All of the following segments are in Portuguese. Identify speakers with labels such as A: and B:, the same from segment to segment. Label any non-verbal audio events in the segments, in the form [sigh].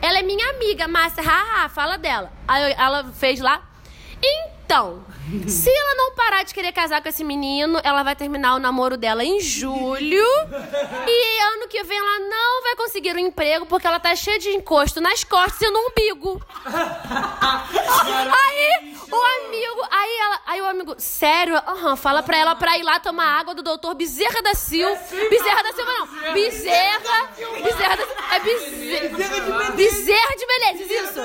A: Ela é minha amiga, Márcia. Haha, fala dela. Aí eu- ela fez lá. [laughs] Então, se ela não parar de querer casar com esse menino, ela vai terminar o namoro dela em julho. E ano que vem ela não vai conseguir um emprego porque ela tá cheia de encosto nas costas e no [laughs] umbigo. Aí o amigo, aí ela, aí o amigo, sério? Aham, fala pra ela pra ir lá tomar água do doutor Bezerra da Silva. É Bezerra da Silva não. Bezerra, Bezerra da Silva. É Bezerra, Bezerra de Menezes, isso.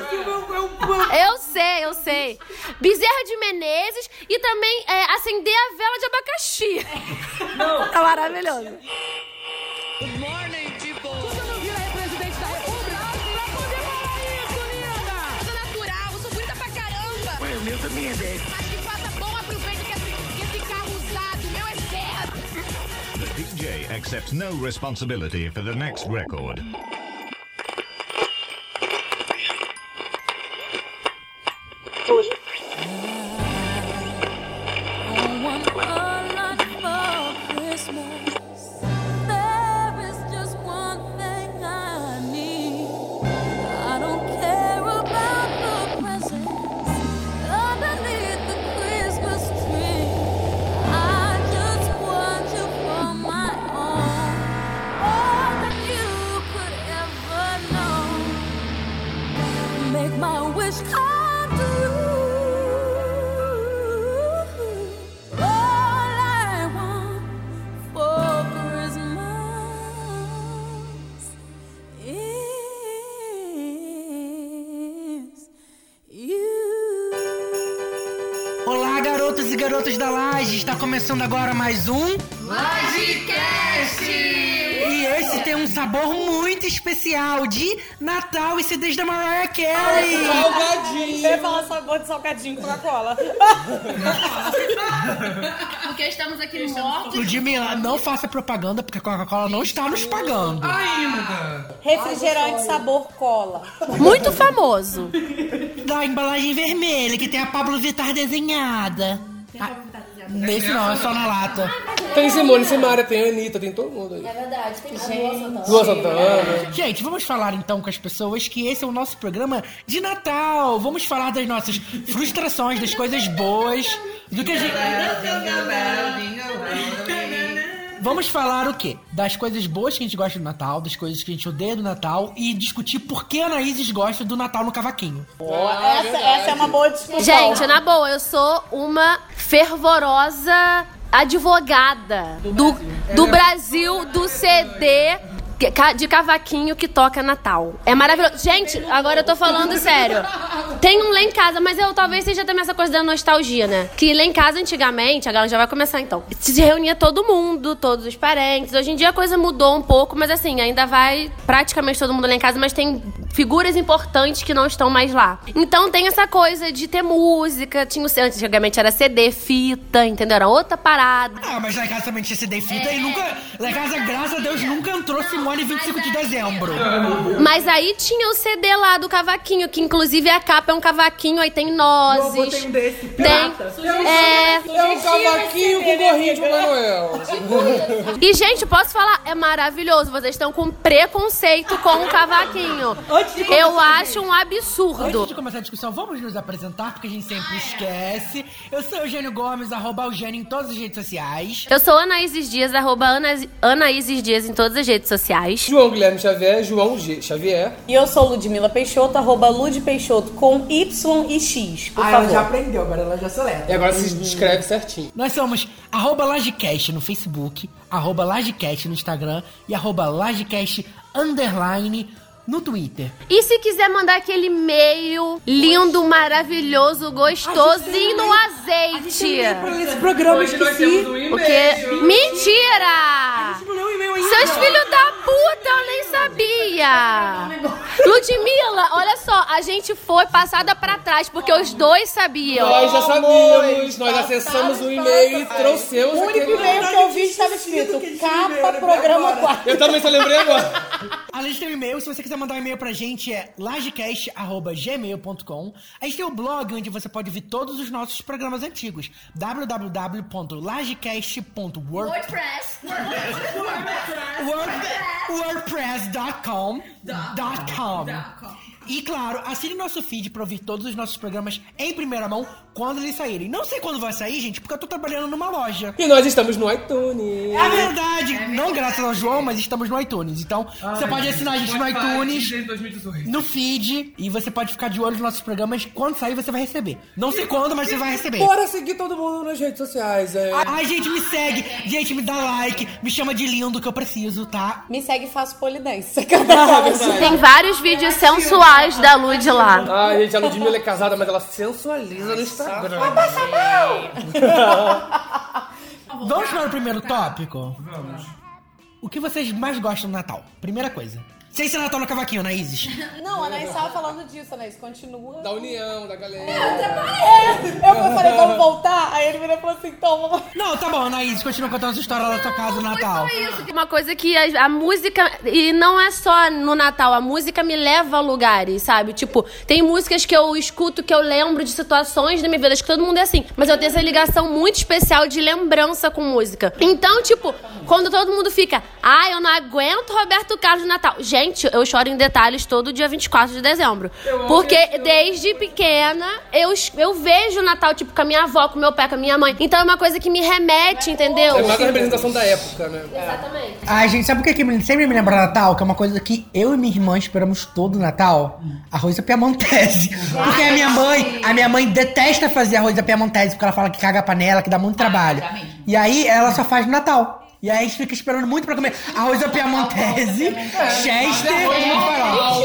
A: Eu sei, eu sei. Bezerra de Menezes e também é, acender a vela de abacaxi. Não. Tá maravilhoso.
B: Você não vira a presidente da República? Pra poder falar isso, linda! Sou natural, eu sou bonita pra caramba! Ué, o meu também é 10. Acho que faça bom, aproveita que esse, que esse carro usado, o meu é certo!
C: The DJ accepts no responsibility for the next record.
D: Make my wish come true. All I want for Christmas is you.
E: Olá, garotos e garotas da Laje! Está começando agora mais um. Lajecast! E esse tem um sabor muito especial de Natal e CDs da Mariah Carey!
F: Salgadinho!
G: Você fala sabor de salgadinho com Coca-Cola.
B: Porque estamos aqui mortos.
E: Ludmilla, não faça propaganda porque a Coca-Cola não está nos pagando.
F: Ainda!
G: Refrigerante sabor cola.
A: Muito famoso.
E: Da embalagem vermelha que tem a Pablo Vittar desenhada. Ah, Nesse não, é só na lata.
F: Tem Simone Simaria, tem Anitta, tem todo mundo aí. É verdade, tem Luan Santana. Luan Santana.
E: Gente, vamos falar então com as pessoas que esse é o nosso programa de Natal. Vamos falar das nossas frustrações, das coisas boas, do que a gente. Vamos falar o quê? Das coisas boas que a gente gosta do Natal, das coisas que a gente odeia do Natal e discutir por que a Anaíses gosta do Natal no cavaquinho.
G: essa, essa é uma boa discussão.
A: Gente, na boa, eu sou uma fervorosa advogada do, do Brasil, do CD que- ca- de cavaquinho que toca Natal. É maravilhoso. Gente, agora eu tô falando sério. Tem um lá em casa, mas eu talvez seja também essa coisa da nostalgia, né? Que lá em casa antigamente, a galera já vai começar então. Se reunia todo mundo, todos os parentes. Hoje em dia a coisa mudou um pouco, mas assim, ainda vai praticamente todo mundo lá em casa, mas tem figuras importantes que não estão mais lá. Então tem essa coisa de ter música, tinha o antigamente era CD, fita, entendeu? Era outra parada.
E: Ah, mas lá em casa também tinha CD fita e nunca. Lá em casa, graças a Deus, nunca entrou Simone 25 de dezembro.
A: Mas aí tinha o CD lá do cavaquinho, que inclusive a capa é um cavaquinho, aí tem nozes.
H: Meu avô tem um desse,
A: Tem. É.
F: É um cavaquinho com gorrinho de Manuel.
A: E, gente, posso falar? É maravilhoso. Vocês estão com preconceito com o cavaquinho. Eu acho um
E: Antes de
A: absurdo.
E: começar a discussão, vamos nos apresentar, porque a gente
H: Ah,
E: sempre
H: é.
E: esquece. Eu sou Eugênio Gomes, arroba Eugênio em todas as redes sociais.
A: Eu sou Anaíses Dias, arroba Ana- Anaíses Dias em todas as redes sociais.
F: João Guilherme Xavier, João G. Xavier.
G: E eu sou Ludmila Peixoto, arroba Lud Peixoto com Y e X, por
H: Ah, ela
G: favor.
H: já aprendeu, agora ela já seleta.
F: E agora se descreve certinho.
E: Nós somos arroba Lagecast no Facebook, arroba Lagecast no Instagram e arroba Lagecast underline no Twitter.
A: E se quiser mandar aquele e-mail lindo, maravilhoso, gostosinho no azeite.
H: Esse programa eu esqueci.
F: um
A: Porque. Mentira!
H: Não, e-mail ainda.
A: Seus filhos da puta, eu nem
H: [laughs]
A: sabia! Ludmilla, olha só, a gente foi passada pra trás, porque os dois sabiam.
F: Nós já sabíamos, nós acessamos o e-mail e trouxemos
G: O
F: aquele...
G: e-mail que eu vi estava escrito capa programa 4.
F: Eu também só lembrei agora.
E: Além de ter um e-mail, se você quiser mandar um e-mail pra gente é lagecast.gmail.com. A gente tem o blog onde você pode ver todos os nossos programas antigos. www.lagecast.word Word- wordpress.com.com E claro, assine nosso feed pra ouvir todos os nossos programas em primeira mão quando eles saírem. Não sei quando vai sair, gente, porque eu tô trabalhando numa loja.
F: E nós estamos no iTunes.
E: É verdade! Não graças ao João, mas estamos no iTunes. Então, você pode assinar a gente no iTunes,
H: Desde 2018.
E: no feed, e você pode ficar de olho nos nossos programas. Quando sair, você vai receber. Não sei quando, mas você vai receber.
F: Bora seguir todo mundo nas redes sociais. É.
E: Ai, gente, me segue! Gente, me dá like! Me chama de lindo que eu preciso, tá?
G: Me segue e faço polidense.
B: [laughs]
G: Ah,
F: É
A: Tem vários vídeos sensuais da Lud lá.
F: Ai, gente, a Ludmilla é casada, mas ela sensualiza no Instagram.
E: Vamos para o primeiro tópico? Vamos. O que vocês mais gostam do Natal? Primeira coisa. Sem ser Natal no cavaquinho, na Isis.
G: Não, a Anaís estava falando disso, Anaís. Continua.
F: Da união, da galera.
G: Eu falei, vamos voltar? Aí ele virou e falou assim, então vamos.
E: Não, tá bom, Anaís, continua contando sua história da sua casa no Natal.
A: Uma coisa que a, a música. E não é só no Natal, a música me leva a lugares, sabe? Tipo, tem músicas que eu escuto que eu lembro de situações da minha vida. Acho que todo mundo é assim. Mas eu tenho essa ligação muito especial de lembrança com música. Então, tipo, quando todo mundo fica, ah, eu não aguento Roberto Carlos no Natal. Gente, eu choro em detalhes todo dia 24 de dezembro. Porque desde pequena eu, es- eu vejo o Natal, tipo, com a minha avó, com meu pai, com a minha mãe. Então é uma coisa que me remete, entendeu?
F: É mais a representação da época,
G: É.
F: né?
A: Exatamente.
E: Ai, gente, sabe o que, que me- sempre me lembra Natal? Que é uma coisa que eu e minha irmã esperamos todo Natal. Arroz à piamontese. Porque a minha mãe, a minha mãe detesta fazer arroz à piamontese, porque ela fala que caga a panela, que dá muito trabalho. E aí ela só faz no Natal. E aí a gente fica esperando muito pra comer arroz à piamontese, chester e farol.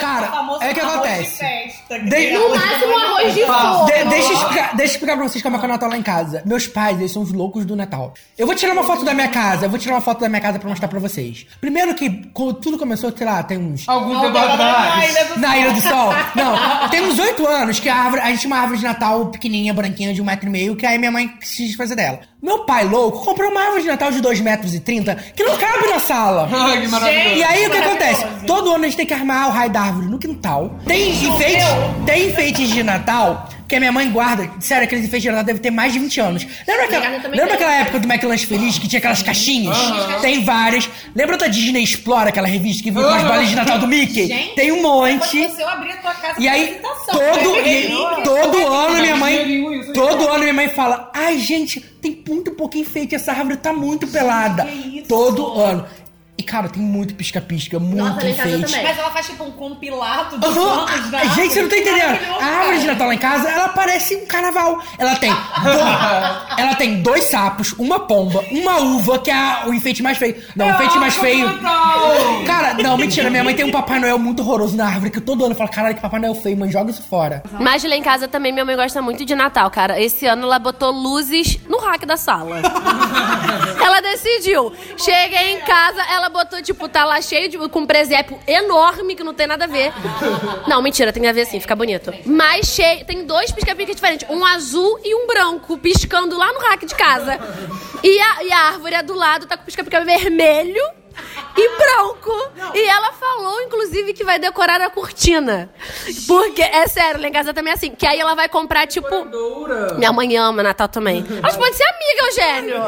E: Cara, é o que acontece. De-
A: Máximo arroz de fogo.
E: de- deixa, eu explicar, deixa eu explicar pra vocês como é que é o Natal lá em casa. Meus pais, eles são os loucos do Natal. Eu vou tirar uma foto da minha casa, eu vou tirar uma foto da minha casa pra mostrar pra vocês. Primeiro que quando tudo começou, sei lá, tem uns.
H: Algum tempo
G: é
H: atrás.
E: Na Ilha do Sol? [laughs] Não. Tem uns oito anos que a, árvore- a gente tinha uma árvore de Natal pequenininha, branquinha, de um metro e meio, que aí minha mãe quis desfazer dela. Meu pai louco comprou uma árvore de Natal de dois metros e trinta que não cabe na sala.
H: [laughs] Ai, que maravilhoso.
E: E aí o que acontece? Todo ano a gente tem que armar o raio da árvore no quintal. Tem enfeites, tem enfeites de Natal que a minha mãe guarda. Sério, aqueles enfeites de Natal devem ter mais de 20 anos. Lembra aquela, lembra aquela época do McLanche Feliz que tinha aquelas caixinhas? Tem várias. Lembra da Disney Explora, aquela revista que vinha com as
H: [laughs] Aham.
E: balas de Natal do Mickey? tem um monte.
I: Se eu abrir a tua casa
E: E aí, todo, e- todo ano minha mãe. Todo ano minha mãe fala: Ai, gente, tem muito pouco enfeite, essa árvore tá muito pelada. Todo ano. E, cara, tem muito pisca-pisca, muito
A: lá em casa
E: enfeite.
A: também.
I: Mas ela faz tipo um compilado dos
E: Aham.
I: anos da é
E: Ah, Gente, você não tá entendendo.
I: Maravilhoso,
E: A árvore de Natal lá em casa, ela parece um carnaval. Ela
I: [laughs]
E: tem, do- ela tem dois sapos, uma pomba, uma uva, que é a- o enfeite mais feio. Não, o
I: É
E: enfeite mais feio. Cara, não, mentira. Minha mãe tem um Papai Noel muito horroroso na árvore, que todo ano eu falo, caralho, que Papai Noel feio, mãe, joga isso fora.
A: Mas lá em casa também minha mãe gosta muito de Natal, cara. Esse ano ela botou luzes no rack da sala. ela decidiu. Cheguei em casa, ela botou, tipo, tá lá cheio de. com um presépio enorme que não tem nada a ver. Não, mentira, tem a ver sim, fica bonito. Mas cheio. Tem dois pisca-pisca diferentes: um azul e um branco, piscando lá no rack de casa. E a, e a árvore é do lado, tá com pisca-pisca vermelho. E branco! E ela falou, inclusive, que vai decorar a cortina. Porque, é sério, lá em casa também é assim. Que aí ela vai comprar, tipo. Minha mãe ama Natal também.
B: Uhum.
A: Elas podem ser amigas, Eugênio!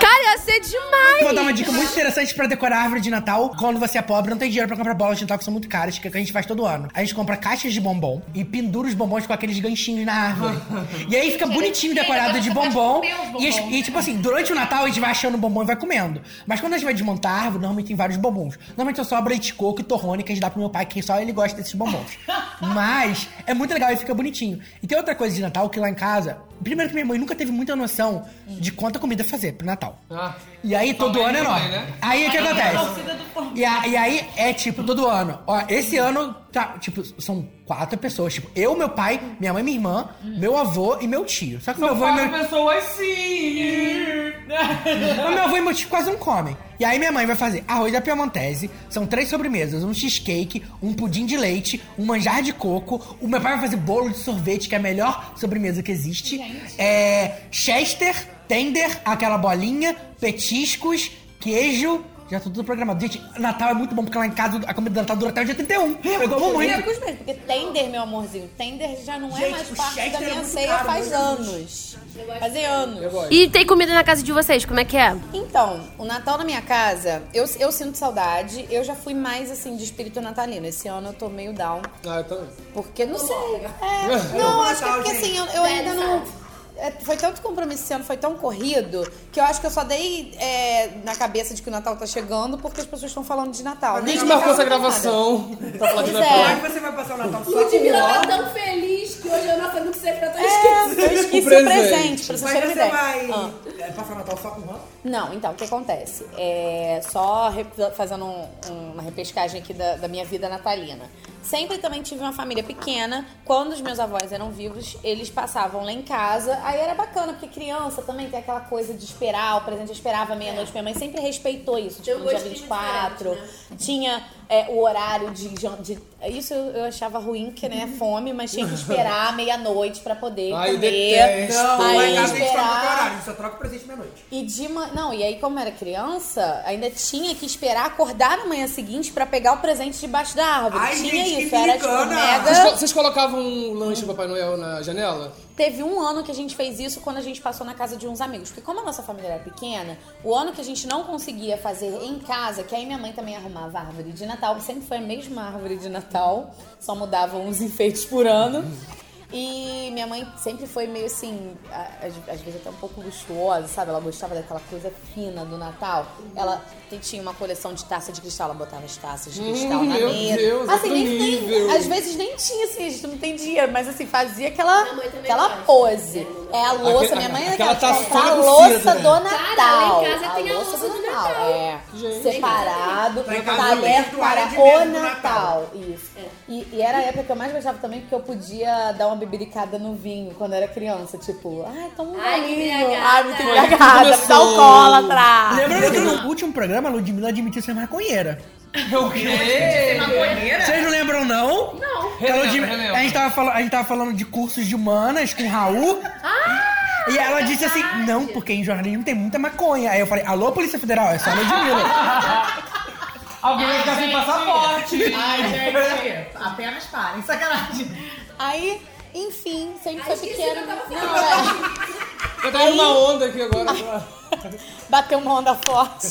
A: Cara, ia ser demais!
E: Vou dar uma dica muito interessante pra decorar a árvore de Natal. Quando você é pobre, não tem dinheiro pra comprar bolas de Natal que são muito caras, que é o que a gente faz todo ano. A gente compra caixas de bombom e pendura os bombons com aqueles ganchinhos na árvore. E aí fica bonitinho decorado de bombom. E, as- e, tipo assim, durante o Natal a gente vai achando bombom e vai comendo. Mas quando a gente vai desmontar a árvore, normalmente tem vários bombons. Normalmente eu sobra leite de coco e torrone que a gente dá pro meu pai, que só ele gosta desses bombons. Mas é muito legal e fica bonitinho. E tem outra coisa de Natal que lá em casa. Primeiro que minha mãe nunca teve muita noção de quanta comida fazer pro Natal.
H: Ah.
E: E aí todo ano é nós. Aí o que acontece? E, a- e aí é tipo, todo ano. Ó, esse ano, tá, tipo, são quatro pessoas. Tipo, eu, meu pai, minha mãe, minha irmã, meu avô e meu tio. Só que meu avô e meu,
H: Quatro pessoas sim.
E: mas meu avô e meu tio quase não comem. E aí minha mãe vai fazer arroz da piemontese, são três sobremesas, um cheesecake, um pudim de leite, um manjar de coco, o meu pai vai fazer bolo de sorvete, que é a melhor sobremesa que existe. É chester, tender, aquela bolinha, petiscos, queijo Já tá tudo programado. Gente, Natal é muito bom, porque lá em casa a comida do Natal dura até o dia 31. Eu como
G: Eu
E: muito.
G: fico com os mesmos, porque Tender, meu amorzinho, Tender já não é
I: Gente,
G: mais
I: o
G: parte da
I: Chester é
G: minha
I: muito
G: ceia
I: caro,
G: faz
I: meu Deus.
G: anos. Fazem anos.
A: E tem comida na casa de vocês, como é que é?
G: Então, o Natal na minha casa, eu, eu sinto saudade. Eu já fui mais assim de espírito natalino. Esse ano eu tô meio down.
F: Ah, então.
G: Porque não sei.
F: [laughs]
G: É, não, acho que é porque assim, eu, eu ainda não. é, Foi tanto compromisso esse ano, foi tão corrido, que eu acho que eu só dei é, na cabeça de que o Natal tá chegando porque as pessoas estão falando de Natal.
F: A gente
G: Nem
F: marcou essa
G: Natal, nem
F: gravação né, pra falar de
G: tá Pois é.
F: Natal.
H: Mas você vai passar o Natal só
B: O Ludmilla
H: com
B: tá
H: o
B: tão feliz que hoje eu não falando que você tá tão
G: nada. É,
F: [laughs]
G: eu esqueci o presente,
F: presente.
G: pra vocês
H: Mas
G: terem
H: você
G: uma ideia.
H: vai
G: Ah.
H: é, passar o Natal só com o Juan?
G: Não, então, o que acontece? É, só re- fazendo um- um- uma repescagem aqui da, da minha vida natalina. Sempre também tive uma família pequena. Quando os meus avós eram vivos, eles passavam lá em casa. Aí era bacana, porque criança também tem aquela coisa de esperar, o presente eu esperava meia-noite. Minha mãe sempre respeitou isso. Tipo,
B: Tem um
G: no dia
B: gostinho
G: 24,
B: diferente,
G: tinha é, o horário de, jan- de- Isso eu, eu achava ruim, que né, fome, mas tinha que esperar meia-noite pra poder
F: Ai, eu
G: comer.
F: detesto.
H: Não,
F: Não,
H: lá em
G: aí
H: casa a gente troca o
G: esperar.
H: horário, a gente só troca o presente meia-noite.
G: E de ma... Não, e aí, como era criança, ainda tinha que esperar acordar na manhã seguinte pra pegar o presente debaixo da árvore.
H: Ai,
G: tinha
H: gente, que
G: isso, era tipo
H: brincana.
F: Vocês, co-
G: mega.
F: vocês colocavam um lanche do Papai Noel na janela?
G: Teve um ano que a gente fez isso quando a gente passou na casa de uns amigos. Porque como a nossa família era pequena, o ano que a gente não conseguia fazer em casa, que aí minha mãe também arrumava a árvore de Natal, sempre foi a mesma árvore de Natal, só mudavam uns [laughs] enfeites por ano. E minha mãe sempre foi meio assim, a- às às vezes até um pouco luxuosa, sabe? Ela gostava daquela coisa fina do Natal. Ela t- tinha uma coleção de taça de cristal, ela botava as taças de cristal na
F: Hum, meu
G: mesa.
F: Deus,
G: assim, nem,
F: outro
G: nem-
F: nível.
G: às vezes nem tinha, assim, a gente não tem dinheiro, mas assim, fazia aquela,
B: Minha mãe também
G: aquela
B: gosta.
G: pose. É a louça, minha mãe é
F: aquela
G: daquela
F: taça
G: que compra a
F: toda com
G: louça
F: seda, né?
G: do Natal.
B: Cara, lá em casa tem a louça do Natal.
G: É, separado,
H: Lá em casa
G: tá
H: eu lembro
G: aberto
H: do área
G: para
H: de
G: o
H: mesa do Natal.
G: Natal. Isso.
B: É.
G: E, e era a época que eu mais gostava também, porque eu podia dar uma bebericada no vinho quando era criança. Tipo, ai, toma um
B: Ai, que
G: vinho.
B: embriagada.
G: Ai, muito
B: Foi,
G: embriagada, me dá um
F: começou.
G: cola atrás.
E: Lembrando que no último programa, a Ludmilla admitiu ser maconheira.
F: O quê?
E: Vocês não lembram, não?
B: Não.
E: Que a Ludmilla-
F: Relembra, relembra.
E: a, gente tava falando, a gente tava falando de cursos de humanas com o Raul. E ela disse assim, não, porque em jornalismo tem muita maconha. Aí eu falei, alô, Polícia Federal, é só a Ludmilla.
H: Alguém vai ficar sem passaporte.
I: Ai, gente, apenas parem, sacanagem.
G: Aí, enfim, sempre foi
B: esqueci
G: pequena.
B: que eu tava
G: Não, é.
F: Eu tô indo numa onda aqui agora.
G: Bateu uma onda forte.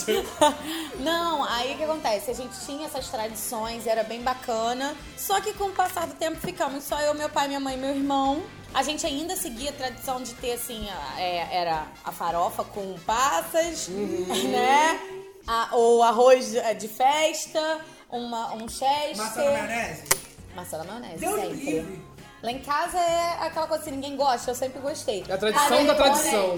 G: [laughs] Não, aí o que acontece? A gente tinha essas tradições, era bem bacana. Só que com o passar do tempo ficamos só eu, meu pai, minha mãe e meu irmão. A gente ainda seguia a tradição de ter, assim, a- é, era a farofa com passas,
H: Uhum.
G: né? A- ou arroz de, de festa, uma, um chester.
H: Maçã na maionese.
G: Maçã na maionese,
H: Deus
G: sempre.
H: livre.
G: Lá em casa é aquela coisa que ninguém gosta, eu sempre gostei.
F: É a tradição da
G: Panetone-
F: tradição.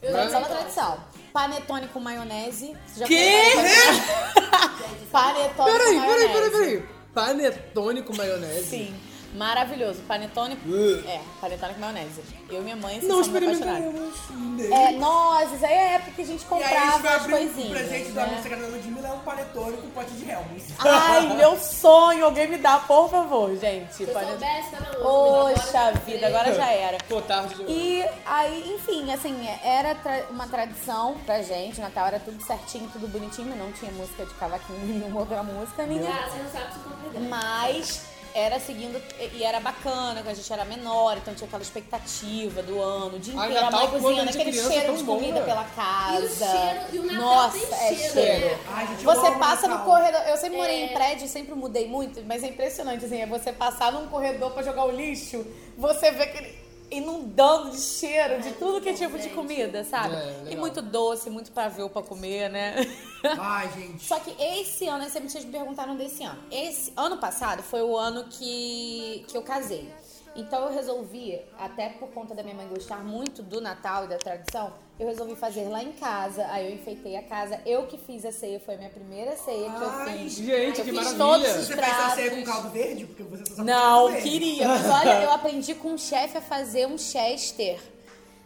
F: Né?
G: Tradição da tradição. Panetone com maionese. Você já
F: Quê? Né?
G: Panetone, [laughs] panetone com
F: Peraí,
G: maionese.
F: peraí, peraí, peraí. Panetone com maionese?
G: Sim. Maravilhoso. Panetone.
F: Uh.
G: É, panetone com maionese. Eu e minha mãe
F: Não
G: somos apaixonados.
F: experimentaremos.
G: É, nozes, aí é a época que a gente
H: E aí a gente
G: comprava
H: vai
G: as
H: abrir um
G: coisinhas.
H: presente da
G: né?
H: nossa secretária Ludmilla, é um panetone com pote de Helmut.
G: [laughs] Ai, meu sonho! Alguém me dá, por favor, gente.
B: Se eu
G: Panetone.
B: soubesse, eu não uso, mas
G: Poxa vida, agora já era.
F: Pô, tarde demais.
G: E aí, enfim, assim, era tra- uma tradição pra gente. Natal era tudo certinho, tudo bonitinho. Não tinha música de cavaquinho, [laughs] nenhuma outra música, nenhuma.
B: Ah, você não sabe se convidar.
G: Mas era seguindo, e era bacana, que a gente era menor, então tinha aquela expectativa do ano, o dia
F: Ai,
G: inteiro, a
F: Natal,
G: mãe
F: quando a
G: cozinhando,
F: gente é
G: aquele
F: criança, é
G: cheiro
F: tão
G: de
F: bom,
G: comida
F: né?
G: pela casa.
B: cheiro, e o Natal
G: Nossa,
B: tem
G: é
B: cheiro,
G: cheiro.
B: né?
H: Ai, gente, eu
G: Você
H: amo
G: passa no É.
H: Natal.
G: corredor. Eu sempre morei em prédio, sempre mudei muito, mas é impressionante, assim, é você passar num corredor pra jogar o lixo, você vê aquele inundando de cheiro de tudo que é tipo de comida, sabe?
F: É, legal.
G: e muito doce, muito pavio pra comer, né? [laughs]
H: Ai, gente.
G: Só que esse ano, eu sempre vocês me perguntaram desse ano. Esse ano passado foi o ano que, que eu casei. Então eu resolvi, até por conta da minha mãe gostar muito do Natal e da tradição, eu resolvi fazer lá em casa. Aí eu enfeitei a casa, eu que fiz a ceia, foi a minha primeira ceia que eu
H: Ai,
G: fiz.
F: gente,
G: eu
F: que
G: fiz
F: maravilha.
G: todos os
H: Você fez a ceia com
G: pratos.
H: caldo verde? Porque você só sabe
G: Não,
H: caldo verde.
G: queria. Mas
F: [laughs]
G: olha, eu aprendi com um chefe a fazer um chester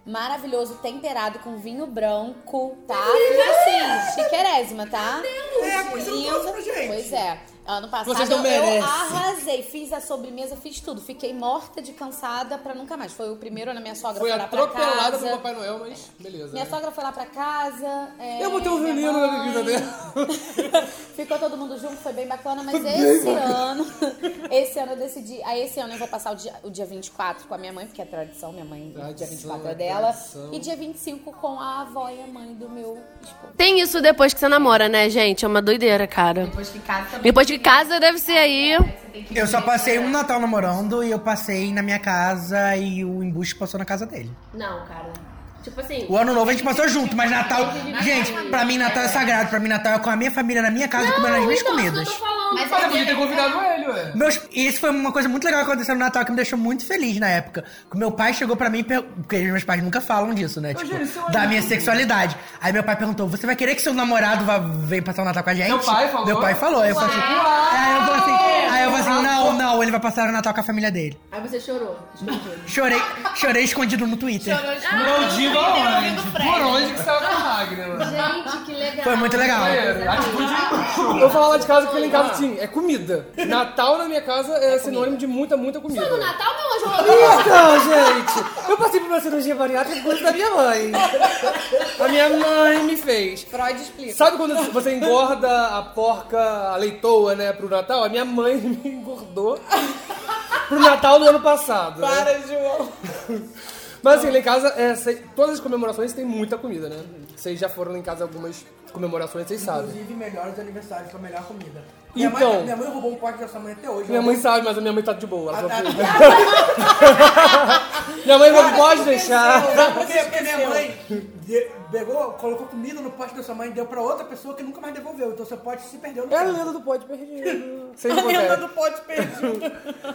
G: maravilhoso, temperado com vinho branco, tá? Assim, chiquerésima, tá?
H: É, pois eu não trouxe pra gente.
G: Pois é. Ano passado
F: Vocês não
G: eu
F: merecem.
G: arrasei. casei, fiz a sobremesa, fiz tudo. Fiquei morta de cansada pra nunca mais. Foi o primeiro na minha sogra
F: Foi
G: foi lá pra
F: atropelada
G: casa.
F: pelo Papai Noel, mas beleza.
G: Minha
F: né?
G: sogra foi lá pra casa. é,
F: Eu botei um
G: minha
F: veneno na
G: mãe.
F: bebida dela.
G: [laughs] Ficou todo mundo junto, foi bem bacana, mas esse ano, [laughs] esse ano eu decidi. Aí esse ano eu vou passar o dia, o dia 24 com a minha mãe, porque é tradição, minha mãe, o dia
F: Tradição,
G: 24
F: é
G: é dela.
F: tradição.
G: E dia 25 com a avó e a mãe do meu esposo.
A: Tem isso depois que você namora, né, gente? É uma doideira, cara.
I: Depois que casa também.
A: Depois que casa deve ser aí.
I: Você tem que
E: Eu só passei um Natal namorando e eu passei na minha casa e o embuste passou na casa dele.
A: Não, cara. Tipo assim.
E: O ano novo a gente passou junto, mas Natal. Gente, pra mim Natal é sagrado. Pra mim Natal é com a minha família, na minha casa, comendo as
G: então,
E: minhas comidas.
A: falando.
I: Mas
H: Você
I: é
H: podia ter convidado ele, ué.
E: Meus, e isso foi uma coisa muito legal que aconteceu no Natal que me deixou muito feliz na época. Que meu pai chegou pra mim, e per- porque meus pais nunca falam disso, né? Tipo,
H: Eugênio,
F: é
H: seu
E: da
H: amigo.
E: minha sexualidade. Aí meu pai perguntou: Você vai querer que seu namorado vá, venha passar o Natal com a gente?
H: Meu pai falou?
E: Meu pai falou. Aí eu falei assim: Aí eu falei assim, aí eu falei assim, Não, não, ele vai passar o Natal com a família dele.
B: Aí você chorou.
E: Chorei, chorei escondido no Twitter.
H: Não digo aonde. Por onde que saiu da Magna, mano?
B: Gente, que legal.
E: Foi muito legal.
H: Maneiro. Atitude.
F: Eu falava de casa porque lá em casa sim, é comida. Natal na minha casa é, sinônimo de muita, muita comida.
B: No Natal, meu anjo rolou.
F: Então, gente, eu passei por uma cirurgia bariátrica por conta da minha mãe. A minha mãe me fez.
G: Freud explica.
F: Sabe quando você engorda a porca, a leitoa, né, pro Natal? A minha mãe [laughs] me engordou pro Natal do ano passado. né?
G: João.
F: Mas assim, lá em casa, é, sei- todas as comemorações tem muita comida, né? Vocês já foram lá em casa algumas comemorações, vocês sabem.
E: Inclusive, melhores aniversários com a melhor comida.
F: Minha mãe- Então. minha
E: mãe roubou um pote da sua mãe até hoje.
F: Minha mãe sabe, mas a minha mãe tá de boa. Ela [laughs] só... minha mãe não
E: né?
F: pode deixar.
E: Porque, porque minha mãe de- pegou, colocou comida no pote da sua mãe e deu pra outra pessoa que nunca mais devolveu. Então seu pote se perdeu no
F: É a
E: chão.
F: lenda do pote perdido. Sempre acontece.
E: pote perdido.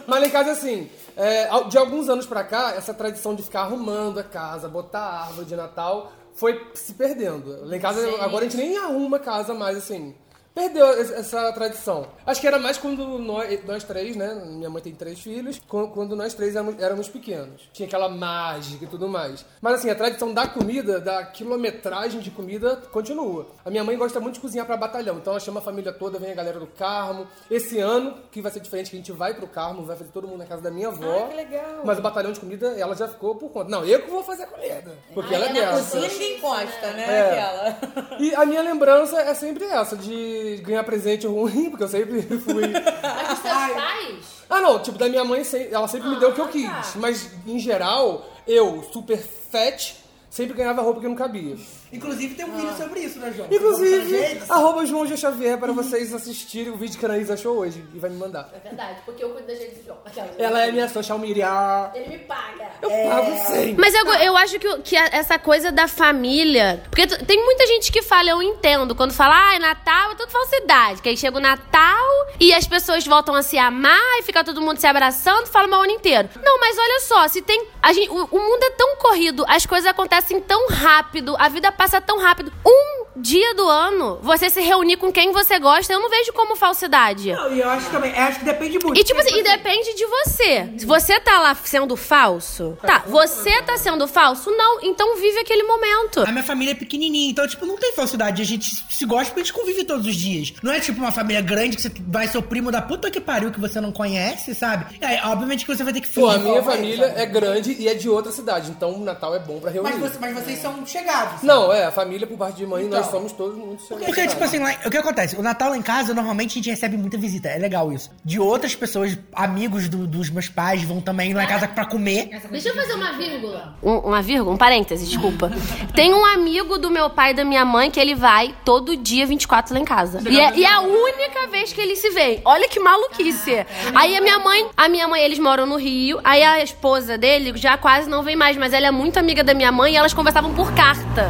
F: Mas lá em casa, assim, é, al- de alguns anos pra cá, essa tradição de ficar arrumando a casa, botar a árvore de Natal, foi se perdendo. Lá em casa, agora a gente nem arruma a casa mais, assim. Perdeu es- essa tradição. Acho que era mais quando nós, nós três, né? Minha mãe tem três filhos. quan- Quando nós três éramos, éramos pequenos. Tinha aquela mágica e tudo mais. Mas assim, a tradição da comida, da quilometragem de comida, continua. A minha mãe gosta muito de cozinhar pra batalhão. Então ela chama a família toda, vem a galera do Carmo. Esse ano, que vai ser diferente, que a gente vai pro Carmo, vai fazer todo mundo na casa da minha avó. Ah, que legal. Mas o batalhão de comida, ela já ficou por conta. Não, eu que vou fazer a comida. Porque ela é dessa.
G: Ninguém encosta, né?
F: É.
G: Aquela.
F: E a minha lembrança é sempre essa, de ganhar presente ruim, [laughs] porque eu sempre fui.
B: Mas os seus pais...
F: Ah, não, tipo, da minha mãe, se- ela sempre me deu o
E: Ah, tá.
F: que eu quis. Mas, em geral, eu, super fat, sempre ganhava roupa que não cabia.
E: Inclusive tem um vídeo sobre isso, né, João?
F: Inclusive, arroba João G. Xavier para vocês assistirem o vídeo que a Anaís achou hoje e vai me mandar.
B: É verdade, porque eu cuido da gente do João. Aquelas-
F: Ela é minha social media.
B: Ele me paga.
F: Eu
E: É.
F: pago sempre.
A: Mas eu, go- eu acho que, o- que a- essa coisa da família. Porque t- tem muita gente que fala, eu entendo, quando fala, ah, é Natal, é tudo falsidade. Que aí chega o Natal e as pessoas voltam a se amar e fica todo mundo se abraçando, fala mal o ano inteiro. Não, mas olha só, se tem. A gente, o, o mundo é tão corrido, as coisas acontecem tão rápido, a vida passa tão rápido. Um dia do ano, você se reunir com quem você gosta, eu não vejo como falsidade.
I: E eu acho também, eu acho que depende muito.
A: E tipo assim, e depende de você. Se Você tá lá sendo falso? Tá, você tá sendo falso? Não, então vive aquele momento.
E: A minha família é pequenininha, então, tipo, não tem falsidade. A gente se gosta porque a gente convive todos os dias. Não é, tipo, uma família grande que você vai ser o primo da puta que pariu que você não conhece, sabe? E aí, obviamente que você vai ter que
F: Pô, a
E: fingir.
F: minha família é grande e é de outra cidade, então o Natal é bom pra reunir.
I: Mas, você- mas vocês são chegados.
F: Não, é, a família por parte de mãe, nós somos todos muito
E: Então. Porque, tipo assim, lá- o que acontece? O Natal lá em casa, normalmente a gente recebe muita visita. É legal isso. De outras pessoas, amigos do- dos meus pais vão também lá em casa pra comer.
B: Deixa eu fazer uma vírgula.
A: Um- uma vírgula, um parêntese, desculpa. Tem um amigo do meu pai e da minha mãe que ele vai todo dia 24 lá em casa. E é, e é a única vez que eles se veem. Olha que maluquice. Aí a minha mãe, a minha mãe, eles moram no Rio. Aí a esposa dele já quase não vem mais, mas ela é muito amiga da minha mãe e elas conversavam por carta.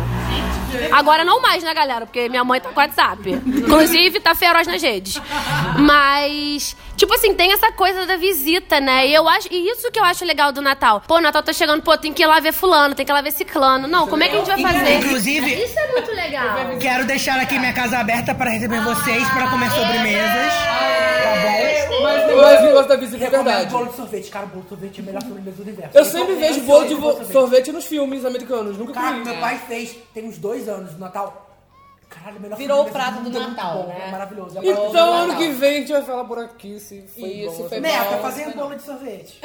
A: Agora não mais, né, galera? Porque minha mãe tá com WhatsApp. Inclusive, tá feroz nas redes. Mas, tipo assim, tem essa coisa da visita, né? E eu acho. E isso que eu acho legal do Natal. Pô, o Natal tá chegando, pô, tem que ir lá ver fulano, tem que ir lá ver ciclano. Não, como é que a gente vai fazer?
E: Inclusive,
A: Isso é muito legal.
E: Quero deixar aqui minha casa aberta para receber vocês para comer sobremesas. Tá bom?
F: Mas o negócio da visita é verdade.
E: de sorvete, cara. Bolo de sorvete é a melhor sobremesa do universo.
F: Eu sempre vejo bolo de vo- sorvete nos filmes americanos, nunca comi.
E: pai fez, tem uns dois anos no Natal. Caralho, melhor
G: Virou o
E: comida
G: prato do
E: mundo, é muito
G: Natal,
E: bom,
G: né?
E: É maravilhoso.
G: E-
E: Agora,
G: Bolo
F: Então,
G: do
F: ano
G: Natal.
F: que vem a gente vai falar por aqui se foi
G: Isso,
F: bom.
G: foi
E: Meta,
G: bom.
E: fazer tá bolo de sorvete.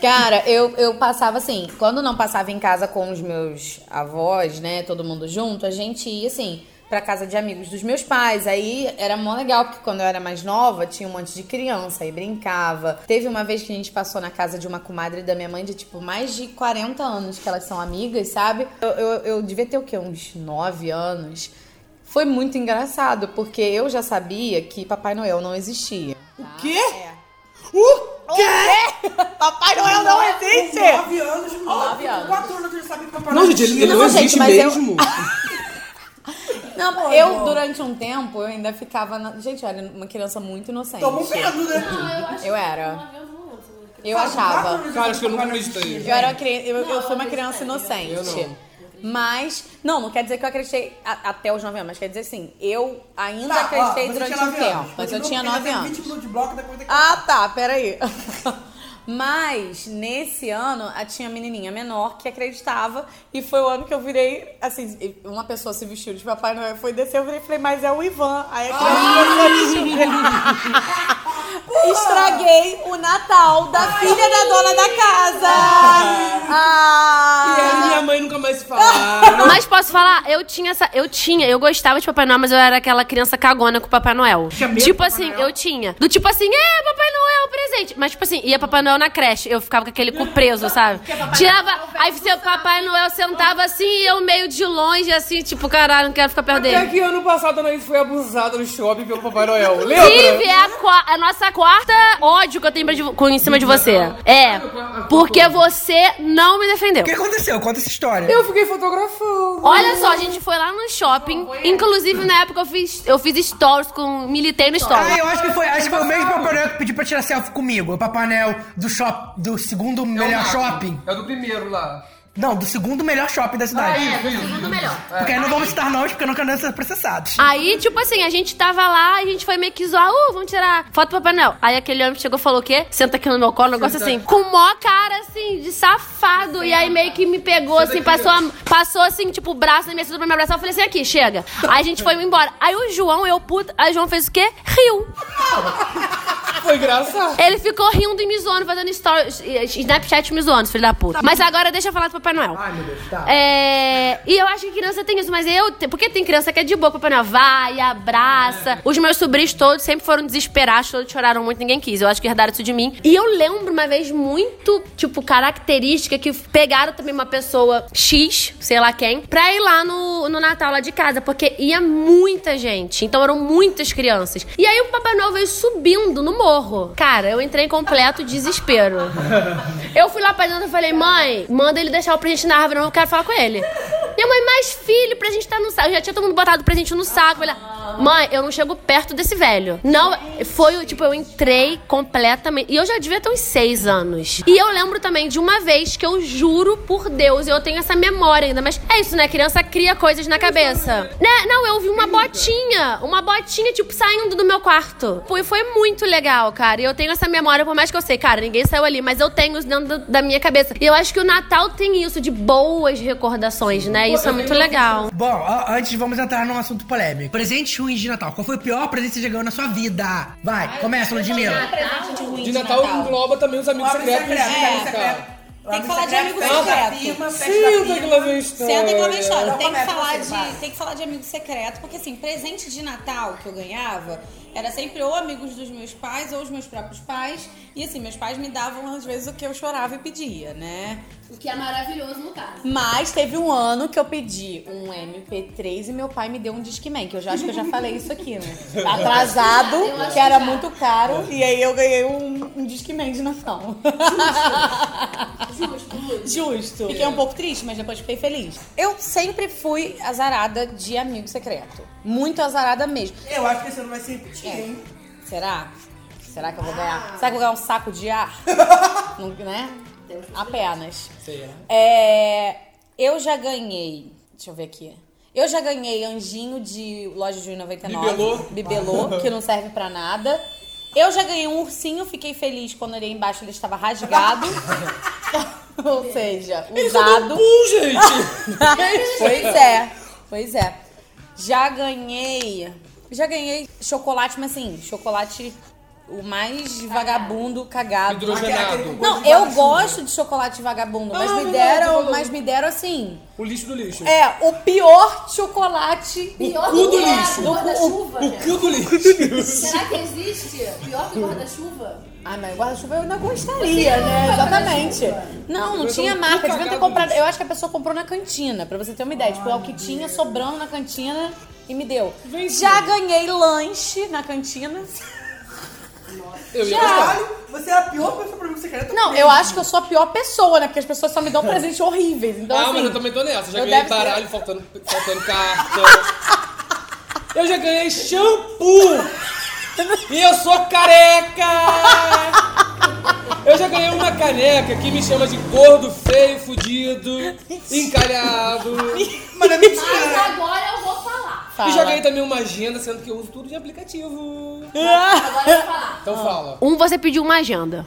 G: Cara, eu, eu passava assim, quando não passava em casa com os meus avós, né, todo mundo junto, a gente ia assim pra casa de amigos dos meus pais. Aí era mó legal, porque quando eu era mais nova, tinha um monte de criança aí brincava. Teve uma vez que a gente passou na casa de uma comadre da minha mãe de tipo mais de 40 anos que elas são amigas, sabe? Eu, eu, eu devia ter o quê? Uns 9 anos. Foi muito engraçado, porque eu já sabia que Papai Noel não existia. O
I: quê?
G: O quê? Papai Noel não existe!
I: Com nove anos, com
G: nove anos.
I: quatro anos, eu já sabia que papai
F: Não, gente, ele, ele
G: Não,
F: não,
G: gente,
F: existe
G: mas eu-
F: mesmo.
G: Não, eu, durante um tempo, eu ainda ficava. Na... Gente, eu era uma criança muito inocente.
I: Toma um medo, né?
G: Eu era. Eu
I: Cara, com quatro
G: achava.
I: anos,
F: Cara, acho que eu nunca
I: sabia que
F: acreditei.
I: papai não existia.
G: Eu, era uma cri- eu, eu fui uma criança inocente. Mas, não, não quer dizer que eu acreditei a- até os 9 anos, mas quer dizer assim, eu ainda
I: Tá, ó,
G: acreditei
I: você
G: durante
I: tinha
G: um
I: nove anos.
G: tempo. Mas eu
I: Continua,
G: tinha 9
I: porque ainda tem
G: anos.
I: 20 minutos de bloco, depois tem que-
G: Ah, tá, peraí. [laughs] Mas nesse ano a- tinha a menininha menor que acreditava e foi o ano que eu virei, assim, uma pessoa se vestiu de Papai Noel, foi descer, eu virei e falei, mas é o Ivan. Aí a
F: Ah!
G: [laughs] criança começou a Estraguei o Natal da filha da dona da casa.
F: [laughs] E
G: Ah,
F: ele e minha mãe nunca mais se
A: [laughs]
F: falaram.
A: Mas posso falar, eu tinha essa. Eu tinha, eu gostava de Papai Noel, mas eu era aquela criança cagona com o Papai Noel.
I: Tinha medo
A: tipo
I: do Papai
A: assim,
I: Noel?
A: eu tinha. Do tipo assim, é, Papai Noel, presente. Mas, tipo assim, ia Papai Noel na creche. Eu ficava com aquele cu preso, sabe? Tirava.
I: é
A: aí seu Papai Noel sentava assim e eu meio de longe, assim, tipo, caralho, não quero ficar perto
I: é
F: Até
A: dele.
F: que ano passado a Anaís foi abusada no shopping pelo Papai Noel.
A: Inclusive,
F: Lembra?
A: é a, qua- a nossa quarta ódio que eu tenho pra de- com- em cima de você.
I: tá.
A: É, porque você não me defendeu.
E: O que aconteceu? Conta essa história.
F: Eu fiquei fotografando.
A: Olha só, a gente foi lá no shopping. Inclusive, na época eu fiz, eu fiz stories com. Militei no
E: Ah,
A: stories.
E: eu acho que foi, acho que foi o mesmo Papai Noel que pediu pra tirar selfie comigo. O Papai Noel do shop, do segundo
F: É o
E: melhor
F: Nato.
E: shopping.
F: É o do primeiro lá.
E: Não, do segundo melhor shopping da cidade.
A: Segundo melhor.
E: Porque aí não vamos citar nomes, porque eu não quero ser processados.
G: Ah.
A: Aí, tipo assim, a gente tava lá, a gente foi meio que zoar, uh, vamos tirar foto do Papai Noel. Aí aquele homem chegou e falou o quê? Senta aqui no meu colo, um negócio assim, com mó cara, assim, de safado. E aí meio que me pegou, assim, passou, a- passou assim, tipo, o braço na minha cintura pra me abraçar. Eu falei assim, aqui, chega. Aí a gente foi embora. Aí o João, eu puto, aí o João fez o quê? Riu.
F: Foi engraçado.
A: Ele ficou rindo e me zoando, fazendo stories, eh, Snapchat me zoando, filho da puta. Mas agora deixa eu falar do Papai Noel.
I: Ai, meu Deus, tá.
A: É, e eu acho que criança tem isso, mas eu. te- Porque tem criança que é de boa, Papai Noel vai, abraça. Os meus sobrinhos todos sempre foram desesperados, todos choraram muito, ninguém quis. Eu acho que herdaram isso de mim. E eu lembro uma vez muito, tipo, característica que pegaram também uma pessoa X, sei lá quem, pra ir lá no, no Natal lá de casa, porque ia muita gente. Então eram muitas crianças. E aí o Papai Noel veio subindo no morro. Cara, eu entrei em completo desespero. Eu fui lá pra dentro e falei, mãe, manda ele deixar o presente na árvore, não, eu quero falar com ele. Minha mãe, mas filho, o presente tá no saco. Eu já tinha todo mundo botado o presente no saco. Falei, mãe, eu não chego perto desse velho. Não, foi o tipo, eu entrei completamente. E eu já devia ter uns seis anos. E eu lembro também de uma vez que eu juro por Deus, eu tenho essa memória ainda, mas é isso, né? Criança cria coisas na cabeça. Né? Não, eu vi uma botinha, uma botinha, tipo, saindo do meu quarto. Pô, e foi muito legal, cara. E eu tenho essa memória, por mais que eu sei, cara, ninguém saiu ali, mas eu tenho isso dentro da- da minha cabeça. E eu acho que o Natal tem isso de boas recordações, né? Isso é muito legal.
E: Bom, a- antes vamos entrar num assunto polêmico. Presentes ruins de Natal. Qual foi o pior presente que você ganhou na sua vida? Vai, começa, Ludmilla.
F: De Natal engloba também os amigos
I: Abre
F: secretos.
I: secreto, abre
F: juntos,
I: secreto.
F: cara.
G: É. Tem que falar de amigo secreto.
F: Senta que lá vem a
G: Senta e conta a
F: história.
G: história.
I: Então
G: Tem que,
I: começa
G: falar
I: você, vai.
G: de, tem que falar de amigo secreto, porque assim, presente de Natal que eu ganhava era sempre ou amigos dos meus pais ou os meus próprios pais. E assim, meus pais me davam às vezes o que eu chorava e pedia, né?
A: O que é maravilhoso no caso.
G: Mas teve um ano que eu pedi um MP3 e meu pai me deu um Discman, que eu já acho que eu já falei isso
A: [laughs]
G: aqui, né? Atrasado, que era muito caro, e aí eu ganhei um, um Discman de
A: [laughs]
G: Natal. Justo. Justo. Justo. Fiquei um pouco triste, mas depois fiquei feliz. Eu sempre fui azarada de amigo secreto. Muito azarada mesmo. É.
I: Eu acho que esse ano vai se repetir, hein?
G: Será? Será que eu vou ganhar? Será que eu vou ganhar um saco de ar?
I: [laughs]
G: Não, né? Apenas. É, eu já ganhei. Deixa eu ver aqui. Eu já ganhei anjinho de loja de um 99.
F: Bibelô.
G: Bibelô, que não serve pra nada. Eu já ganhei um ursinho, fiquei feliz quando olhei embaixo, ele estava rasgado. Ou seja,
F: Isso é
G: usado. [laughs]
F: do cu, gente.
G: pois é, pois é. Já ganhei. Já ganhei chocolate, mas assim, chocolate o mais vagabundo cagado.
F: Hidrogenado.
G: Não, eu gosto de chocolate vagabundo, mas
F: Ah,
G: me
F: verdade, você
G: deram,
F: falou.
G: mas me deram assim.
F: O lixo do lixo.
G: É, o pior chocolate.
A: Pior
F: cu do
A: que é
F: lixo.
A: a guarda-chuva?
F: O cu do lixo.
A: Será que existe pior que guarda-chuva?
G: Ai, mas guarda-chuva eu ainda gostaria, né? Exatamente. Não, não tinha
F: um
G: marca,
F: cu
G: devia ter
F: cagado
G: comprado.
F: nisso.
G: Eu acho que a pessoa comprou na cantina, pra você ter uma ideia. Tipo, é o que tinha sobrando na cantina e me deu. Já ganhei lanche na
F: [laughs]
G: cantina.
F: Eu ia gostar.
I: Caralho, você é a pior pessoa pra mim que você quer.
G: Não, eu acho que eu sou a pior pessoa, né? Porque as pessoas só me dão
F: [laughs]
G: presentes horríveis. Então,
F: Ah,
G: assim,
F: mas eu também tô nessa. Já
G: eu
F: ganhei
G: deve ter-
F: baralho faltando, faltando carta. eu já ganhei shampoo. e eu sou careca. Eu já ganhei uma caneca que me chama de gordo, feio, fudido, encalhado.
I: Mas é
A: Mas
I: mentira.
A: agora eu vou falar.
G: fala.
F: E já ganhei também uma agenda, sendo que eu uso tudo de aplicativo.
A: Agora eu vou falar.
F: Então fala.
A: Um, você pediu uma agenda.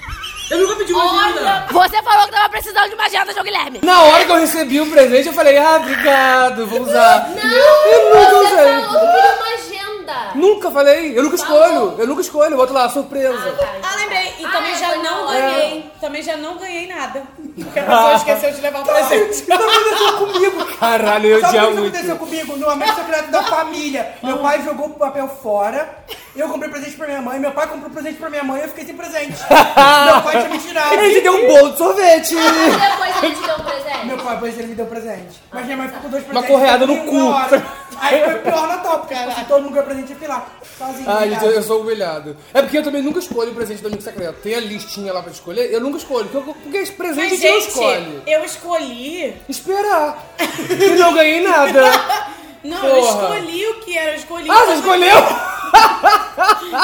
H: Eu nunca pedi uma agenda.
A: Você falou que tava precisando de uma agenda, João Guilherme.
F: Na hora que eu recebi o presente, eu falei, ah, obrigado, vou usar.
A: Não!
F: eu nunca
A: Você
F: usei.
A: falou que pediu uma agenda.
F: Nunca falei, eu nunca escolho, eu nunca escolho, eu boto lá, surpresa.
G: Tá Ah, lembrei. E
A: Ah,
G: também
A: é,
G: já
A: foi
G: não
A: na hora.
G: ganhei. Também já não ganhei nada. Porque a pessoa esqueceu de
F: Tá.
G: levar o presente.
F: Isso aconteceu comigo, caralho, eu
I: Sabe o
F: odiava
I: que
F: é muito.
I: aconteceu comigo? No amigo secreto da família. Meu pai jogou o papel fora, eu comprei presente pra minha mãe, meu pai comprou presente pra minha mãe e eu fiquei sem presente.
F: [laughs]
I: meu pai tinha me tirado.
F: Ele te deu um bolo de [laughs] sorvete.
A: E depois ele te deu um presente.
I: Meu pai, depois ele me deu presente. Mas minha mãe ficou com dois
F: Uma
I: presentes.
F: correada no
I: comigo na
F: cu.
I: hora. Aí foi o pior Natal, porque tipo, assim, todo mundo ganhou presente de pilar. Sozinho.
F: Ai,
I: em
F: gente,
I: casa.
F: eu sou humilhado. É porque eu também nunca escolho o presente do amigo secreto. Tem a listinha lá pra escolher, eu nunca escolho. Porque, eu- porque esse presente
G: Mas,
F: que eu
G: gente,
F: escolho.
G: eu escolhi.
F: Esperar. E não
G: [laughs]
F: ganhei nada.
G: Não, eu
F: Porra.
G: escolhi o que era. Eu escolhi.
F: Ah, você escolheu?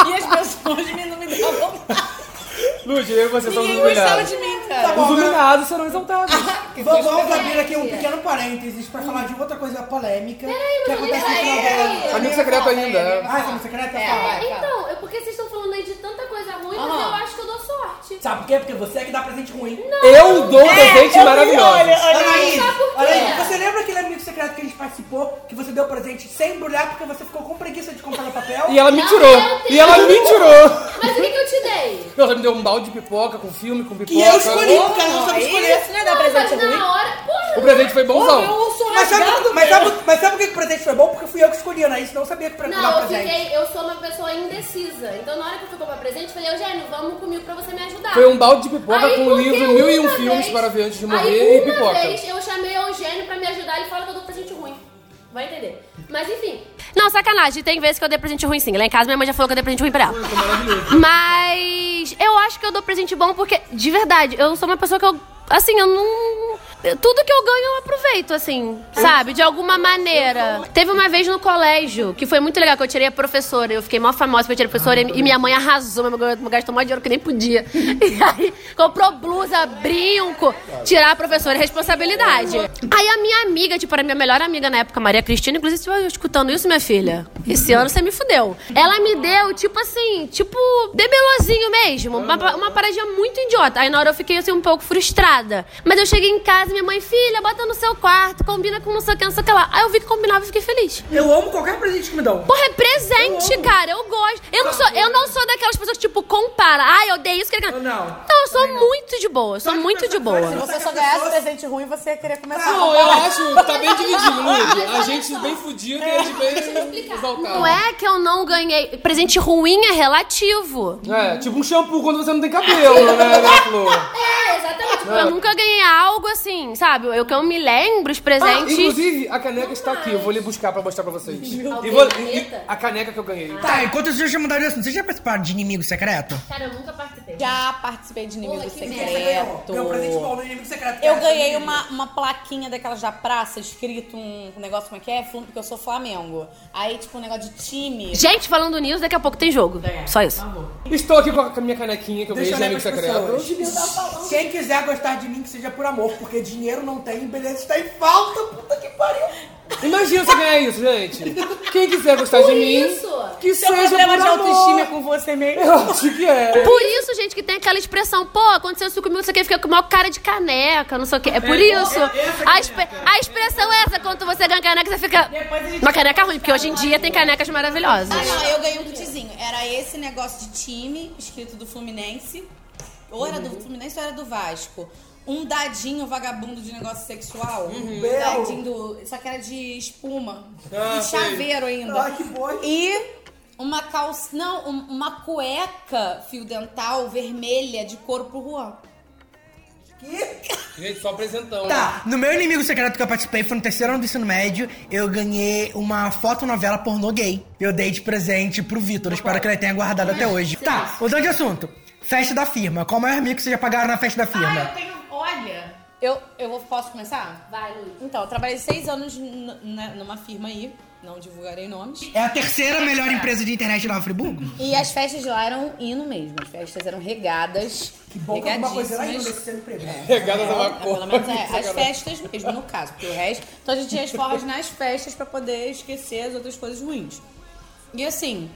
G: E as pessoas [laughs] me- não me davam nada.
F: Lúcia, eu e você somos
G: Ninguém gostava
F: humilhados.
G: é de mim,
I: Tá
G: cara.
I: bom,
F: Os
I: agora-
F: humilhados serão exaltados.
I: Vamos, vamos abrir aqui um pequeno parênteses pra falar de outra coisa polêmica que acontece no final do ano.
F: Amigo secreto ainda. é.
I: Ah, esse amigo secreto?
G: É,
I: Fala.
G: vai, fala.
A: Então, é porque vocês estão falando aí de tanta coisa ruim, mas
G: Aham.
A: eu acho que eu dou sorte.
E: Tá.
I: Sabe por quê? Porque você é que dá presente ruim.
F: Eu dou
G: é,
F: presente maravilhoso.
I: Anaís,
A: Sabe por quê?
I: Anaís, você lembra aquele amigo secreto que a gente participou, que você deu presente sem embrulhar porque você ficou com preguiça de comprar no papel?
F: E ela me
A: Não,
F: tirou.
A: eu tenho.
F: E ela me tirou.
A: Mas o que, que eu te dei?
F: Ela me deu um balde de pipoca com filme, com pipoca.
I: Que eu escolhi,
F: Oh,
I: cara, não sabe escolher.
G: Isso não
A: né,
G: é dar presente
A: mas na
G: ruim.
A: hora. Porra, é
F: O presente foi bonzão.
G: Eu sou
I: Mas sabe,
G: rasgado,
I: mas,
G: cara.
I: sabe, mas sabe por que que o presente foi bom? Porque fui eu que escolhi, Anaís, não sabia que pra
E: é
A: Não,
I: dar
A: eu
I: presente.
A: fiquei. Eu sou uma pessoa indecisa. Então, na hora que eu fui comprar presente, eu falei, Eugênio, vamos comigo pra você me ajudar.
F: Foi um balde de pipoca
A: Aí,
F: com um
A: porque
F: livro, mil e um
A: uma
F: filmes
A: vez-
F: para ver antes de
A: aí,
F: morrer e
A: uma
F: pipoca.
A: vez eu chamei o Eugênio pra me ajudar, ele fala que eu dou presente ruim. Vai entender. Mas enfim. Não, sacanagem, tem vezes que eu dei presente ruim sim. Lá em casa minha mãe já falou que eu dei presente ruim pra ela.
F: tá
A: Mas eu acho que eu dou presente bom porque, de verdade, eu sou uma pessoa que eu. Assim, eu não. eu- Tudo que eu ganho eu aproveito, assim, sabe? De alguma maneira. Teve uma vez no colégio, que foi muito legal, que eu tirei a professora. Eu fiquei mó famosa porque eu tirei a professora e- e minha mãe arrasou, minha mãe gastou mó dinheiro que nem podia. [laughs] E aí, comprou blusa, brinco. Tirar a professora é responsabilidade. Aí a minha amiga, tipo, era minha melhor amiga na época, Maria Cristina, inclusive, se você estiver escutando isso, minha filha, esse ano você me fudeu. Ela me deu, tipo assim, tipo, debelozinho mesmo. Uma, pa- uma paradinha muito idiota. Aí na hora eu fiquei assim um pouco frustrada. Mas eu cheguei em casa, minha mãe, filha, bota no seu quarto, combina com não sei o que, não sei o que lá. Aí eu vi que combinava e fiquei feliz.
I: Eu amo qualquer presente que me dão.
A: Porra, é presente, cara. Eu gosto. Eu não, sou, eu não sou daquelas pessoas que, tipo, compara. Ah, eu dei isso, que
I: Eu
A: Não,
I: não.
A: eu sou muito de boa. Eu sou
I: Só que
A: muito de
I: pessoa-
A: boa.
I: Só
G: Se
I: que
G: você
I: as
G: só ganhasse
I: pessoas-
G: presente ruim, você ia querer começar a
F: Não, eu acho que tá bem dividido, Lúcia. A gente bem fudido e a gente bem exaltado.
A: Não é que eu não ganhei. Presente ruim é relativo.
F: É, tipo um shampoo quando você não tem cabelo, né, né, Flor?
A: É, exatamente. Tipo, eu nunca ganhei algo assim, sabe? Eu que eu me lembro, os presentes.
F: Inclusive, a caneca está aqui. Eu vou lhe buscar pra mostrar pra vocês. E
A: Alguém
F: vou- e- e-
A: acredita?
F: a caneca que eu ganhei.
E: Tá, enquanto vocês já mudaram de assunto, vocês já participaram de inimigo secreto?
A: Cara, eu nunca participei.
G: Já participei de Inimigo
A: Porra, que merda.
I: Você ganhou. Ganhou um presente
G: Secreto.
I: bom no inimigo secreto. que
G: Eu
I: era
G: ganhei
I: seu
G: uma, uma plaquinha daquelas da praça, escrito um negócio como é que é? Flu- Porque eu sou Flamengo. Aí, tipo, um negócio de time.
A: Gente, falando nisso, daqui a pouco tem jogo. Só isso.
F: Estou aqui com a minha canequinha que eu ganhei
I: Deixa
F: de
I: eu
F: amigo
I: ler pras
F: secreto.
I: pessoas. Quem quiser gostar de mim, que seja por amor, porque dinheiro não tem, beleza está em falta, puta que pariu.
F: Imagina você ganhar isso, gente. Quem quiser gostar
A: Por
F: de mim,
A: isso.
F: que
G: Seu
F: seja
G: problema
F: por
G: de
F: amor.
G: autoestima é com você mesmo.
F: Eu acho que é.
A: Por isso, gente, que tem aquela expressão, pô, aconteceu isso comigo, não sei o que, fica com maior cara de caneca, não sei o que. É por isso. A, espe- a expressão é essa, quando você ganha caneca, você fica. Uma caneca ruim, porque hoje em dia tem canecas maravilhosas.
G: Ah, não, eu ganhei um kitzinho. Era esse negócio de time, escrito do Fluminense. Ou era do
F: Uhum.
G: Fluminense ou era do Vasco. Um dadinho vagabundo de negócio sexual. Um dadinho do. Só que era de espuma.
F: Uhum. Ah,
G: de chaveiro ainda.
I: Ah, que boi.
G: E uma calça. Não, um- uma cueca fio dental vermelha de couro pro Juan.
F: Gente, só apresentão.
E: Tá, no meu inimigo secreto que eu participei foi no terceiro ano do ensino médio, eu ganhei uma fotonovela pornô gay. Eu dei de presente pro Vitor, eu espero que ele tenha guardado até hoje. Tá, mudando de assunto. Festa da firma. Qual é o maior mico que vocês já pagaram na festa da firma?
G: Ah, tenho. Olha! Eu, eu vou, posso começar? Vai, Luiz. Então, eu trabalhei seis anos n- n- numa firma aí, não divulgarei nomes.
E: É a terceira melhor empresa de internet de Nova Friburgo?
G: E as festas lá eram hino mesmo, as festas eram regadas. Que
I: Bom, que alguma coisa lá ainda,
G: regadíssimas.
I: esse emprego.
F: Regadas da
G: É, pelo menos é,
F: maconha.
G: as festas mesmo, no caso, porque o resto. Então a gente tinha as forras nas festas pra poder esquecer as outras coisas ruins. E assim,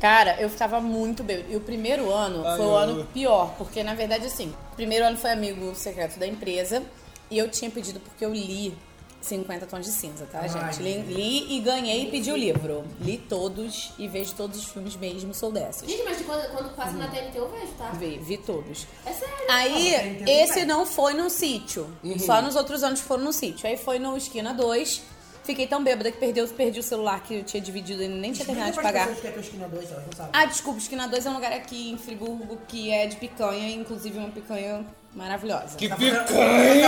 G: cara, eu ficava muito bêbado. E o primeiro ano foi o ano pior, porque na verdade, assim, o primeiro ano foi amigo secreto da empresa e eu tinha pedido porque eu li 50 tons de cinza, tá, gente? Li, li e ganhei e pedi o livro. Li todos e vejo todos os filmes mesmo, sou dessas.
B: Gente, mas quando, quando passa na TNT eu vejo, tá?
G: Vi, vi todos.
B: É sério.
G: Aí, esse não foi num sítio. Só nos outros anos foram num sítio. Aí foi no Esquina 2. Fiquei tão bêbada que perdeu, perdi o celular que eu tinha dividido e nem tinha terminado de pagar.
I: que é que eu esquina dois, elas não sabem.
G: Ah, desculpa, Esquina 2 é um lugar aqui em Friburgo que é de picanha, inclusive uma picanha maravilhosa.
F: Que
I: Tá
F: picanha!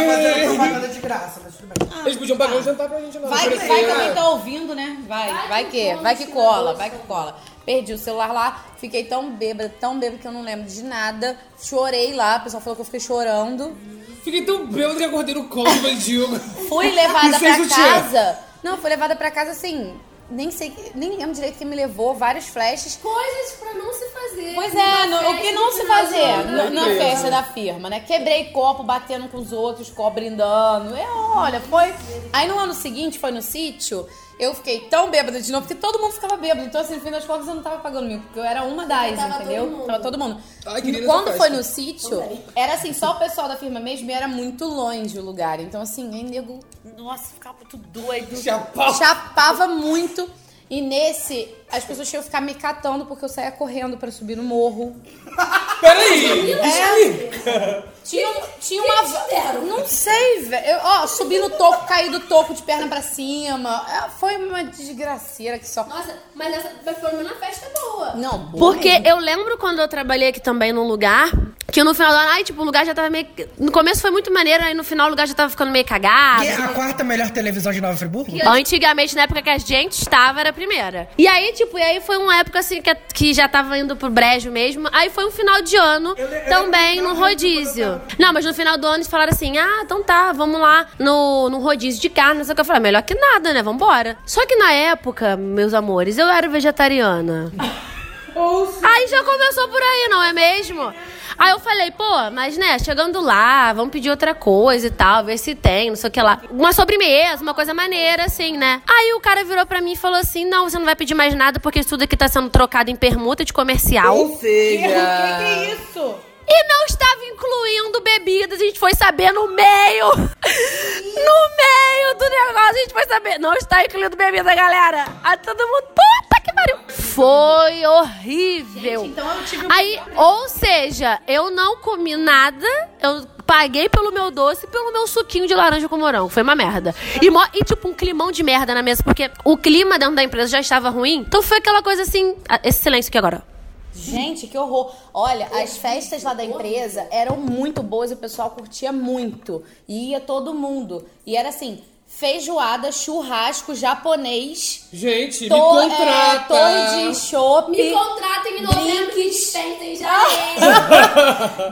I: fazendo propaganda de graça, mas tudo bem.
F: Eles
G: Ah,
F: podiam pagar
G: tá.
F: um jantar pra gente lá.
G: Vai, que-
F: oferecer.
G: vai que alguém tá ouvindo, né? Vai, vai que, vai que cola, vai que cola. Perdi o celular lá, fiquei tão bêbada, tão bêbada que eu não lembro de nada. Chorei lá, o pessoal falou que eu fiquei chorando.
F: Fiquei tão bêbado que acordei no colo do mendigo.
G: Fui levada
F: E fez
G: pra
F: o quê?
G: casa. Não, fui levada pra casa assim. Nem sei, nem lembro direito quem me levou, vários flashes.
B: Coisas pra não se fazer.
G: Pois
B: Uma
G: é, no- o
B: festa
G: que
B: no
G: não se
B: final de
G: fazer
B: ano.
G: no- na
F: Beleza.
G: festa da firma, né? Quebrei copo batendo com os outros, copo brindando. É, olha, foi. Aí no ano seguinte, foi no sítio, eu fiquei tão bêbada de novo, porque todo mundo ficava bêbado. Então, assim, no fim das contas, eu não tava pagando mico, porque eu era uma das,
B: Tava todo
G: entendeu?
B: mundo.
G: tava todo mundo.
F: Ai, que linda
G: Quando
F: essa
G: foi
F: festa.
G: no sítio, era assim, só o pessoal da firma mesmo e era muito longe o lugar. Então, assim, aí nego. Nossa, ficava muito doido
F: Chapau.
G: chapava muito. E nesse, as pessoas tinham que ficar me catando porque eu saía correndo pra subir no morro.
F: Peraí!
G: É. Tinha, um- tinha uma. Não sei, velho. Eu, Ó, subi no toco, caí do toco de perna pra cima. É, Foi uma desgraceira que só.
B: Nossa, mas essa mas foi pelo menos na festa boa.
G: Não, boa
A: Porque eu lembro quando eu trabalhei aqui também num lugar, que no final do ano, ai, tipo, o lugar já tava meio. No começo foi muito maneiro, aí no final o lugar já tava ficando meio cagado.
G: Ah,
E: Que é a quarta melhor televisão de Nova Friburgo?
A: Antigamente, na época que a gente estava, era a primeira. E aí, tipo, e aí foi uma época assim que, que já tava indo pro brejo mesmo. Aí foi um final de ano
I: le-
A: também
I: eu lembro
A: no
I: que eu lembro
A: rodízio. Não, mas no final do ano eles falaram assim: ah, então tá, vamos lá no, no rodízio de carne. Só que eu falei, melhor que nada, né? Vambora. Só que na época, meus amores, eu era vegetariana. Aí já começou por aí, não é mesmo? Aí eu falei, pô, mas né, chegando lá, vamos pedir outra coisa e tal, ver se tem, não sei o que lá. Uma sobremesa, uma coisa maneira, assim, né? Aí o cara virou pra mim e falou assim: não, você não vai pedir mais nada porque isso tudo aqui tá sendo trocado em permuta de comercial.
F: Ou seja...
G: isso?
A: E não estava incluindo bebidas, a gente foi saber no meio. [laughs] No meio do negócio, a gente foi saber. Não está incluindo bebida, galera. Aí todo mundo, puta que pariu. Foi horrível.
G: Gente, então eu tive um
A: Aí, ou seja, eu não comi nada, eu paguei pelo meu doce e pelo meu suquinho de laranja com morango. Foi uma merda. E, mó- e, tipo, um climão de merda na mesa, porque o clima dentro da empresa já estava ruim. Então foi aquela coisa assim. ah, Esse silêncio aqui agora.
G: Gente, que horror. Olha, as festas lá da empresa eram muito boas e o pessoal curtia muito. E ia todo mundo. E era assim, feijoada, churrasco, japonês.
F: Gente,
G: to-
F: me
G: é,
F: contrata!
G: torre de chope.
B: Me contratem em novembro que
G: Drinks. [laughs]
B: despertem já.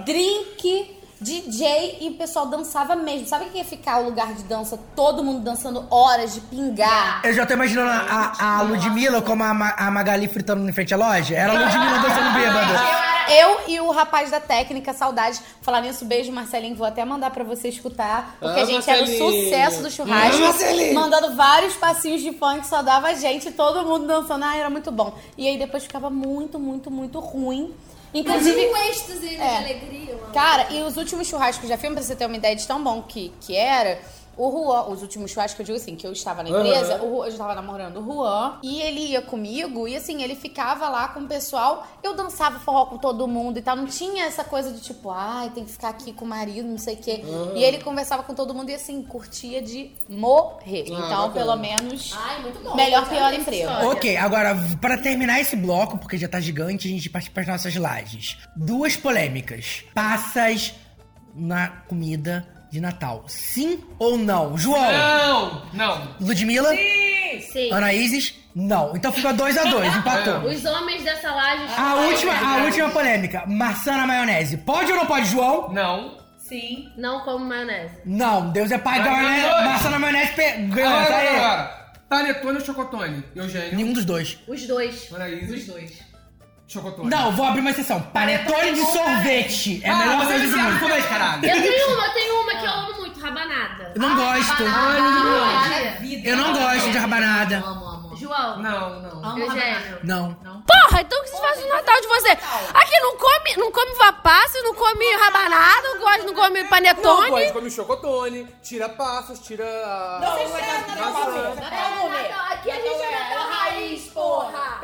G: drink, DJ e o pessoal dançava mesmo. Sabe o que ia ficar o lugar de dança? Todo mundo dançando horas de pingar.
E: Eu já tô imaginando a, a- a Ludmilla como a, Ma- a Magali fritando em frente à loja. Era a Ludmilla dançando bêbada.
G: eu e o rapaz da técnica, saudade. Falar nisso, beijo, Marcelinho. Vou até mandar pra você escutar. Porque
F: Ah,
G: a gente era o
F: Marcelinho.
G: sucesso do churrasco.
F: Ah, Marcelinho.
G: mandando vários passinhos de funk, só dava a gente, todo mundo dançando. Ah, era muito bom. E aí depois ficava muito, muito, muito ruim. Inclusive,
J: um êxtase de
G: É.
J: alegria, mano.
G: Cara, e os últimos churrascos da firma, pra você ter uma ideia de tão bom que, que era. O Juan, os últimos churrascos, eu digo assim, que eu estava na empresa, o Juan- eu estava namorando o Juan, e ele ia comigo, e assim, ele ficava lá com o pessoal, eu dançava forró com todo mundo e tal, não tinha essa coisa de tipo, ai, tem que ficar aqui com o marido, não sei o quê. E ele conversava com todo mundo e assim, curtia de morrer. então,
F: bacana.
G: pelo menos,
J: Ai, muito bom.
G: melhor,
J: Já
G: pior
J: vi essa
G: emprego.
J: história.
E: Ok, agora, pra terminar esse bloco, porque já tá gigante, a gente parte pras nossas lajes. Duas polêmicas. Passas na comida de Natal. Sim ou não? João,
H: Não, não.
E: Ludmilla,
J: Sim.
E: Anaíses, não. Então ficou dois a dois,
H: É.
E: empatou.
J: Os homens dessa laje.
E: A última, a última polêmica. Maçã na maionese. Pode ou não pode, João?
G: Ah,
H: Não.
J: Sim. Não como maionese.
E: Não, Deus é pai da
H: Vai,
E: maionese.
H: ganhou.
E: Maçã na maionese pe- ganhou.
H: Agora,
E: tá aí.
G: é.
H: agora, agora. Panetone ou chocotone? Eugênio.
E: Nenhum dos dois.
J: Os dois.
H: Anaíses.
J: dois.
H: Chocotone.
E: Não, vou abrir uma exceção. Panetone de sorvete. É a melhor
H: você é
E: coisa do
H: viciado
E: mundo.
H: também, caralho.
J: Eu tenho uma, eu tenho uma que eu amo muito, rabanada.
E: Eu não gosto.
J: Rabanada.
E: Eu não gosto de rabanada.
J: João,
H: Não, não.
J: Eugênio.
E: Não.
A: Porra, então o que vocês fazem no Natal de você? Aqui não come, não come vapaça, não come rabanada, não come, não come
F: Não, pode
A: panetone.
F: come chocotone, tira passas, tira a...
I: Não,
J: é
I: vai dar
F: Maçã.
J: Aqui a gente é Natal raiz, porra.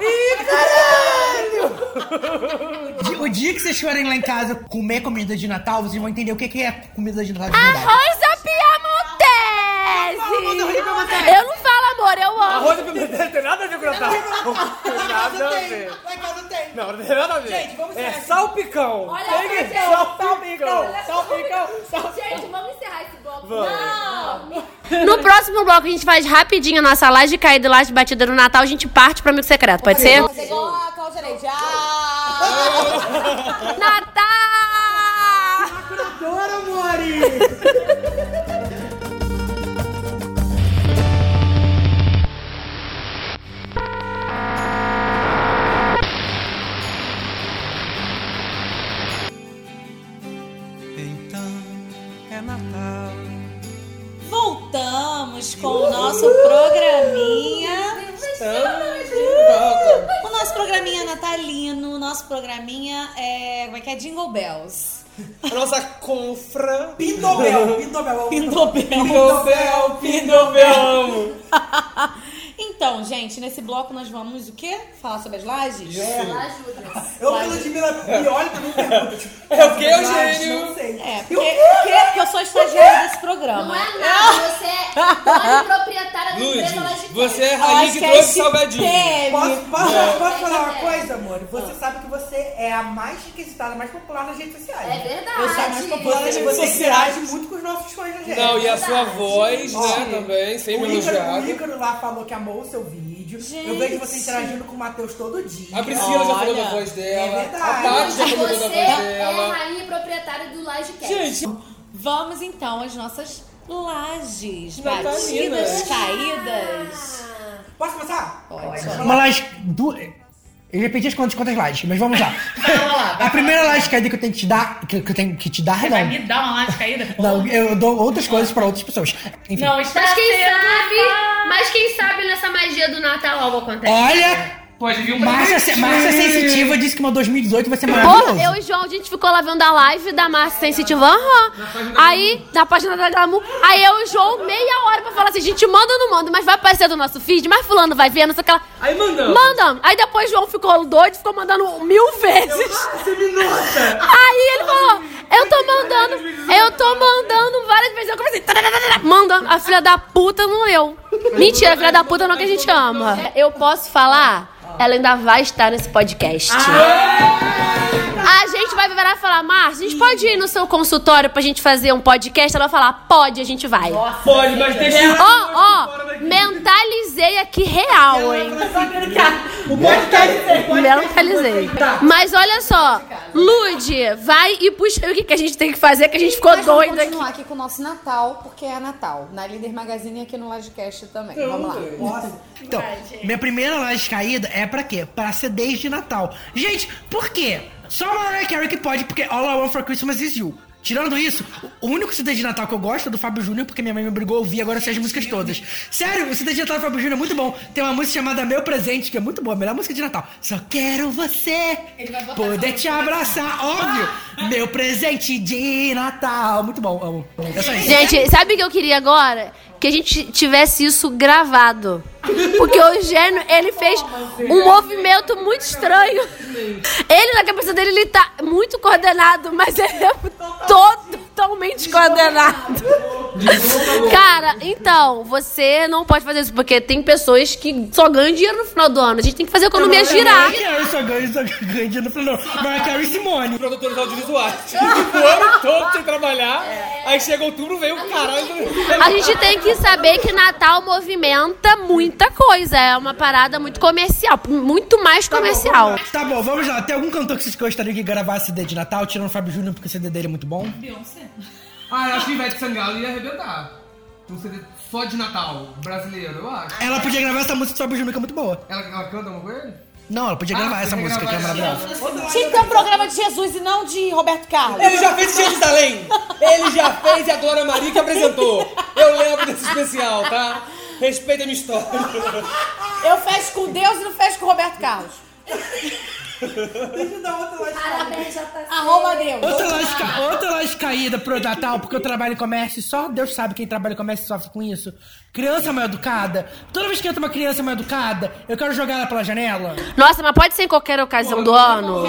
E: Di- O dia que vocês forem lá em casa comer comida de Natal, vocês vão entender o que que é comida de Natal de verdade.
A: Arroz da Piamontese! Eu não falo, amor, eu amo.
F: Arroz e pimenta não tem nada a ver com o Natal. Tem nada a ver.
I: Lá em casa tem.
F: Não, não tem nada a ver.
I: Gente, vamos
F: É
I: encerrar aqui.
F: salpicão.
J: Olha
F: Tem
J: pra
F: que-
J: gente.
F: Salpicão. Salpicão. Salpicão.
J: Gente, vamos encerrar esse bloco.
F: Vamos.
J: Não.
A: No próximo bloco, a gente faz rapidinho a nossa laje caída e laje batida no Natal. A gente parte pro amigo secreto, pode ser?
G: Fazer igual a Cláudia Leite. Ah!
A: Natal!
I: Adoro, amores!
G: Voltamos com o nosso programinha. O nosso programinha natalino, o nosso programinha é. Como é que é? Jingle Bells.
F: A nossa confra.
I: Pindobel, Pindobel.
G: Jingle Bells.
F: Pindobel, Pindobel.
G: Então, gente, nesse bloco nós vamos o quê? Falar sobre as lajes?
I: é Eu pela Ludmilla me olha também pergunta. Tipo,
F: [laughs] É o que,
I: verdade,
F: Eugênio?
I: Não sei.
G: É, porque, porque, porque eu sou estagiária desse
J: Não
G: programa.
J: é nada, você é dona e proprietária da É, empresa
F: Lud,
J: laje.
F: você é a
G: Eu
F: rainha
G: acho
F: que
G: que é
F: trouxe
G: esse
F: salgadinho.
G: tema.
I: Posso, posso, posso falar uma
J: É.
I: coisa, amor?
F: Ah.
I: Você sabe que você é a mais requisitada, a mais popular nas redes sociais.
J: É verdade.
I: Eu sou a mais popular nas redes
F: Você é
I: sociais muito com os nossos fãs na gente.
F: Não, e é a sua voz,
I: Ó,
F: né, também, sem
I: o
F: me
I: Ícaro, o
F: elogiar.
I: Ícaro lá falou que amou o seu vídeo. Eu vejo você interagindo com o Matheus todo dia.
F: A Priscila já falou
G: Olha.
F: da voz dela.
I: É
F: a
I: verdade.
F: Tati já falou da voz
J: Você é a
F: dela.
J: rainha e proprietária do Lajecast.
F: Gente,
G: Vamos então às nossas lajes.
F: Natalina.
G: Batidas,
F: né?
G: caídas.
I: Posso começar?
E: Uma laje... Du... Eu repeti as quantas, quantas lajes, mas vamos
H: [laughs]
E: lá. A primeira laje caída que eu tenho que te dar... Que, que eu tenho que te dar,
H: Você
E: não.
H: vai me dar uma laje caída?
E: Não, eu dou outras coisas pra outras pessoas. Enfim.
H: Não, está
A: Mas quem
H: sendo
A: sabe, mas quem sabe nessa magia do Natal algo acontece.
E: Olha,
H: Pode vir um
E: Márcia, Se- Márcia Sensitiva disse que meu 2018 vai ser maravilhoso.
A: Porra, eu e João, a gente ficou lá vendo a live da Márcia Sensitiva. Aham. Aí, na página da Glamour. Aí eu e o João, meia hora pra falar assim, gente, manda ou não manda? Mas vai aparecer do nosso feed, mas fulano vai ver, não sei o que lá.
F: aí mandamos.
A: Mandando. Aí depois o João ficou doido, ficou mandando mil vezes. Aí ele falou, eu tô mandando, eu tô mandando várias vezes. Eu comecei, tararara, mandando. A filha da puta não leu. Mentira, a filha da puta não é que a gente ama. Eu posso falar? Ela ainda vai estar nesse podcast. A gente vai virar e falar, Márcia, a gente pode ir no seu consultório pra gente fazer um podcast? Ela vai falar, pode, a gente vai. Ó,
F: Pode, mas deixa.
A: ó, mentalizei aqui real, hein?
I: O tá podcast
A: Mentalizei. Mas olha só, Lude, vai e puxa o que, que a gente tem que fazer, que a gente ficou
G: Mas vamos
A: doida aqui.
G: continuar aqui com o nosso Natal, porque é Natal. Na Líder Magazine e aqui no Lajecast também. Vamos lá.
E: Então, minha primeira laje caída é pra quê? Pra ser desde Natal. Gente, por quê? Só Mariah Carey que pode, porque All I Want For Christmas Is You. Tirando isso, o único CD de Natal que eu gosto é do Fábio Júnior, porque minha mãe me obrigou a ouvir agora essas músicas todas. Sério, o CD de Natal do Fábio Júnior é muito bom. Tem uma música chamada Meu Presente, que é muito boa, a melhor música de Natal. Só quero você poder te abraçar, óbvio. Meu presente de Natal. Muito bom, amo. É só isso.
A: Gente, sabe o que eu queria agora? Que a gente tivesse isso gravado. Porque o Eugênio, ele fez um movimento muito estranho. Ele, na cabeça dele, ele tá muito coordenado, mas ele é totalmente coordenado. Cara, então, você não pode fazer isso, porque tem pessoas que só ganham dinheiro no final do ano. A gente tem que fazer a economia
E: é
A: girar.
E: Mariah Carey só ganha, só ganha dinheiro no final. Mariah Carey e é Simone.
F: Produtores audiovisuais. o ano todo sem trabalhar.
J: É.
F: Aí chega outubro, vem o caralho.
A: A gente tem que saber que Natal movimenta muita coisa. É uma parada muito comercial. Muito mais comercial.
E: Tá bom, vamos lá. Tem algum cantor que vocês gostariam que gravasse CD de Natal, tirando o Fábio Júnior, porque o CD dele é muito bom?
H: Ah, eu acho que Ivete Sangalo ia arrebentar. Um CD só de Natal, brasileiro, eu acho.
E: Ela podia gravar essa música do Fábio Júnior, que é muito boa.
H: Ela, ela canta uma coisa?
E: Não, ela podia
H: Ah,
E: gravar essa
H: podia
E: música, que é
H: gravar essa.
E: maravilhosa.
G: Tinha que ter um programa de Jesus e não de Roberto Carlos.
F: Ele já fez Jerusalém. Ele já fez e a Glória Maria que apresentou. Eu lembro desse especial, tá? Respeita a minha história.
G: Eu fecho com Deus e não fecho com Roberto
F: [laughs]
G: Carlos.
J: Parabéns, JC.
G: Arroba Deus.
E: Outra lógica, outra lógica caída pro Natal, porque eu trabalho em comércio e só Deus sabe quem trabalha em comércio sofre com isso. Criança mal educada. Toda vez que entra uma criança mal educada, eu quero jogar ela pela janela.
A: Nossa, mas pode ser em qualquer ocasião do ano.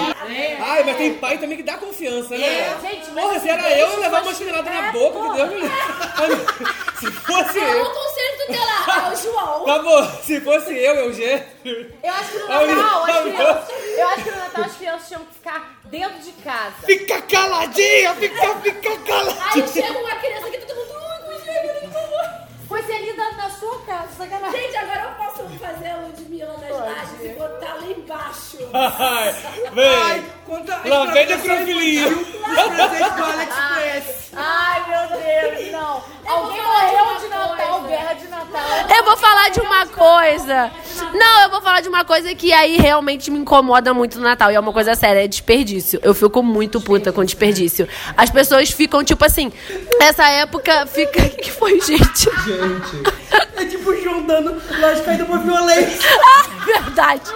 F: Ai, mas tem pai também que dá confiança, né?
J: É. Gente, mas assim,
F: Porra, se era eu, eu levava uma chinelada na boca, que Deus me livre.
J: [laughs]
F: Se fosse
J: É
F: eu.
J: o conselho tutelar, é o João.
F: Tá bom, se fosse eu, Eugênio.
J: Eu acho que no
F: Olha,
J: Natal as
F: olha.
J: crianças. Eu acho que no Natal as crianças tinham que ficar dentro de casa.
F: Fica caladinha, fica, fica caladinha.
J: Aí chega uma criança que todo mundo. Ai, coisinha, por favor.
G: Coisa linda na sua casa, sacanagem.
J: Gente, agora eu posso fazer o de Milan das lajes e botar lá embaixo.
F: Ai, vem.
I: Quanta
F: Lá vem a
I: extravagância
F: necrofilia.
I: infantil, Os presentes do AliExpress.
G: Ai, meu Deus, não. Alguém
J: falar de
G: morreu
J: uma
G: de Natal,
J: coisa.
G: guerra de Natal.
A: Eu vou falar de uma coisa. Não, eu vou falar de uma coisa que aí realmente me incomoda muito no Natal. E é uma coisa séria, é desperdício. Eu fico muito puta com desperdício. As pessoas ficam, tipo assim, essa época fica. [laughs] O que foi, gente?
I: É tipo o João dando lógica caída pra violência.
A: [laughs] Verdade.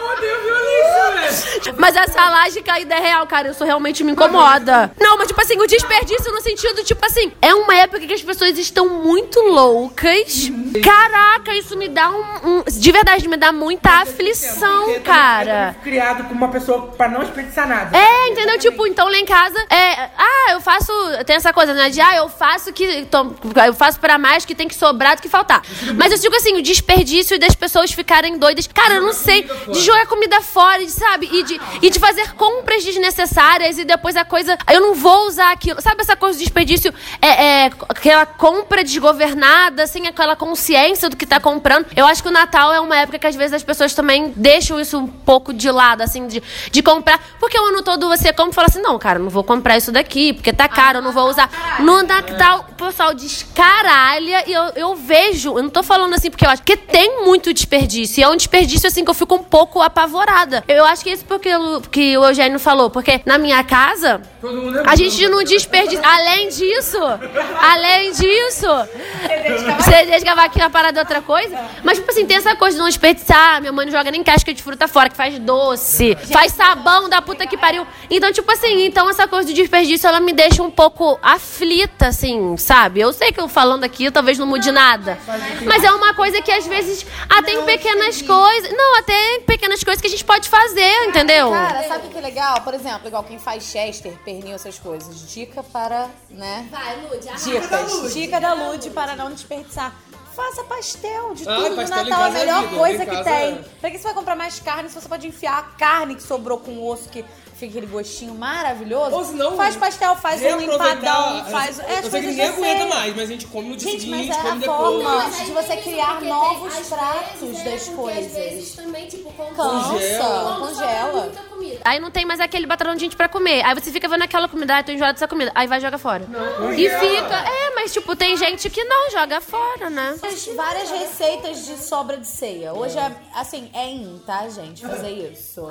I: Violência,
A: Mas essa laje caída é real, cara. Isso realmente me incomoda. Não, mas tipo assim, o desperdício no sentido, tipo assim, é uma época que as pessoas estão muito loucas. Caraca, isso me dá um. um- de verdade, me dá muita aflição, cara.
I: Criado com uma pessoa pra não desperdiçar nada.
A: É, entendeu? Tipo, então lá em casa, é, ah, eu faço, tem essa coisa, né, de ah, eu faço que tom- eu faço pra mais que tem que sobrar do que faltar. Mas eu digo assim, o desperdício das pessoas ficarem doidas. Cara, eu não sei de jogar comida fora, de, sabe? E de, e de fazer compras desnecessárias e depois a coisa, eu não vou usar aquilo. Sabe essa coisa de desperdício é, é, aquela compra desgovernada, sem aquela consciência do que tá comprando. Eu acho que o Natal é uma época que às vezes as pessoas também deixam isso um pouco de lado, assim, de, de comprar. Porque o ano todo você compra e fala assim: não, cara, não vou comprar isso daqui, porque tá caro, eu não vou usar. No Natal, o pessoal descaralha e eu, eu vejo, eu não tô falando assim porque eu acho que tem muito desperdício. E é um desperdício, assim, que eu fico um pouco apavorada. Eu acho que é isso porque o- que o Eugênio falou, porque na minha casa,
H: Todo mundo é
A: a gente não desperdiça. Além disso, além disso, CD de cavaquinho é uma parada outra coisa. Mas, tipo assim, tem essa coisa de não desperdiçar. Minha mãe não joga nem casca de fruta fora, que faz doce, faz sabão da puta que pariu. Então, tipo assim, então essa coisa de desperdício, ela me deixa um pouco aflita, assim, sabe? Eu sei que eu falando aqui, talvez não mude nada. Mas é uma coisa que às vezes até em pequenas coisas. Não, até em pequenas coisas que a gente pode fazer, entendeu?
G: Cara, sabe o que é legal? Por exemplo, igual quem faz Chester, pernil, essas coisas. Dica para, né?
J: Vai, Lud, arrasa.
G: Dicas. Dica da Lud para não desperdiçar. Faça pastel de
F: Ah,
G: tudo no
F: pastel
G: Natal,
F: em
G: é a
F: casa é
G: melhor
F: vida,
G: coisa
F: em
G: que
F: casa
G: tem.
F: é.
G: Pra que você vai comprar mais carne se você pode enfiar a carne que sobrou com o osso, que fica aquele gostinho maravilhoso?
F: Ou senão,
G: faz pastel, faz um
F: reaproveitar.
G: empadão, faz. É, as
F: eu sei que
G: coisas
F: ninguém
G: já
F: aguenta
G: sei.
F: mais, mas a gente come no dia
G: Gente, mas
F: seguinte,
G: é a
F: come depois.
G: forma
J: Mas aí
G: de
J: tem
G: você
J: isso,
G: criar
J: porque
G: novos
J: tem- às
G: pratos
J: vezes,
G: das
J: né, porque
G: coisas.
J: Às vezes também, tipo, com
G: Congela,
J: um
G: congela.
J: muita comida.
A: Aí não tem mais aquele batalhão de gente pra comer. Aí você fica vendo aquela comida, ah, tô enjoada dessa comida. Aí vai e joga fora. e fica. É, mas tipo, tem gente que não joga fora, né?
G: Várias- várias receitas de sobra de é ceia. Hoje é, assim, é in, tá, gente? Fazer isso.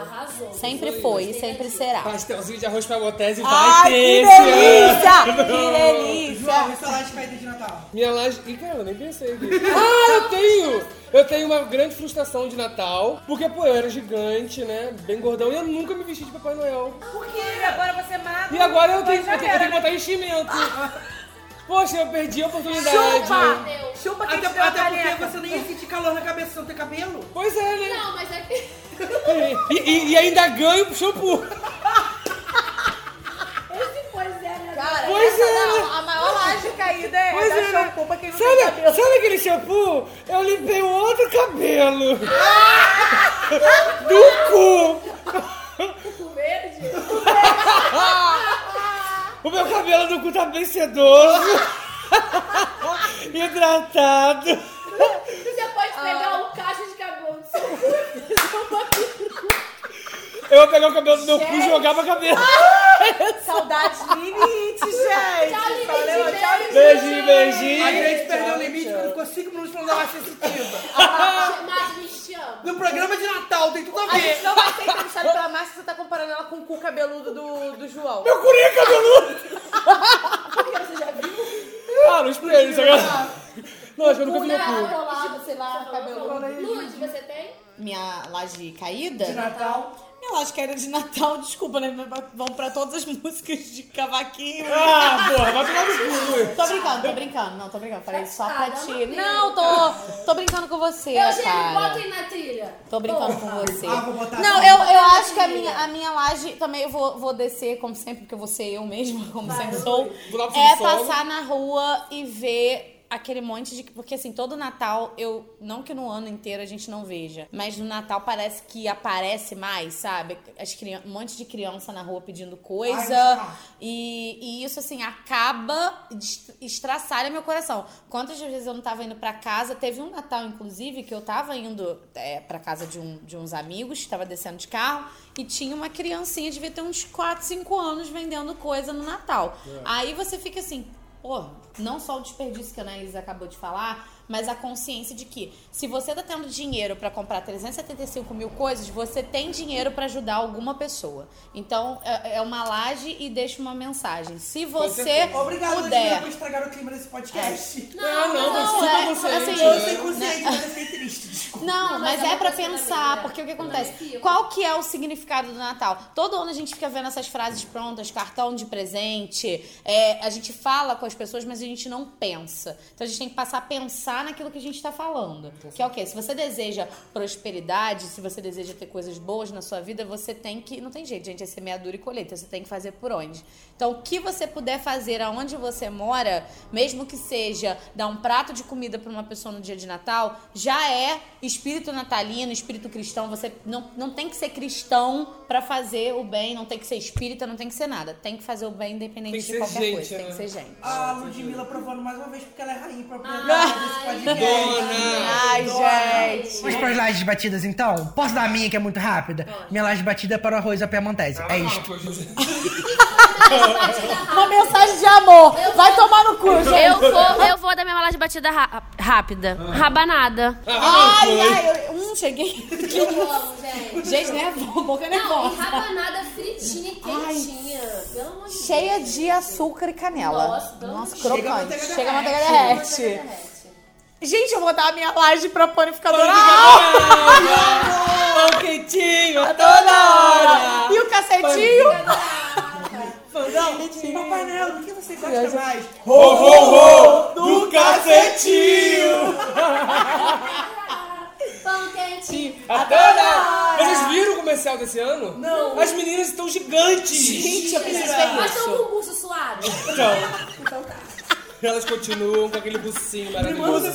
G: Sempre foi, sempre será?
F: Pastelzinho de arroz pra botés e vai
G: Ai, que
F: ter esse ano. [laughs]
G: delícia! Que
I: João,
G: delícia!
I: e sua laje caída de Natal?
F: Minha laje... Ih, cara, eu nem pensei aqui. Ah, eu tenho! Eu tenho uma grande frustração de Natal, porque, pô, eu era gigante, né? Bem gordão, e eu nunca me vesti de Papai Noel.
B: Por quê? Agora você mata.
F: E agora eu tenho,
B: Já
F: eu tenho, eu
B: era,
F: tenho que botar enchimento. Poxa, eu perdi a oportunidade.
B: Chupa! Chupa que
I: Até,
B: te deu a
I: até porque
B: caneca.
I: você nem ia sentir calor na cabeça sem ter cabelo.
F: Pois é, né?
B: Não, mas é que...
F: E, e- e ainda ganho pro shampoo.
J: Esse pois é, né?
G: Cara,
F: Pois
G: essa
F: é,
G: não, a maior laje caída é
F: Pois
G: da
F: é, né?
G: shampoo pra quem não tem
F: Sabe,
G: cabelo.
F: sabe aquele shampoo? Eu limpei o outro cabelo. Do cu.
J: Com verde.
F: [laughs] O meu cabelo do cu tá bem sedoso. [laughs] Hidratado.
J: Você pode pegar um cacho de cabelo do seu
F: Eu vou pegar o cabelo do meu cu e jogar pra cabeça.
G: Saudades
F: [laughs]
G: limite, gente!
J: Tchau, limite,
G: Valeu,
J: beijo.
G: tchau, limite.
F: Beijinho,
I: A
F: beijinho.
I: gente perdeu o limite quando ficou 5 minutos falando da laje sensitiva.
J: Mas me chama.
I: No programa de Natal tem tudo a
G: A gente
I: ver.
G: não vai ser entrevistado tá pela Márcia, você tá comparando ela com o cu cabeludo do, do João.
F: Eu curei cabeludo. Ah, não espelho isso agora. Não, acho que eu nunca vi meu cu.
G: é
J: colado, sei lá,
G: cabelo.
J: Luz, você tem?
G: Minha laje caída?
I: De Natal.
G: Minha laje caída de Natal, [laughs] desculpa, né? Vão pra todas as [laughs] músicas de cavaquinho.
F: Ah, porra, vai tomar no cu.
G: Tô brincando, tô brincando. Não, tô brincando. Falei só pra
J: Caramba,
G: ti.
J: amiga.
G: Não, tô, tô brincando com você,
J: Eugênio,
G: cara.
J: bota aí na trilha.
G: Tô brincando com você.
I: Ah, vou botar
G: não,
I: assim.
G: eu, eu acho que a minha, a minha laje também eu vou, vou descer, como sempre, porque eu vou ser eu mesma, como sempre sou.
F: Do
I: um
F: lápis
G: É
F: do solo.
G: passar na rua e ver aquele monte de. Porque assim, todo Natal, eu. Não que no ano inteiro a gente não veja, mas no Natal parece que aparece mais, sabe? As crian... Um monte de criança na rua pedindo coisa.
I: Ai,
G: e, e isso, assim, acaba, dest- estraçalha meu coração. Quantas vezes eu não tava indo pra casa? Teve um Natal, inclusive, que eu tava indo é, pra casa de, um, de uns amigos, tava descendo de carro, e tinha uma criancinha, devia ter uns 4, 5 anos, vendendo coisa no Natal. Aí você fica assim, Pô, não só o desperdício que a Anaís acabou de falar, mas a consciência de que se você tá tendo dinheiro pra comprar 375 mil coisas, você tem dinheiro pra ajudar alguma pessoa. Então, é é uma laje e deixa uma mensagem. Se você
I: Obrigado, Ludmilla,
G: puder...
I: por estragar É, o É. clima desse podcast.
F: Não, não, tá mas
G: não,
F: super
G: é,
F: consciente.
G: assim,
I: Eu sei
F: né?
I: consciente, mas eu fiquei triste, desculpa.
G: Não,
J: mas
G: mas
J: é
G: é
J: uma
G: pra
J: coisa também,
G: pensar,
J: né?
G: porque o que acontece? Qual que é o significado do Natal? Todo ano a gente fica vendo essas frases prontas, cartão de presente, é, a gente fala com as pessoas, mas a gente não pensa. Então a gente tem que passar a pensar naquilo que a gente tá falando. Que é o quê? Se você deseja prosperidade, se você deseja ter coisas boas na sua vida, você tem que. Não tem jeito, gente, é semeadura e colheita, você tem que fazer por onde. Então o que você puder fazer aonde você mora, mesmo que seja dar um prato de comida pra uma pessoa no dia de Natal, já é espírito natalino, espírito cristão. Você não, não tem que ser cristão pra fazer o bem, não tem que ser espírita, não tem que ser nada. Tem que fazer o bem independente
F: Tem que
G: de
F: ser
G: qualquer
F: gente,
G: coisa. Tem
F: né?
G: que ser gente.
I: A Ah, Ludmilla provando mais uma vez porque ela é rainha pra poder
F: Ah,
J: Ai,
I: desse podcast.
G: Ai, gente.
E: Vamos para as lajes batidas então? Posso dar a minha que é muito rápida? Minha laje batida é para o arroz à piamontese. É isto.
G: Uma mensagem de amor. Vai tomar no cu, gente.
A: Eu vou, eu vou dar minha laje batida ra- rápida. Rabanada.
G: Ai, ai, eu... hum, cheguei.
J: Eu amo, gente.
G: Gente, nervosa, boca é
J: Não, e
G: nervosa.
J: rabanada fritinha e quentinha. Pelo amor de Deus.
G: Cheia de açúcar e canela.
J: Nossa,
G: Nossa
I: Chega a
G: crocante.
I: manteiga
G: Chega a manteiga
I: derrete.
G: derrete. Gente, eu vou dar a minha laje pra panificador. Ah,
F: Banquetinho a toda hora.
G: e o cacetinho.
I: Papai Noel, do que você gosta mais?
F: Ho, ho, ho, do cacetinho.
J: Pão quentinho.
F: A toda Vocês viram o comercial desse ano? Não. As meninas estão gigantes.
G: Gente, eu preciso ver
J: Mas
B: um
J: são
G: isso.
J: com buço suado.
F: Então. Elas continuam com aquele bucinho maravilhoso.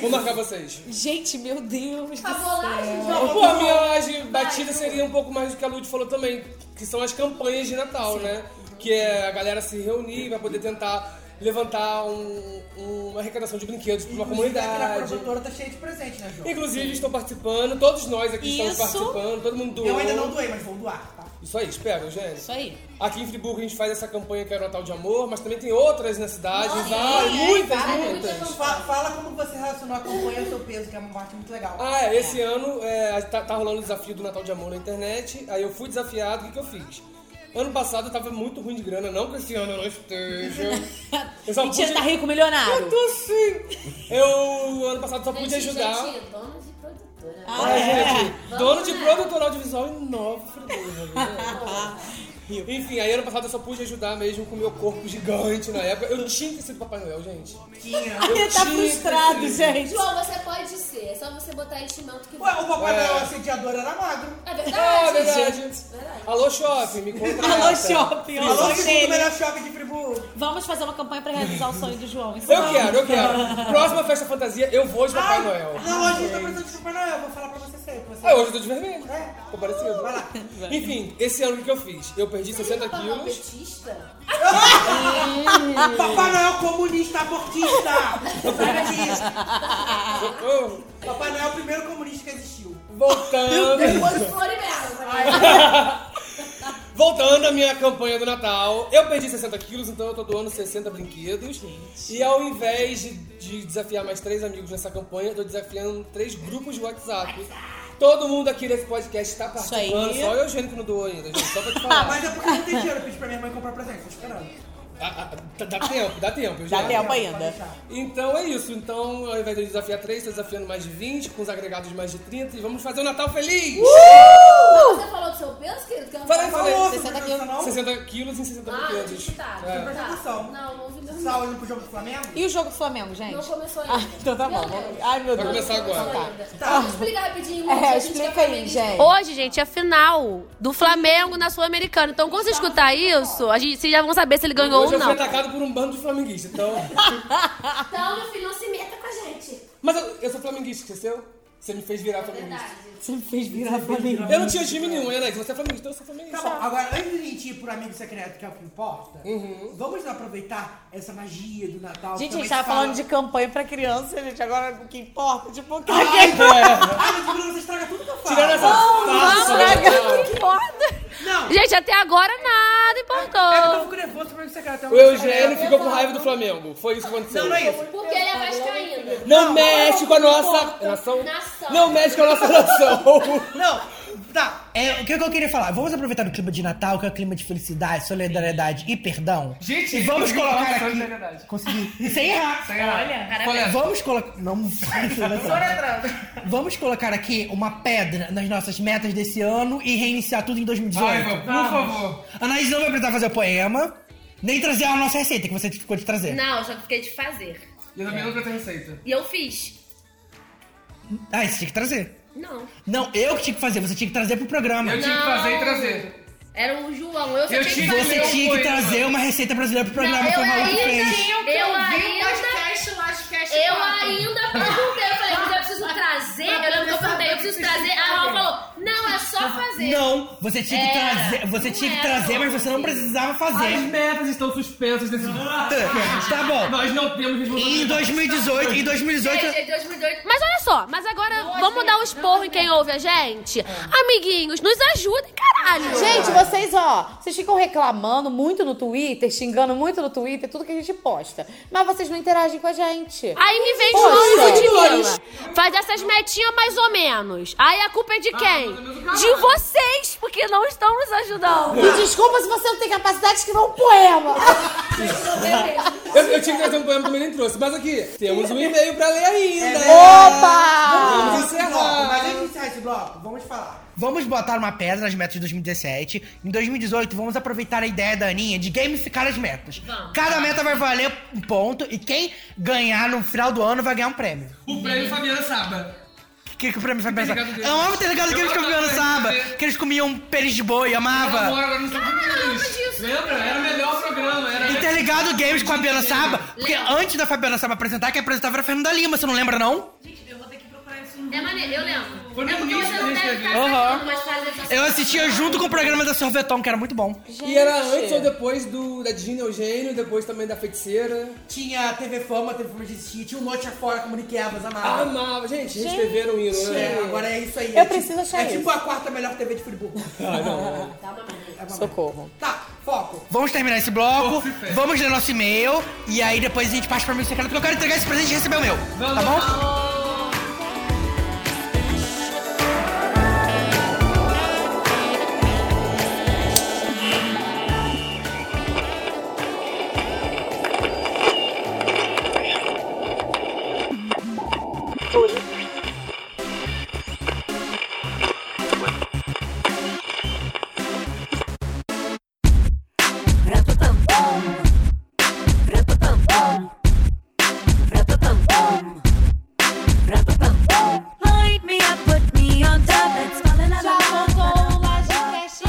F: Vou marcar vocês.
G: Gente, meu Deus. do céu.
J: Cabolagem,
F: Pô, a minha laje batida seria um pouco mais do que a Lud falou também, que são as campanhas de Natal, né? Que é a galera se reunir vai poder tentar levantar um- uma arrecadação de brinquedos para uma
I: Inclusive, aquela
F: comunidade.
I: produtora tá cheia de presente, né, João?
F: Inclusive, estou participando, todos nós aqui
G: Isso.
F: estamos participando, todo mundo doou.
I: Eu ainda não doei, mas vou doar, tá?
F: Isso aí, espera, Eugênio.
G: Isso aí.
F: Aqui em Friburgo a gente faz essa campanha que é o Natal de Amor, mas também tem outras na cidade. várias,
G: é,
F: muitas,
G: várias.
F: muitas.
I: Fa- Fala como você relacionou a campanha ao seu peso, que é uma parte muito legal.
F: Ah, é, esse ano é, tá, tá rolando o desafio do Natal de Amor na internet, aí eu fui desafiado, o que, que eu fiz? Ano passado eu tava muito ruim de grana, não que esse ano eu não esteja. Eu
G: [laughs]
F: só
G: Mentira,
F: pude-
G: tá rico, milionário.
F: Eu tô assim! Eu, ano passado, só pude ajudar.
B: Gente, dono de produtora.
G: é.
F: Ah, gente, dono de produtor audiovisual e nova Friburgo. né? Enfim, aí ano passado eu só pude ajudar mesmo com o meu corpo gigante na época. Eu tinha que ser do Papai Noel, gente.
I: Tinha.
G: Ele tá
F: tinha É
G: frustrado, gente.
B: João, você pode ser. É só você botar enchimento que...
I: Ué, o papai
F: É.
I: Noel assediador era magro.
B: É
F: Ah,
B: verdade,
F: verdade.
B: gente.
F: Alô, shopping, me conta.
G: Alô, shopping.
I: Falou
G: Alô,
I: que o
G: dele.
I: melhor shopping de Friburgo.
G: Vamos fazer uma campanha pra realizar o sonho do João. Isso
F: Eu
G: não.
F: quero, eu quero. Próxima festa fantasia, eu vou de Papai
I: Ai,
F: Noel.
I: Ah, Não, hoje eu tô precisando de Papai Noel, vou falar pra você sempre. Você...
F: Ah, hoje eu tô de vermelho.
I: É.
F: Tô parecido.
I: Vai lá.
F: Enfim, esse ano o que que eu fiz? Eu perdi 60 quilos.
B: Petista?
I: Papai Noel comunista abortista! Sabe disso?
F: Oh,
I: Papai Noel é o primeiro comunista que existiu.
F: voltando.
B: Depois Floribela.
F: [laughs] Voltando à minha campanha do Natal, eu perdi 60 quilos, então eu tô doando 60 brinquedos. E ao invés de, de desafiar mais três amigos nessa campanha, eu tô desafiando três grupos de WhatsApp. Todo mundo aqui nesse podcast tá
G: Isso aí.
F: participando, só eu e o Eugênio que não doou ainda, gente, só pra te
G: [laughs]
F: falar.
I: Mas é porque eu não tem dinheiro, eu pedi pra minha mãe comprar presente, tô esperando.
F: Ah, ah, dá, dá tempo, dá tempo, Eugênio.
G: Dá tempo
I: Pode
G: ainda.
I: deixar.
F: Então é isso. Então, ao invés de eu desafiar 3, estou desafiando mais de 20, com os agregados de mais de 30, e vamos fazer o Natal feliz!
G: Uh!
B: Você falou do seu peso, querido? Que eu não
F: Falei,
B: falei.
F: falei.
G: 60
I: Falou, 60
G: quilos.
I: quilos.
F: 60 quilos em 60
B: Ah,
F: brinquedos.
B: tá,
F: É.
B: tá.
I: Presta atenção.
B: Não, não ouvi meu nome.
I: Saúde pro jogo do Flamengo?
G: E o jogo do Flamengo, gente?
B: Não começou ainda.
G: Ah, então tá bom.
B: Meu
G: vamos-
B: Deus.
G: Ai, meu
F: Vai
G: Deus.
F: começar agora.
G: Então tá.
B: Tá. Vamos explicar rapidinho.
G: É,
B: a gente
G: explica
B: tá
G: aí,
B: feminista.
G: gente.
A: Hoje, gente, é final do Flamengo na Sul-Americana. Então, quando você
B: Tá,
A: escutar isso, a gente, vocês já vão saber se ele ganhou
F: Hoje
A: ou
F: eu fui
A: não.
F: atacado por um bando de flamenguistas, então. [laughs]
B: Então, meu filho, não se meta com a gente.
F: Mas eu, eu sou flamenguista, esqueceu? Você me fez virar flamenguista.
B: Verdade.
G: Você me fez virar Flamengo.
F: Eu não tinha time nenhum, né, Alex? Você é flamenguista, eu sou
I: Tá
F: flamenguista.
I: bom, agora antes de a gente ir pro amigo secreto, que é o que importa,
F: Uhum.
I: vamos aproveitar essa magia do Natal.
G: Gente,
I: que
G: a gente
I: também
G: tava
I: fala-
G: falando de campanha pra criança, gente. Agora o que importa? Tipo, o que [laughs]
I: Ah, mas Bruno, você estraga tudo que eu falo.
F: Tirando essa farsa,
A: Não, que foda.
I: Não.
A: Gente, até agora nada
I: É porque eu
A: importou.
I: fico nervoso pro amigo secreto. é
F: O
I: muito
F: Eugênio
I: secreto.
F: ficou com raiva do Flamengo. Foi isso que aconteceu.
I: Não, não é isso.
B: Porque ele é vascaíno.
F: Não mexe com a nossa. É Nação?
B: Nação.
F: Não mexe com a nossa nação.
I: Não, tá.
E: É, o que eu queria falar? Vamos aproveitar o clima de Natal, que é o clima de felicidade, solidariedade e perdão.
H: Gente,
E: e
H: [laughs]
E: vamos
H: eu
E: colocar
H: sou
E: aqui.
H: solidariedade.
E: Consegui. E sem errar.
H: Olha,
E: Vamos colocar. Não. vamos colocar aqui uma pedra nas nossas metas desse ano e reiniciar tudo em 2018.
H: Ai, meu, por favor.
E: A Anaís não vai precisar fazer o poema, nem trazer a nossa receita que você ficou de trazer.
A: Não, eu só fiquei de fazer.
H: E eu também não tenho receita.
A: E eu fiz.
E: Ah, você tinha que trazer.
A: Não.
E: Não, eu que tinha que fazer, você tinha que trazer pro programa.
H: Eu tinha que fazer e trazer.
B: um
A: Era o João. Eu só
H: Eu
A: tinha que
H: tinha-
A: fazer.
E: Você
H: Eu
E: tinha que
H: um poema.
E: trazer uma receita brasileira pro programa, foi
A: eu
E: o maluco que fez.
A: ainda. Eu ainda. Eu é ainda perguntei, eu falei, mas eu preciso trazer. Eu lembro que eu perguntei, eu preciso trazer. A Raul falou, não, é só fazer.
E: Não, você tinha que
A: Era.
E: trazer, você tinha que
A: Não era,
E: trazer, mas
A: não.
E: você não precisava fazer.
H: As metas estão suspensas nesse
E: Tá bom.
H: Nós não temos
E: Em
H: responsabilidade.
E: 2018, em 2018
A: Gente, é 2018. Mas olha só, mas agora vamos dar um esporro em quem ouve a gente. Amiguinhos, nos ajudem, caralho.
G: Gente, vocês, ó, vocês ficam reclamando muito no Twitter, xingando muito no Twitter, tudo que a gente posta. Mas vocês não interagem com a gente.
A: Aí me vem
G: Poxa.
A: João e Ludmilla. Faz essas metinhas mais ou menos. Aí a culpa é de quem?
H: mais ou menos o caralho.
A: De vocês, porque não estão nos ajudando.
G: Me desculpa se você não tem capacidade de escrever um poema.
F: Eu, eu tinha que trazer um poema também, nem trouxe. Mas aqui, temos um e-mail pra ler ainda. né?
G: Opa!
F: Vamos
I: Esse bloco, mas
F: encerrar.
E: é
I: antes de encerrar esse bloco, vamos falar.
E: Vamos botar uma pedra nas metas de 2017. Em 2018, vamos aproveitar a ideia da Aninha de gamificar as metas. Cada meta vai valer um ponto e quem ganhar no final do ano vai ganhar um prêmio.
H: O prêmio Fabiana Saba.
E: O que, que o prêmio vai pensar?
H: ligado deles.
E: Eu amo ter ligado que eles
H: Eu
E: comiam no
H: amo
E: sábado,
H: ter-
E: que eles comiam pênis de boi,
H: Ela
E: amava.
H: mora agora no Estados Unidos. Lembra? Era o melhor programa. Era
E: Então, Interligado Games com a Fabiana Saba, porque antes da Fabiana Saba apresentar, quem apresentava era a Fernanda Lima, você não lembra não?
A: É maneiro, eu lembro.
H: Foi
B: É
H: no
B: porque
H: início
B: você
H: da
B: não
H: gente né,
B: deve
H: teve.
B: estar sabendo, mas fazer essas
E: Eu assistia junto com o programa da Sorvetão, que era muito bom.
F: E era antes ou depois do, da Disney Eugênio, depois também da Feiticeira.
I: Tinha a TV Fama, TV Fama de existir, tinha o Note Afora, como Nick Evans,
F: Ah,
I: amava.
F: amava. Gente, gente, reescreveram o hino,
I: É,
F: né?
I: agora é isso aí.
G: Eu
I: é tipo-
G: preciso achar
I: É tipo
G: isso.
I: a quarta melhor TV de Friburgo.
G: Socorro.
I: Tá, foco.
E: Vamos terminar esse bloco, vamos ler nosso e-mail e aí depois a gente parte pra mim secreto, porque eu quero entregar esse presente e receber o meu. Tá bom?
D: Light me up, put me on top, let's fall in love.
G: voltou o Lajecast.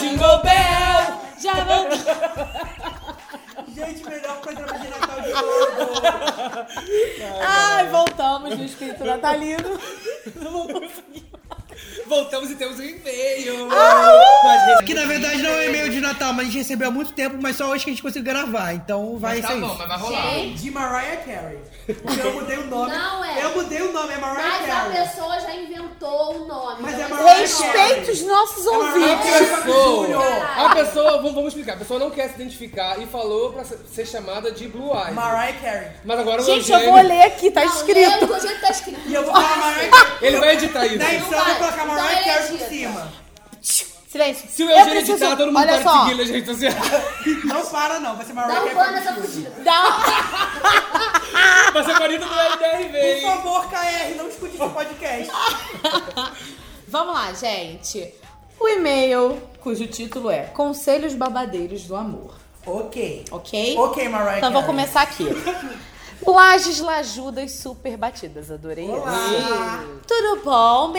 F: Jingle Bell!
G: Já voltou.
I: Gente, melhor programa de Natal de novo.
G: Ai, voltamos no espírito
F: tá
G: natalino.
F: Voltamos e temos um e-mail!
H: Ah,
E: Que na verdade não é um e-mail de Natal, mas a gente recebeu há muito tempo, mas só hoje que a gente conseguiu gravar, então vai
H: Tá
E: ser
H: bom,
E: isso.
H: mas vai rolar.
I: De Mariah
E: [laughs]
I: Carey. Porque eu mudei o nome.
B: Não, é.
I: Eu mudei o nome, é Mariah
B: Mas a
I: Carey.
B: pessoa já inventou o nome.
I: Mas
B: então
I: é
B: isso
I: Mariah
B: nome.
I: Carey.
G: Respeita os nossos
I: Mariah
G: ouvintes.
I: Carey Fábio Júnior.
F: A pessoa, vamos, vamos explicar, a pessoa não quer se identificar e falou pra ser ser chamada de Blue Eyes.
I: Mariah Carey.
F: Mas agora o
G: Gente, eu
F: Eugênio,
G: vou ler aqui, tá
B: Não, lê
G: escrito.
B: do jeito que tá escrito.
I: E eu vou falar Mariah Carey.
F: ele vai editar isso.
I: Na edição eu vou colocar
B: Então
I: Mariah
B: ele
I: Carey por
B: edita.
I: cima.
G: Silêncio.
F: Se o
G: eu
F: Eugênio
G: preciso...
F: editar, todo mundo
G: Olha
F: para de
G: só.
F: seguir nas redes sociais. [laughs]
I: Não para não, vai ser Mariah
B: Dá um
I: Carey.
B: pano
I: por
B: nessa
I: cima.
B: fudida.
G: Dá...
F: Vai ser marido do LDRV,
I: Por
F: hein?
I: favor, KR, não escute esse podcast.
G: Vamos lá, gente. O e-mail, cujo título é Conselhos Babadeiros do Amor.
I: ok.
G: Ok?
I: Ok, Mariah
G: Então vou
I: Carey.
G: começar [laughs] aqui. Lages lajudas super batidas, adorei.
I: Olá.
G: isso. Tudo bom,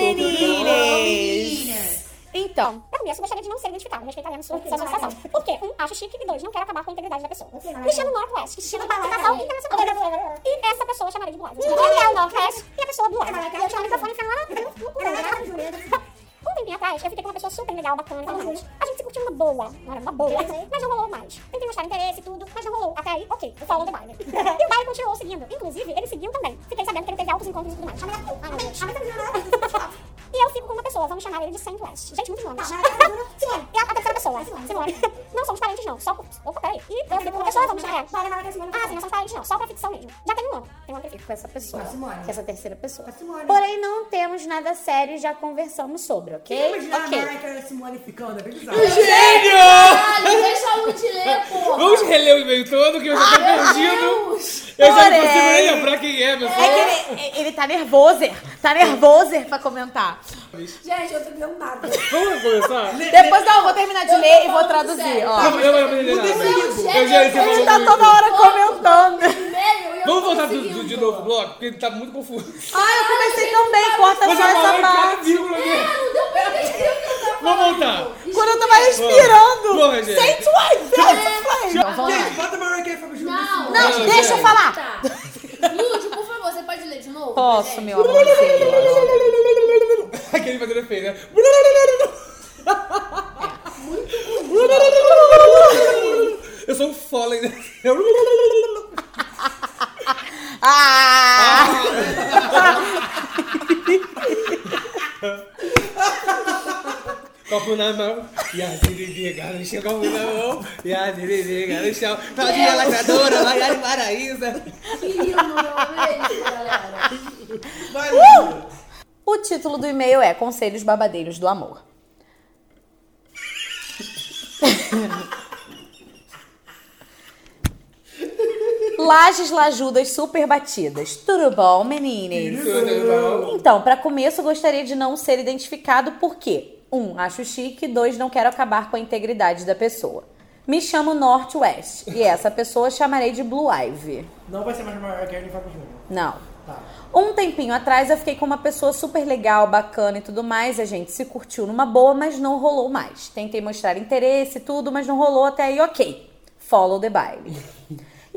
G: meninas? Então,
K: Eu mesmo gostaria de não ser identificado, respeitaria a sua
G: Uhum.
K: satisfação. Por quê? Um, acho chique e dois, não quero acabar com a integridade da pessoa.
G: Uhum.
K: Me chamo Northwest, estilo Natal Internacional. E essa pessoa eu chamarei de Blas. Ele é o Northwest e a pessoa Blas. E eu tinha o microfone ficando lá no cu, né? Um tempinho atrás, eu fiquei com uma pessoa super legal, bacana, tudo mais. A gente se curtiu uma boa, não era uma boa, mas não rolou mais. Tentei mostrar interesse e tudo, mas não rolou. Até aí, ok, eu follow the Byler. E o Byler continuou seguindo. Inclusive, ele seguiu também. Fiquei sabendo que ele teve altos encontros e tudo mais. Ai, meu Deus. E eu fico com uma pessoa, vamos chamar ele de Centwest. Gente, muitos nomes. Simone, é a a terceira pessoa. Simone. Não somos parentes, não. Só por. Opa, peraí. E eu fico com uma pessoa, vamos chamar ela. Ah, sim, não somos parentes, não. Só pra ficção mesmo. Já tem um ano. Tem um ano que eu fico com essa pessoa. Com essa terceira pessoa. Porém, não
G: é
K: temos nada sério e já conversamos sobre, ok?
I: Imagina a
K: Ok.
I: Mariah Carey Simone ficando, é bem bizarro.
B: Caralho, deixa eu te ler, porra.
F: Vamos reler o e-mail todo, que eu já tô perdido. Eu já não consigo nem lembrar quem é, pessoal.
G: é que ele, ele tá nervoso, tá nervoso pra comentar.
J: Gente, eu tô vendo nada.
F: Vamos começar?
G: Depois não, eu vou terminar de ler e vou traduzir, ó.
F: Não, eu não aprendi nada. Eugênio, você
G: Ele
F: falou
G: tá
F: muito.
G: toda hora comentando.
J: Primeiro, eu
F: Vamos
J: tô
F: voltar do, do-
J: seguindo.
F: de novo o bloco, porque ele tá muito confuso.
G: Ai, eu comecei também, corta
F: Mas
G: só
F: a
G: essa
F: Mariah Carey,
G: parte.
F: vírgula aqui.
J: É, Não deu pra entender o que eu tava
F: Vamos
J: falando.
F: voltar.
G: Quando eu tava respirando.
F: Boa, gente.
G: Sente o ar, Deus, Então, vamos lá.
I: Gente, bota Mariah Carey Fábio Júnior.
J: Não,
G: Não,
F: Não,
G: deixa eu
F: gente.
G: falar.
J: Tá. Lúcio, por favor, você pode ler de novo?
G: Posso,
J: gente?
G: meu amor.
F: Aquele fazendo efeito, né? Eu sou um fôlei, né?
G: Ah!
F: Copo na mão, e a diriri, garotinha, copo na mão, e a diriri, garotinha. Claudinha lacradora, Mariana Paraíza.
J: Queria o meu beijo, galera.
G: O título do e-mail é Conselhos Babadeiros do Amor. Lajes lajudas super batidas. Tudo bom, meninas? Então, pra começo, eu gostaria de não ser identificado porque Um, acho chique. Dois, não quero acabar com a integridade da pessoa. Me chamo Northwest e essa pessoa chamarei de Blue Ivy.
I: Não vai ser mais Mariah Carey nem Fábio Júnior.
G: Não.
I: Tá.
G: Um tempinho atrás eu fiquei com uma pessoa super legal, bacana e tudo mais. A gente se curtiu numa boa, mas não rolou mais. Tentei mostrar interesse e tudo, mas não rolou até aí, ok. Follow the baile.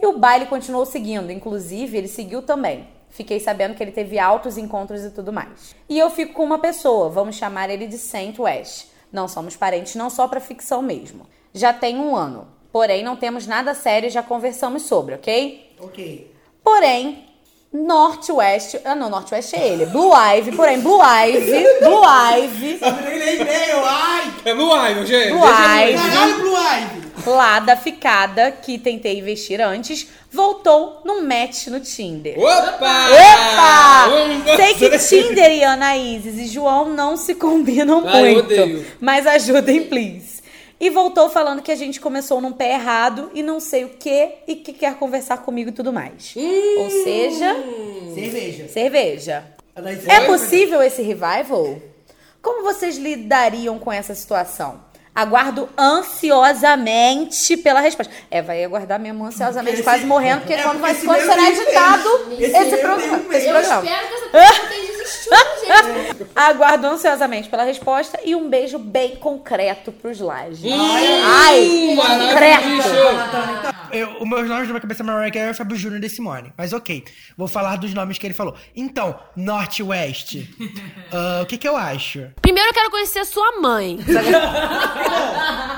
G: e o baile continuou seguindo, inclusive ele seguiu também. Fiquei sabendo que ele teve altos encontros e tudo mais. E eu fico com uma pessoa, vamos chamar ele de Saint West. Não somos parentes, não só pra ficção mesmo. Já tem um ano. Porém, não temos nada sério e já conversamos sobre, ok?
I: Ok.
G: Porém, Northwest. Ah, não, Northwest é ele. Blue Ivy, porém, Blue Ivy. Blue Ivy.
F: É Blue Ivy, gente.
G: Blue
F: Deixa eu-
G: Ivy. Lá da ficada que tentei investir antes, voltou num match no Tinder.
F: Opa!
G: Opa!
F: Um, dois,
G: Sei que
F: três.
G: Tinder e Anaíses e João não se combinam
F: Ah, eu
G: muito.
F: odeio.
G: Mas ajudem, please. E voltou falando que a gente começou num pé errado e não sei o que e que quer conversar comigo e tudo mais. Ou seja,
I: Cerveja.
G: cerveja.
I: Anaís,
G: É possível esse revival? Como vocês lidariam com essa situação? Aguardo ansiosamente pela resposta. É, vai aguardar mesmo ansiosamente,
I: Esse-
G: quase morrendo, porque
I: É,
G: quando, vai,
I: esse
G: quando
I: meu
G: será
I: tem um
G: editado
I: mês.
G: esse,
I: Esse meu
G: programa-
I: tem um mês.
G: esse
I: Eu
G: programa.
J: Espero que essa
G: [laughs]
J: pessoa tenha desistido, gente.
G: Aguardo ansiosamente pela resposta e um beijo bem concreto pros lajes. Ai,
H: um
G: concreto.
E: Eu, os meus nomes na minha cabeça é Mariah Carey, Fábio Júnior e Simone. Mas ok, vou falar dos nomes que ele falou. Então, Norte e Oeste. Ah, o que que eu acho?
A: Primeiro eu quero conhecer sua mãe.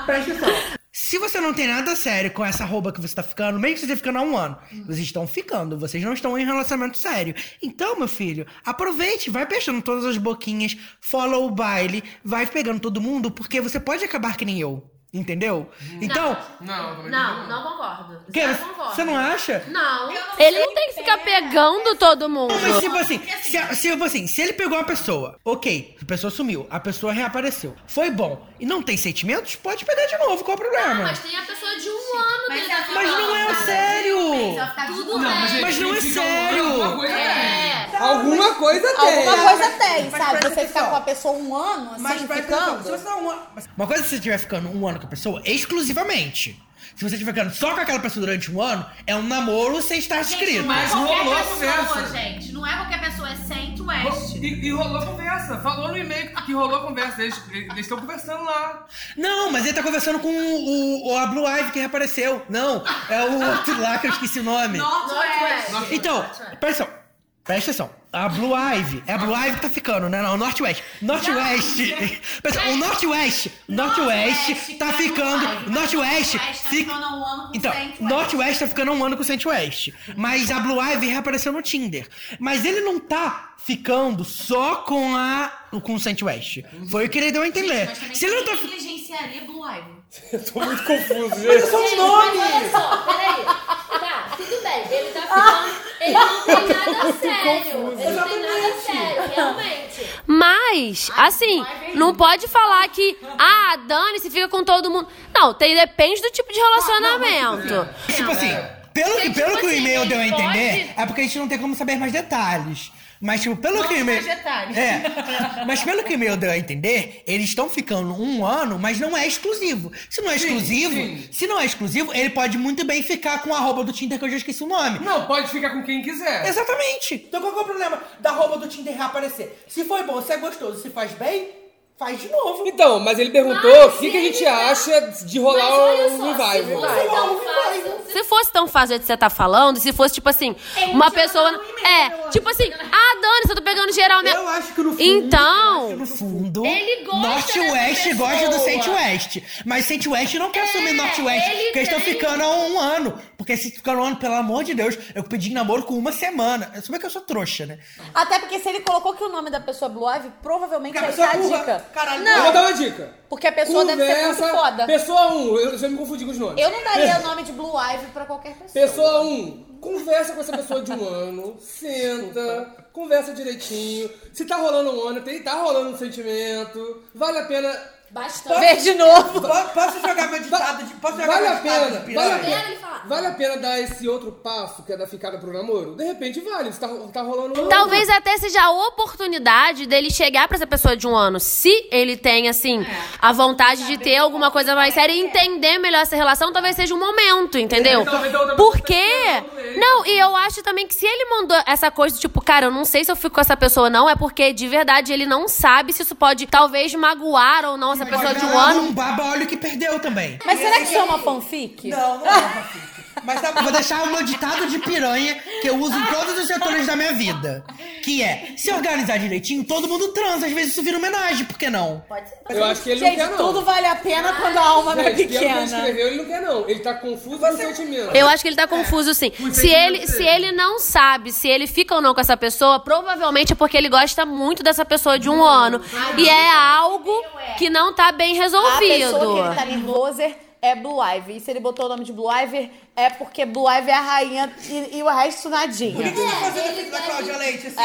I: Presta atenção.
E: Se você não tem nada sério com essa roupa que você tá ficando, mesmo que você esteja ficando há um ano, vocês estão ficando, vocês não estão em relacionamento sério. Então, meu filho, aproveite, vai fechando todas as boquinhas, follow o baile, vai pegando todo mundo, porque você pode acabar que nem eu. Entendeu? Então,
H: Não, também
A: Não, não concordo.
E: que- você não acha?
A: Não. Ele não tem que ficar pegando todo mundo.
E: Mas tipo assim, se, se, tipo assim, se ele pegou uma pessoa, ok, a pessoa sumiu, a pessoa reapareceu, foi bom, e não tem sentimentos, pode pegar de novo, qual o problema? mas,
A: tem a pessoa de um ano
K: Mas tá
B: tá
A: dentro da
K: ela-
E: não é o sério!
A: Tudo
H: Não, mas,
A: bem.
H: gente,
E: Mas não é
H: fica um-
E: sério.
H: Alguma coisa tem.
A: É.
F: Alguma coisa tem.
G: Alguma coisa tem,
I: Mas
G: sabe? Você
I: presta
G: ficar
I: atenção.
G: com a pessoa um ano, assim,
I: Mas presta atenção. Se
G: ficando.
I: você dá uma. mas-
E: Uma coisa é se você estiver ficando um ano com a pessoa, exclusivamente. Se você estiver ficando só com aquela pessoa durante um ano, é um namoro sem estar inscrito.
H: mas rolou
K: pessoa,
H: sucesso.
K: gente. Não é qualquer pessoa, é Saint West.
H: E, e rolou conversa. Falou no e-mail que rolou conversa. Eles eles estão conversando lá.
E: Não, mas ele tá conversando com o, o- a Blue Ivy que reapareceu. Não, é o [laughs] outro lá que eu esqueci o nome. Então, presta atenção. Presta atenção. A Blue Ivy. É a Blue Ivy que tá ficando, né? Não, o Northwest. Northwest. [laughs] Presta atenção, o Northwest. Northwest tá ficando. Northwest. Fica... Então, Northwest tá ficando há um ano com o Centwest. Mas a Blue Ivy reapareceu no Tinder. Mas ele não tá ficando só com a. com o Centwest. Foi o que ele deu a entender. Se ele não tá. fi-
K: Negligenciaria Blue Ivy.
F: Eu tô muito confuso, gente.
I: Só um nome!
J: Olha só, peraí. Tá, tudo bem. Ele tá ficando. Ele não
I: [laughs]
J: tem nada sério. Ele não tem nada
I: assim.
J: sério, realmente.
A: Mas, assim, não pode falar que, ah, Dani, se fica com todo mundo. Não, tem, depende do
I: Ah,
A: tipo de
I: é.
A: relacionamento.
E: Tipo assim, pelo, que, pelo
A: tipo
E: que o
A: assim,
E: e-mail
A: ele
E: deu a entender,
A: pode-
E: é porque a gente não tem como saber mais detalhes. Mas, tipo, pelo que o e-mail. É. Mas pelo que o e-mail deu a entender, eles estão ficando um ano, mas não é exclusivo. Se não é exclusivo,
H: sim.
E: se não é exclusivo, ele pode muito bem ficar com a arroba do Tinder que eu já esqueci o nome.
H: Não, pode ficar com quem quiser.
E: Exatamente.
I: É. Então qual que é o problema da roupa do Tinder reaparecer? Se foi bom, se é gostoso, se faz bem, faz de novo.
F: Então, mas ele perguntou
J: Mas
F: o que, que a
J: ele
G: né?
F: gente
J: tá-
F: acha de
J: Mas
F: rolar
J: olha
F: um
J: só, se
F: revival.
J: fosse tão
I: Vai.
J: fácil. um
A: Se fosse tão fácil do jeito que você tá falando, se fosse, tipo assim, uma pessoa. É, tipo assim, ah, Dani, se eu tô pegando geral mesmo.
I: Eu acho que no fundo.
A: Então,
E: No fundo,
J: Ele gosta
E: Norte
J: dessa
E: West gosta do
J: pessoa. É,
E: Centro-Oeste. Mas Centro-Oeste não quer assumir Norte-Oeste,
J: ele
E: porque eles estão
J: tem-
E: ficando há um ano. Porque se ficar um ano, pelo amor de Deus, eu pedi namoro com uma semana. Eu soube que eu sou trouxa, né?
G: Até porque se ele colocou que o nome da pessoa é Blue Ivy, provavelmente
I: Porque a
G: vai dar a
I: pessoa é burra.
G: dica.
I: Caralho,
F: Eu vou
G: não,
F: dar uma dica.
G: porque a pessoa deve ser muito foda.
F: é Pessoa 1, um, eu, eu já me confundi com os nomes.
G: Eu não daria o nome de Blue Ivy pra qualquer pessoa.
F: Pessoa 1, um, conversa com essa pessoa de um ano, senta, conversa direitinho. Se tá rolando um ano, tem, tá rolando um sentimento, vale a pena.
J: Bastante.
G: Ver de novo.
I: Po- Posso jogar meu ditado de. Posso jogar
F: Vale
I: meu
F: a
I: ditado
F: pena,
I: de
F: vale
I: piranha?
F: a
J: Ele
F: pena.
J: fala.
F: Vale a pena dar esse outro passo que é da ficada pro namoro? De repente vale, se tá, tá rolando um ano.
A: talvez até seja a oportunidade dele chegar pra essa pessoa de um ano. Se ele tem, assim,
H: É.
A: a vontade de ter alguma coisa mais séria e entender melhor essa relação, talvez seja um momento, entendeu?
H: Então, então, outra pessoa tá
A: Porque
H: esperando ele. ele.
A: Não, e eu acho também que se ele mandou essa coisa, tipo, cara, eu não sei se eu fico com essa pessoa ou não, é porque de verdade ele não sabe se isso pode talvez magoar ou não essa pessoa de um ano.
E: Um baba, olha o que perdeu também.
G: Mas será que isso é uma fanfic?
E: Não, não é uma fanfic. Mas tá, vou deixar o meu ditado de piranha que eu uso em todos os setores da minha vida. Que é, se organizar direitinho, todo mundo transa. Às vezes isso vira homenagem, por que não?
G: Pode ser.
F: Eu acho que ele
G: Gente,
F: não quer, não.
G: tudo vale a pena quando a alma não é
F: Gente, pelo que ele
G: pequena.
F: escreveu, ele não quer, não. Ele tá confuso com o sentimento.
A: Eu acho que ele tá confuso, sim. Se ele,
F: dele.
A: se ele não sabe se ele fica ou não com essa pessoa, provavelmente é porque ele gosta muito dessa pessoa de um ano. E é algo que não tá bem
G: A pessoa que ele tá
A: resolvido.
G: em loser é Blue Ivy. E se ele botou o nome de Blue Ivy, é porque Blue Ivy é a rainha e, e o resto nadinha.
I: Por que você tá fazendo aquilo da Cláudia Leite, assim?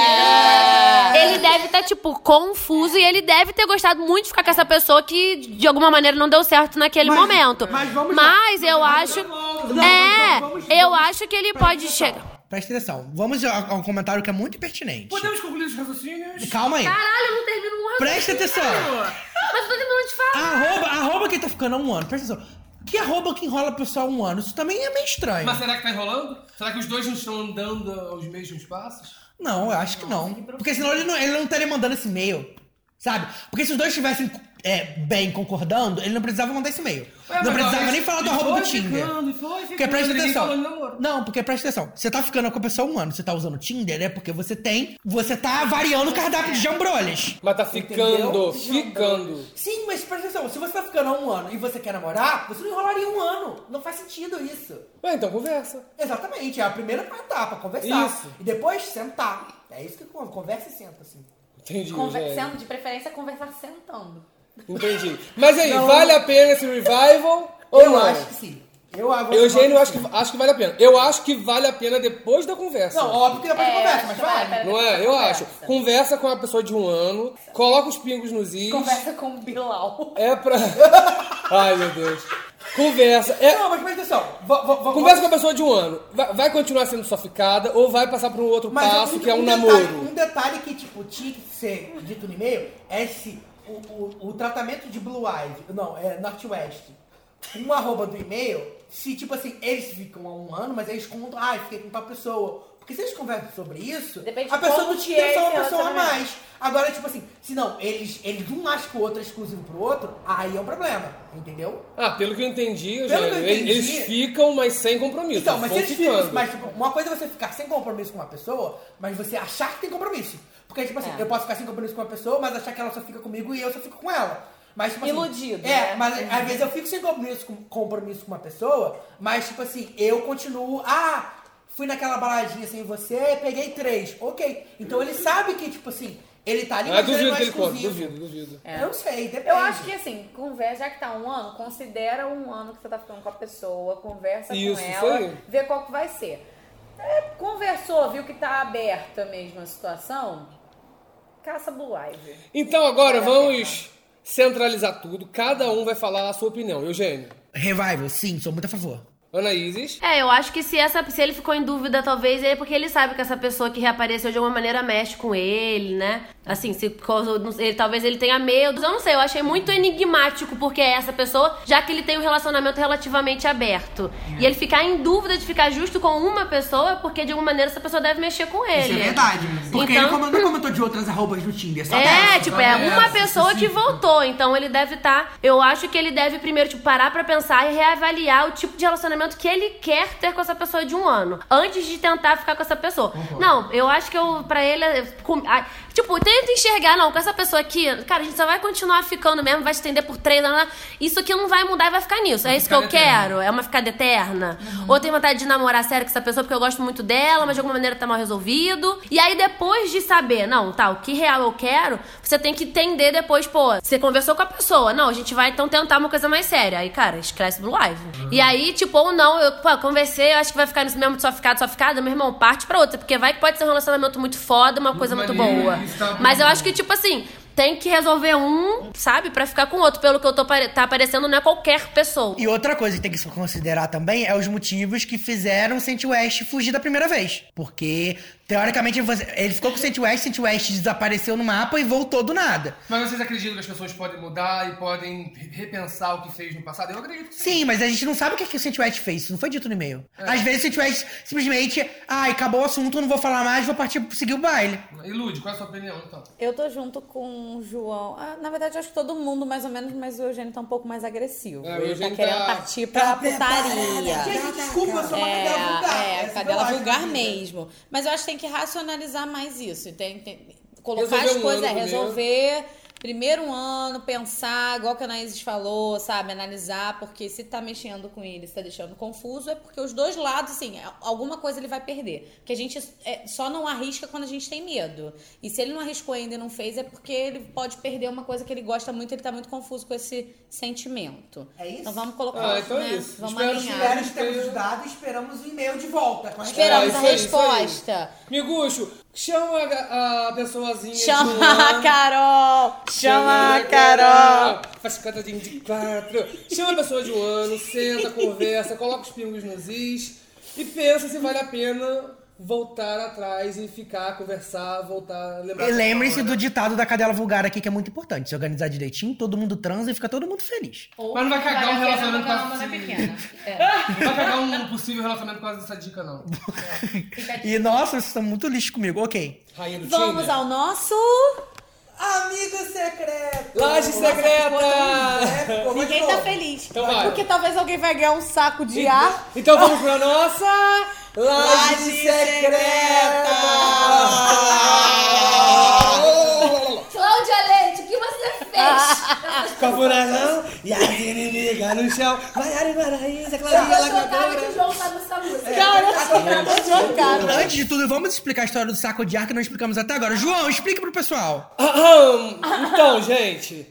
A: Ele deve estar, tipo, confuso e ele deve ter gostado muito de ficar com essa pessoa que, de alguma maneira, não deu certo naquele momento. Mas, eu acho. é, eu acho que ele pode chegar.
E: Presta atenção. Vamos a, a um comentário que é muito pertinente.
H: Podemos concluir os raciocínios?
E: Calma aí.
A: Caralho, eu não termino um
E: Presta atenção.
A: Mas eu tô terminando de falar.
E: Arroba, arroba que tá ficando há um ano. Presta atenção. Que arroba que enrola o pessoal há um ano? Isso também é meio estranho.
H: Mas será que tá enrolando? Será que os dois não estão andando aos mesmos passos?
E: Não, eu acho que não. Porque senão ele não, ele não estaria mandando esse e-mail. Sabe? Porque se os dois estivessem é, bem concordando, ele não precisava mandar esse e-mail.
H: Ué, mas
E: não precisava
H: agora
E: nem
H: ele-
E: falar
H: ele
E: do arroba do
H: foi
E: Tinder.
H: ficando, e foi
E: Porque
H: ficando,
E: presta
H: ninguém falou de
E: atenção.
H: namoro.
E: Não, porque presta atenção. Você tá ficando com a pessoa há um ano, você tá usando Tinder, é porque você tem. Você tá variando o cardápio de jambrolhas.
F: Mas tá ficando,
I: Entendeu?
F: ficando.
I: Sim, mas presta atenção, se você tá ficando há um ano e você quer namorar, você não enrolaria um ano. Não faz sentido isso.
F: Ué, então conversa.
I: Exatamente, é a primeira etapa, conversar.
F: Isso.
I: E depois sentar. É isso que conta, conversa e senta, assim.
F: Entendi, gente.
G: Conversando, é um de preferência, conversar sentando.
F: Entendi. Mas aí, vale a pena esse revival ou
I: eu
F: não?
I: acho que sim. Eu, eu,
F: Eu, Eugênio, acho que, acho que vale a pena. Eu acho que vale a pena depois da conversa.
I: Não, óbvio que depois
G: É,
I: conversa,
G: eu
I: mas
G: acho que
I: vale.
G: vale.
F: Não é? Eu acho. Conversa com a pessoa de um ano, coloca os pingos nos is.
G: Conversa com o Bilal.
F: É pra. [laughs] Ai, meu Deus. Conversa. É-
I: [laughs] Não, mas presta atenção. Vo- vo- vo-
F: Conversa com a pessoa de um ano. Vai, vai continuar sendo só ficada ou vai passar pra um outro
I: Mas
F: passo que é um,
I: detalhe,
F: namoro?
I: Um detalhe que, tipo, tinha que ser dito no e-mail é se o, o, o tratamento de Blue Eyes, não, é Northwest, um arroba do e-mail, se, tipo assim, eles ficam há um ano, mas eles contam, ah, eu fiquei com tal pessoa. Porque se eles conversam sobre isso,
G: Depende
I: a
G: de
I: pessoa
G: como
I: do
G: que é
I: Tinder só uma
G: esse
I: pessoa a
G: relacionamento.
I: mais. Agora, tipo assim, se não, eles, eles um acham que o outro é exclusivo pro outro, aí é um problema, entendeu?
F: Ah, pelo que eu entendi,
I: que eu
F: Eugênio, eles-
I: entendi-
F: eles ficam, mas sem compromisso.
I: Então, mas se
F: vão
I: eles ficam,
F: ficando.
I: mas tipo, uma coisa é você ficar sem compromisso com uma pessoa, mas você achar que tem compromisso. Porque, tipo assim, eu posso ficar sem compromisso com uma pessoa, mas achar que ela só fica comigo e eu só fico com ela. Mas, tipo assim,
G: Iludido,
I: É,
G: né?
I: mas às vezes eu fico sem compromisso com, compromisso com uma pessoa, mas, tipo assim, eu continuo. Ah, fui naquela baladinha sem você, peguei três. Ok. Então ele sabe que, tipo assim, ele tá ali,
F: Ah,
I: mas ele
F: duvido
I: não é
F: que ele conta,
I: exclusivo.
F: duvido, duvido.
I: Eu não sei, depende.
G: Eu acho que assim, conversa, já que tá um ano, considera um ano que você tá ficando com a pessoa, conversa
F: Isso,
G: com
F: isso
G: ela,
F: aí.
G: vê qual que vai ser. É, conversou, viu que tá aberta mesmo a situação, caça Blue Ivy.
F: Então agora
G: Vale a
F: vamos centralizar tudo. Cada um vai falar a sua opinião. Eugênio,
E: Revival, sim, sou muito a favor.
F: Ana Isis.
A: É, eu acho que se, essa, se ele ficou em dúvida, talvez, é porque ele sabe que essa pessoa que reapareceu de alguma maneira mexe com ele, né? Assim, se causou- não sei, ele, talvez ele tenha medo. Eu não sei, eu achei muito enigmático porque é essa pessoa, já que ele tem um relacionamento relativamente aberto. E ele ficar em dúvida de ficar justo com uma pessoa, é porque de alguma maneira essa pessoa deve mexer com ele.
E: É Porque
A: Então-
E: ele comen- não comentou de outras arrobas do Tinder, só
A: É,
E: dessa.
A: tipo, é uma pessoa que voltou, então ele deve estar. eu acho que ele deve primeiro, tipo, parar pra pensar e reavaliar o tipo de relacionamento que ele quer ter com essa pessoa de um ano, antes de tentar ficar com essa pessoa. Não, eu acho que eu, pra ele, é- com- a- tipo, tenta enxergar, não, com essa pessoa aqui, cara, a gente só vai continuar ficando mesmo, vai se estender por três anos, né? isso aqui não vai mudar e vai ficar nisso. é isso que eu
H: ficada eterna.
A: quero, é uma ficada eterna. Ou tem vontade de namorar sério com essa pessoa porque eu gosto muito dela, mas de alguma maneira tá mal resolvido. E aí depois de saber, não, tá, o que real eu quero, você tem que entender depois, pô, você conversou com a pessoa, não, a gente vai então tentar uma coisa mais séria. Aí, cara, esquece Blue Ivy. E aí, tipo, ou não, eu, pô, conversei, eu acho que vai ficar nesse mesmo de só ficada, só ficada, meu irmão, parte pra outra, porque vai que pode ser um relacionamento muito foda, uma coisa muito
H: maneiro,
A: boa.
H: isso tá
A: Mas eu acho que, tipo assim,
L: tem que resolver um, sabe, pra ficar com o outro. Pelo que eu tô pare- tá aparecendo, não é qualquer pessoa.
E: E outra coisa que tem que se considerar também é os motivos que fizeram o Saint West fugir da primeira vez. Porque, teoricamente, você- ele ficou com o Saint West, o Saint West desapareceu no mapa e voltou do nada.
F: Mas vocês acreditam que as pessoas podem mudar e podem re- repensar o que fez no passado? Eu acredito que sim.
E: Sim, mas a gente não sabe o que, é que o Saint West fez, isso não foi dito no e-mail.
I: É.
E: Às vezes o Saint West simplesmente, ai, acabou o assunto, não vou falar mais, vou partir seguir o baile.
F: Ilude, qual é a sua opinião, então?
G: Eu tô junto com o João. Ah, na verdade, eu acho que todo mundo, mais ou menos, mas o Eugênio tá um pouco mais agressivo.
F: É, o
G: Ele tá
F: Eugênio
G: querendo
F: tá-
G: partir pra putaria.
I: Gente, desculpa, eu sou uma
G: é,
I: cadela vulgar.
G: É,
I: Essa
G: cadela
I: eu acho,
G: vulgar
I: entendeu?
G: mesmo. Mas eu acho que tem que racionalizar mais isso. Tem, tem- colocar
I: Resolver
G: as
I: um
G: coisas,
I: ano
G: é,
I: primeiro.
G: resolver. Primeiro um ano, pensar, igual que a Anaíses falou, sabe? Analisar, porque se tá mexendo com ele, se tá deixando confuso, é porque os dois lados, assim, alguma coisa ele vai perder. Porque a gente é, só não arrisca quando a gente tem medo. E se ele não arriscou ainda e não fez, é porque ele pode perder uma coisa que ele gosta muito, ele tá muito confuso com esse sentimento. É isso? Então vamos colocar,
I: Ah, então é
G: né?
I: isso.
G: Vamos
I: Espero que
G: alinhar.
I: Espero que temos os dados e esperamos o e-mail de volta.
F: É,
I: com a
G: Esperamos
I: resposta.
G: a resposta.
F: Miguxo, chama a, a pessoazinha.
G: Chama
F: de um ano.
G: a [laughs] Carol! Chama a Carol!
F: Faz cantadinho de quatro. Chama a pessoa de um ano, senta, conversa, coloca os pingos nos is e pensa se vale a pena voltar atrás e ficar, conversar, voltar, lembrar.
E: E lembrem-se do ditado da cadela vulgar aqui, que é muito importante. Se organizar direitinho, todo mundo transa e fica todo mundo feliz.
F: Mas não vai cagar um
A: Vale a pena
F: relacionamento
A: botar
F: quase- É.
A: uma mão na pequena.
F: Não vai cagar um possível relacionamento por causa dessa dica, não.
E: E nossa, vocês estão muito lixo comigo. Ok.
F: Rainha do
G: Vamos ao nosso.
I: Amigo secreto!
F: Laje secreta!
I: Vamos de
G: Ninguém tá
I: novo.
G: feliz.
F: Então vai.
G: Porque talvez alguém vai ganhar um saco de ar.
F: Então vamos pra nossa laje,
I: Laje
F: secreta!
A: Cláudia Leite, o que você
F: [laughs]
A: fez?
F: Cafurazão e as inimigas no chão. Maiara e Maraísa, Clarinha
A: Eu tô cara que o
F: Lagadeira.
A: João tá nessa
F: É,
A: música.
G: Cara, eu sou chocada.
E: Antes de tudo, vamos explicar a história do saco de ar que não explicamos até agora. João, explica pro pessoal.
F: Aham. Então, gente,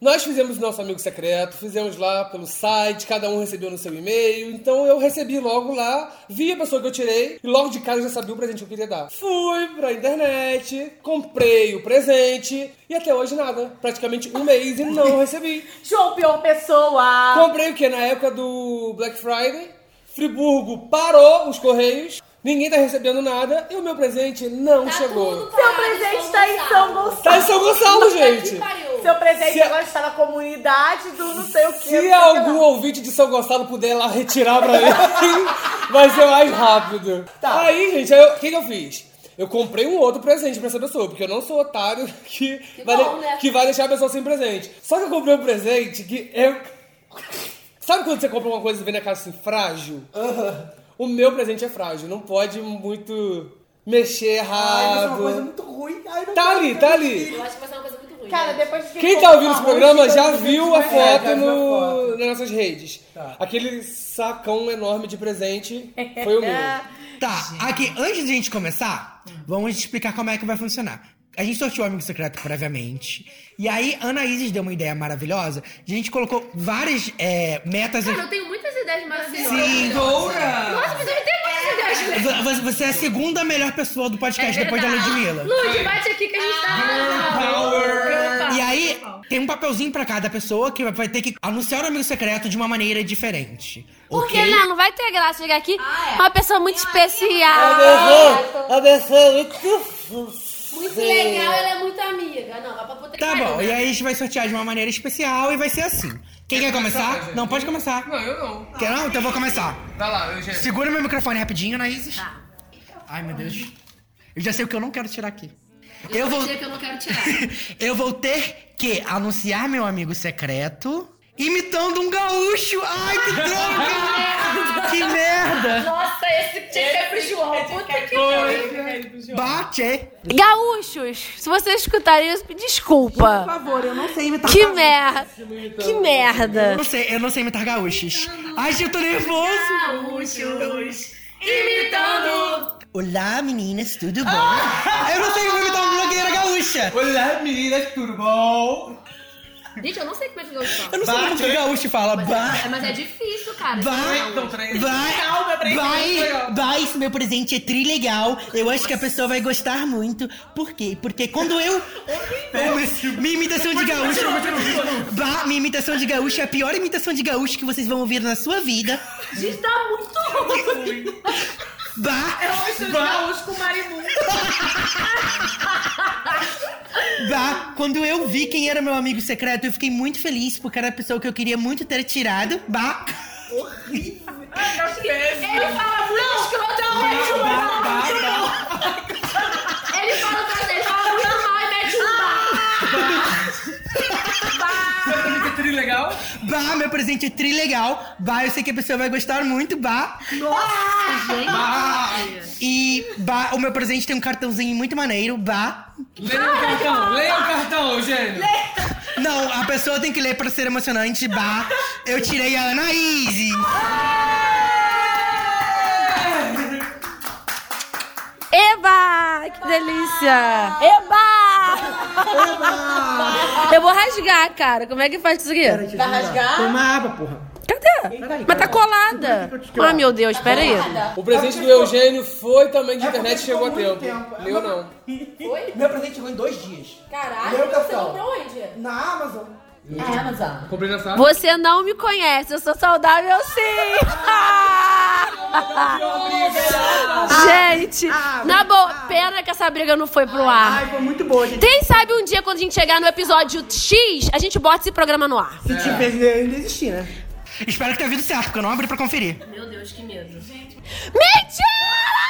F: nós fizemos nosso amigo secreto, fizemos lá pelo site, cada um recebeu no seu e-mail. Então eu recebi logo lá, vi a pessoa que eu tirei e logo de cara eu já sabia o presente que eu queria dar. Fui pra internet, comprei o presente e até hoje nada. Praticamente um mês e não recebi.
A: [laughs]
G: João, pior
A: Ah.
G: pessoa.
F: Comprei o que? Na época do Black Friday. Friburgo parou os correios. Ninguém tá recebendo nada. E o meu presente
A: Tá
L: Tá
F: não chegou.
A: Seu presente tá em São Gonçalo.
F: Tá em São Gonçalo, gente.
A: Que pariu.
M: Seu presente
F: Se-
M: agora está na comunidade do não sei o que.
F: Se algum ouvinte de São Gonçalo puder lá retirar pra mim, [laughs] vai ser mais rápido.
I: Tá.
F: Aí, gente, aí eu- o que, que eu fiz? Eu comprei um outro presente pra essa pessoa, porque eu não sou otário [laughs] que, vai,
A: bom,
F: de-
A: né?
F: que vai deixar a pessoa sem presente. Só que eu comprei um presente que é. [laughs] Sabe quando você compra uma coisa e vê na casa assim, frágil? O meu presente é frágil, não pode muito mexer
I: Ai, mas é uma
F: errado.
I: coisa muito ruim. Ai, não
F: Tá
I: quero
F: ali,
I: ver
F: tá
I: isso.
F: ali.
A: Eu acho que vai ser uma coisa muito ruim.
M: Cara,
A: né?
M: depois que.
F: Quem tá ouvindo esse programa já viu a
I: É, já
F: foto Tá.
I: viu a
F: no,
I: foto.
F: nas nossas redes. Aquele sacão enorme de [laughs] presente foi o meu.
E: Tá, aqui, antes de a gente começar, vamos explicar como é que vai funcionar. A gente sorteou o Amigo Secreto previamente. E aí, Ana Isis deu uma ideia maravilhosa. A gente colocou várias é, metas.
A: Cara, eu tenho muitas ideias maravilhosas.
E: Sim,
F: Doura!
A: Nossa, mas eu tenho
L: É.
A: muitas ideias. né?
E: Vo- Você é a segunda melhor pessoa do podcast, depois da
A: É verdade.
E: Ludmilla.
A: Lud, bate aqui que a gente tá.
L: Ah.
F: Tá,
E: E aí, tem um papelzinho pra cada pessoa que vai ter que anunciar o amigo secreto de uma maneira diferente.
L: Porque
E: ok?
L: não, não vai ter graça chegar aqui
A: Ah, é.
L: uma pessoa muito especial.
F: A pessoa é muito
A: Muito legal, ela é muito amiga. Não, vai pra né? poder.
E: Tá bom, e aí a gente vai sortear de uma maneira especial e vai ser assim. Quem quer começar? Não, pode começar.
F: Não, eu não. Tá.
E: Quer não? Então eu vou começar.
F: Vai lá, Eugênio.
E: Segura meu microfone rapidinho, Anaíses.
F: Tá.
E: Ai, meu Deus. Eu já sei o que eu não quero tirar aqui. Eu vou,
A: que eu não quero
L: [laughs]
A: tirar.
E: [laughs] eu vou ter que anunciar meu amigo secreto imitando um gaúcho. Ai, que
F: [laughs]
E: droga! que merda!
A: Nossa, esse tinha que ser pro João. Puta que pariu.
E: Bate!
L: Gaúchos, se vocês escutarem isso, desculpa. Por favor, eu não sei imitar. Que merda. Que
E: Eu
L: merda.
E: não sei, eu não sei imitar gaúchos. Ai, gente, eu tô nervoso.
A: Gaúchos imitando.
E: Olá, meninas, tudo bom? Eu não sei como imitar uma blogueira gaúcha.
F: Olá, meninas, tudo bom?
J: Gente, eu não sei como é que o gaúcho fala.
E: Eu não sei como que o gaúcho fala. Bah,
J: É, mas é difícil, cara.
E: bah,
J: Não,
N: então, Calma,
E: vai,
N: peraí,
E: vai,
N: peraí.
E: vai, esse meu presente é trilegal. Eu acho que a pessoa vai gostar muito. Por quê? Porque quando eu... É, minha imitação de gaúcho... Bah, minha imitação de gaúcho é a pior imitação de gaúcho que vocês vão ouvir na sua vida.
J: Gente, tá muito ruim.
E: Bah,
N: É um estilo de gaúcho com marimum.
E: bah. Quando eu vi quem era meu amigo secreto, eu fiquei muito feliz, porque era a pessoa que eu queria muito ter tirado. Bah.
J: Ele fala muito escroto. Ele fala pra ele fala muito mal e mete um bar.
H: Tri legal.
E: Bah, meu presente é trilegal. Bah, eu sei que a pessoa vai gostar muito, bah.
J: Nossa, gente.
E: E bah, o meu presente tem um cartãozinho muito maneiro, bah.
F: [laughs]
H: Leia o cartão, leia o cartão, Eugênio.
E: Não, a pessoa tem que ler pra ser emocionante, bah. Eu tirei a Anaíse.
A: Eba! Que delícia! Eba! Eu vou rasgar, cara. Como é que faz isso aqui?
G: Vai rasgar?
I: Toma água, porra.
A: Cadê? Mas tá colada. Ah, meu Deus, pera
J: Tá
A: aí.
F: O presente do Eugênio foi também de
I: É,
F: internet e
I: porque
F: chegou a
I: ficou
F: tempo. É
I: muito tempo.
F: Meu não.
G: Oi?
I: Meu presente chegou em dois dias.
G: Caralho,
I: Meu
G: você
I: cartão.
G: comprou onde?
I: Na Amazon.
G: É, Amazon.
F: Comprei nessa.
A: Você não me conhece, eu sou saudável
J: [laughs]
A: sim!
N: Ah,
A: Gente, na boa, pena que essa briga não foi pro ar.
N: Ai, foi muito boa, gente.
A: Quem sabe um dia, quando a gente chegar no episódio X, a gente bota esse programa no ar.
I: Se tiver, ainda existir, né?
E: Espero que tenha vindo certo, porque eu não abri pra conferir.
J: Meu Deus, que medo.
A: Mentira!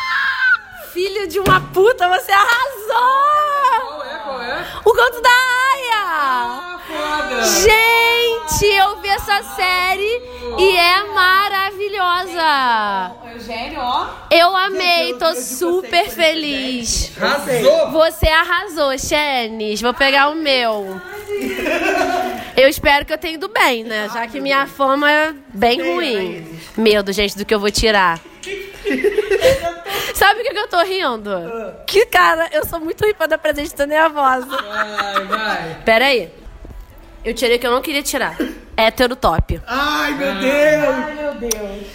A: Filho de uma puta, você arrasou!
F: Qual é, qual é?
A: O conto da Aya!
F: Ah, foda.
A: Gente, eu vi essa série e é maravilhosa!
G: Eugênio, ó.
A: Eu amei, tô
N: eu digo
A: super
N: vocês,
A: feliz.
F: Arrasou.
A: Você arrasou, Xenis. Vou pegar o meu. Eu espero que eu tenha ido bem, né? Já que minha fama é bem ruim. Medo, gente, do que eu vou tirar. Sabe o que, que eu tô rindo? Que cara, eu sou muito ruim pra dar presente, tô nervosa.
F: Vai, vai.
A: Pera aí. Eu tirei o que eu não queria tirar. Hétero top.
I: Ai, meu Deus!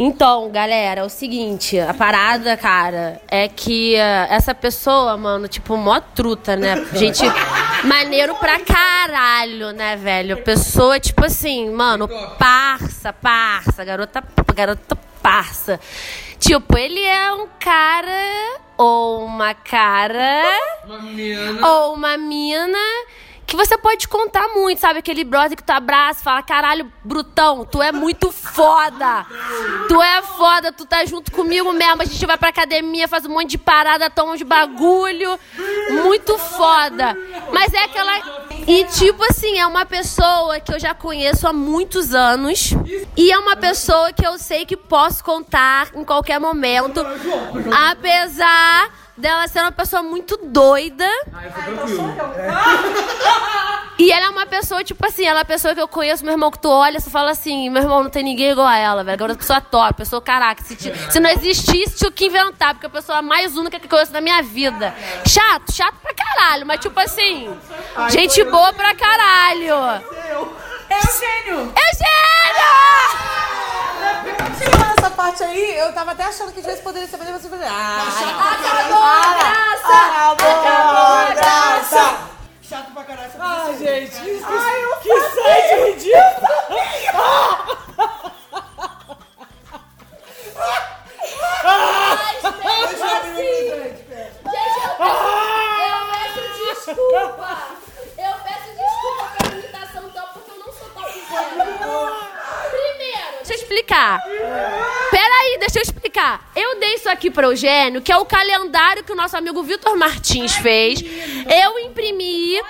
A: Então, galera, é o seguinte, a parada, cara, é que eh, essa pessoa, mano, tipo, mó truta, né? Gente, maneiro pra caralho, né, velho? Pessoa, tipo assim, mano, parça, parça, garota, garota parça. Tipo, ele é um cara ou uma cara
F: Uma menina.
A: ou uma mina que você pode contar muito, sabe? Aquele brother que tu abraça e fala: caralho, Brutão, tu é muito foda. Tu é foda, tu tá junto comigo mesmo. A gente vai pra academia, faz um monte de parada, toma uns bagulho. Muito foda. Mas é aquela. E tipo assim, é uma pessoa que eu já conheço há muitos anos. E é uma pessoa que eu sei que posso contar em qualquer momento. Apesar dela ser uma pessoa muito doida. E ela é uma pessoa, tipo assim, ela é uma pessoa que eu conheço, meu irmão, que tu olha, você fala assim, meu irmão, não tem ninguém igual a ela, velho. Agora pessoa top, eu sou caraca. Se, ti- se não existisse, tinha que inventar, porque é a pessoa mais única que eu conheço na minha vida. Chato, chato pra caralho, mas tipo assim, gente boa pra caralho.
N: Eugênio!
A: Eugênio!
G: Chegou nessa parte aí, eu tava até achando que às vezes poderia ser, mas você fazer. Ah,
A: Acabou a graça!
N: Acabou!
A: Acabou a graça!
I: Chato pra caralho. essa
H: Ai, gente. isso-
F: é
J: Gente, eu peço, eu peço desculpa. Eu peço desculpa pela imitação top, porque eu não sou top zero. Primeiro,
A: Deixa eu explicar. Peraí, deixa eu explicar. Eu dei isso aqui pro Eugênio, que é o calendário que o nosso amigo Vitor Martins fez. Eu imprimi.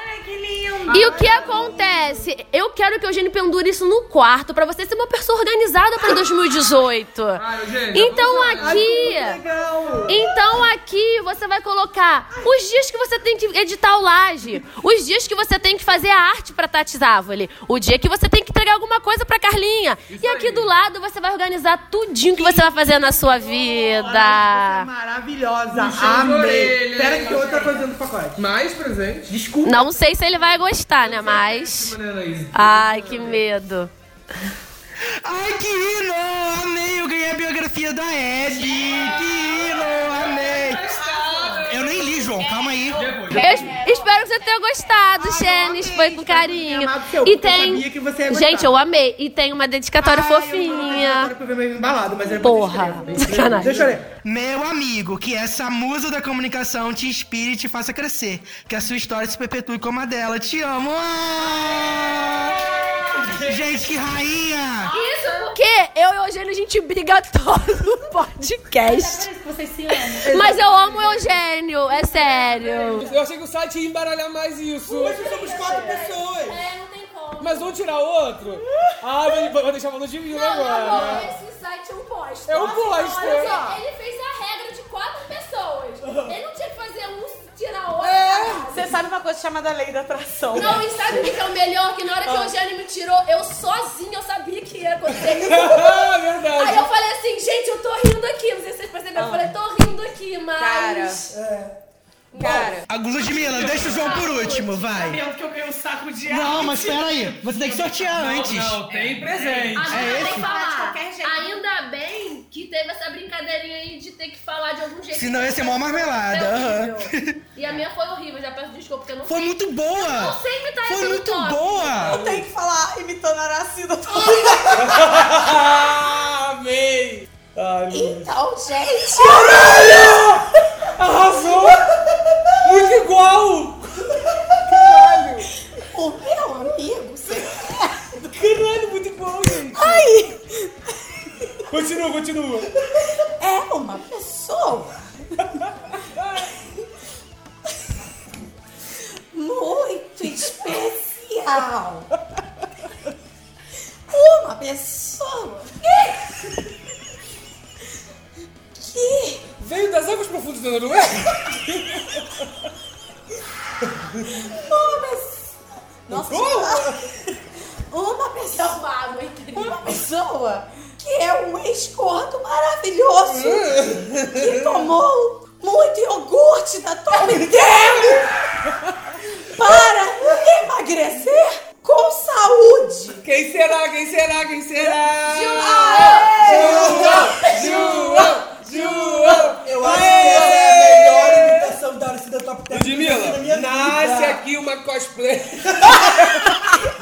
A: E o que acontece? Eu quero que o Eugênio pendure isso no quarto, pra você ser uma pessoa organizada pra 2018.
F: Eugênio,
A: Então aqui. Então aqui e você vai colocar os dias que você tem que editar o laje, os dias que você tem que fazer a arte pra Tati Závoli, o dia que você tem que entregar alguma coisa pra Carlinha. e aqui do lado você vai organizar tudinho que você vai fazer na sua
I: é
A: vida.
N: Maravilhosa.
A: Puxando a
N: Amei.
F: orelha,
N: Pera
F: hein,
N: que tem outra coisa no pacote.
F: Mais presente.
E: é
N: Desculpa.
A: Não sei se ele vai gostar, né? Mas. Ai, que medo.
E: Ai, que hino! Amei! Eu ganhei a biografia da Hebe! Que hino! Amei! Eu nem li, João. Calma aí.
A: Eu es- espero que você tenha gostado, Xenis. Foi com carinho.
E: seu,
A: E
E: porque eu
A: tem.
E: sabia que você ia gostar.
A: Gente, eu amei. E tem uma dedicatória fofinha.
I: Eu meio embalado,
E: é
I: mas era
A: Porra. Sacanagem.
I: Deixa eu ler.
E: Meu amigo, que essa musa da comunicação te inspire e te faça crescer. Que a sua história se perpetue como a dela. Te amo! Ah! Gente, que rainha!
A: Isso porque eu e o Eugênio a gente briga todo podcast.
J: Vocês se amam.
A: Mas eu amo o Eugênio, é sério.
F: Eu achei que o site ia embaralhar mais isso.
I: Hoje somos quatro pessoas.
J: É, não tem como.
F: Mas um tirar outro? Ah, mas vou deixar falando de mim
J: Não, tá não, não,
F: agora.
J: esse site é um eu gosto.
F: Eu gosto.
J: Porque ele fez a regra de quatro pessoas. Ele não tinha que fazer um, tirar outro.
F: É. Ah,
N: Você sabe uma coisa chamada lei da atração.
J: Não, e sabe o que que é o melhor? Que na hora que o Eugênio me tirou, eu sozinha eu sabia que ia acontecer isso.
F: [laughs] Ah,
J: Aí
F: verdade.
J: eu falei assim, gente, eu tô rindo aqui. Não sei se vocês perceberam, eu falei, tô rindo aqui, mas.
N: Cara.
E: A Ludmilla, deixa o João por último, vai.
N: que eu ganhei um saco de
E: Não, mas peraí. Você tem que sortear antes.
F: tem presente.
J: Agora
E: É
J: eu tenho
N: Ah,
J: que
E: esse?
N: de
J: falar.
N: qualquer jeito.
J: Ainda bem que teve essa brincadeirinha aí de ter que falar de algum jeito.
E: Senão ia ser mó marmelada.
J: Foi
A: É
E: aham.
J: horrível. [laughs] E a minha foi horrível, já peço desculpa, porque eu não
E: Foi muito boa!
J: Eu sempre tá
E: Foi
A: é
J: isso no
E: muito
J: top.
E: boa!
N: Eu tenho que falar imitando a Aracida.
F: Ah, amei.
G: Então, gente.
F: Arrasou. Muito igual.
G: O meu amigo,
F: Caralho, muito igual, gente.
G: Ai,
F: Continua, continua.
G: é uma pessoa muito especial. Uma pessoa que
F: Veio das águas profundas é? da Noruega?
G: uma pessoa. Nossa, [laughs] uma pessoa.
J: água, entendeu?
G: uma pessoa que é um escorto maravilhoso
N: [laughs]
G: que tomou muito iogurte da Tommy Deli para emagrecer com saúde.
F: Quem será? Quem será? Quem será? João! João!
I: Eu acho que ela é a melhor imitação da Aracida Top 10.
F: Ludmilla, nasce
I: é vida.
F: aqui uma cosplay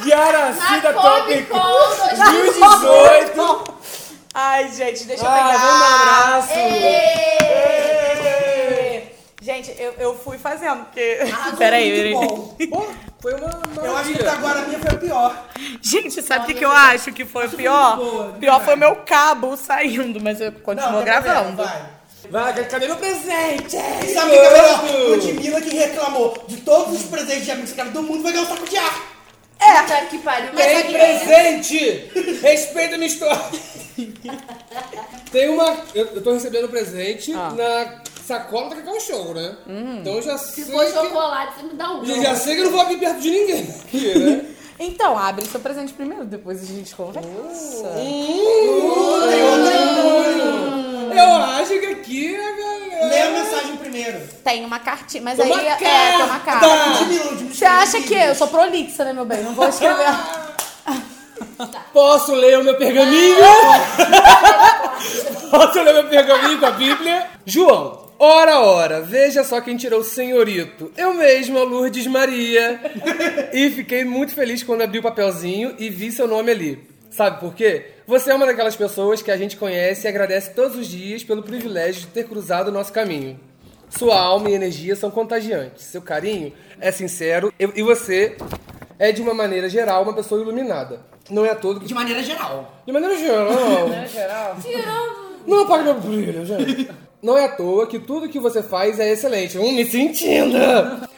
F: de Aracida
J: Na
F: Top
J: Comic Con
F: 2018.
N: Ai, gente, deixa eu
F: Ah,
N: pegar.
F: vamos abraço.
I: É.
N: Gente, eu, eu fui fazendo, porque. [laughs]
G: Ah,
N: Peraí, peraí.
I: Bom,
F: Bom, foi uma maravilha.
I: eu acho que até agora a minha foi a pior.
N: Gente, sabe o que, que eu acho que foi o pior? pior foi o meu cabo saindo, mas eu continuo
I: Não, tá
N: gravando.
I: bom, vai.
F: Vai, cadê meu presente?
I: E sabe o que é melhor?
F: Garoto!
I: Ludmilla que reclamou de todos os presentes de amigos que ela do mundo vai ganhar um saco de ar.
G: é.
J: Puta que pariu, mas
F: Tem
J: aqui-
F: presente! Respeita a minha história. Tem uma... Eu, eu tô recebendo um presente na sacola da Cacau Show, né? Então eu já sei
J: Se for
F: que...
J: chocolate, você me dá um.
F: Eu já sei que eu não vou abrir perto de ninguém aqui, né?
N: Então, abre seu presente primeiro, depois a gente conversa.
F: Eu acho que aqui é, a galera...
I: Lê a mensagem primeiro.
G: Tem uma cartinha, mas
F: Uma
G: aí é, tem uma
F: carta.
G: carta.
I: Ludmilla, Ludmilla.
G: Você acha que eu sou prolixa, né, meu bem? Não vou escrever.
F: Ah. Posso ler o meu pergaminho? Posso ler meu pergaminho com a Bíblia? João. Ora, ora, veja só quem tirou o senhorito. Eu mesma, Lourdes Maria. e fiquei muito feliz quando abri o papelzinho e vi seu nome ali. Sabe por quê? Você é uma daquelas pessoas que a gente conhece e agradece todos os dias pelo privilégio de ter cruzado o nosso caminho. Sua alma e energia são contagiantes. Seu carinho é sincero e e você é, de uma maneira geral, uma pessoa iluminada. Não é todo que
I: De maneira geral.
F: de maneira geral. De maneira geral. Não apaga meu brilho, gente. Não é à toa que tudo que você faz é excelente. Hum, me sentindo!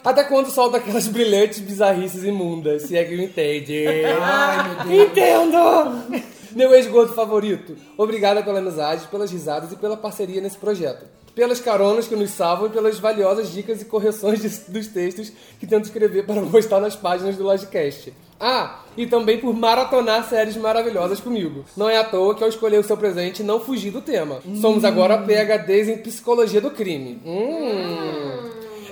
F: Até quando solta aquelas brilhantes bizarrices imundas, se é que me entende. Ai, meu Deus. Entendo! Meu ex-gordo favorito, obrigada pela amizade, pelas risadas e pela parceria nesse projeto. pelas caronas que nos salvam e pelas valiosas dicas e correções de- dos textos que tento escrever para postar nas páginas do Lodcast. Ah, e também por maratonar séries maravilhosas comigo. Não é à toa que ao escolher o seu presente não fugi do tema. Somos agora PHDs em Psicologia do Crime. Hum.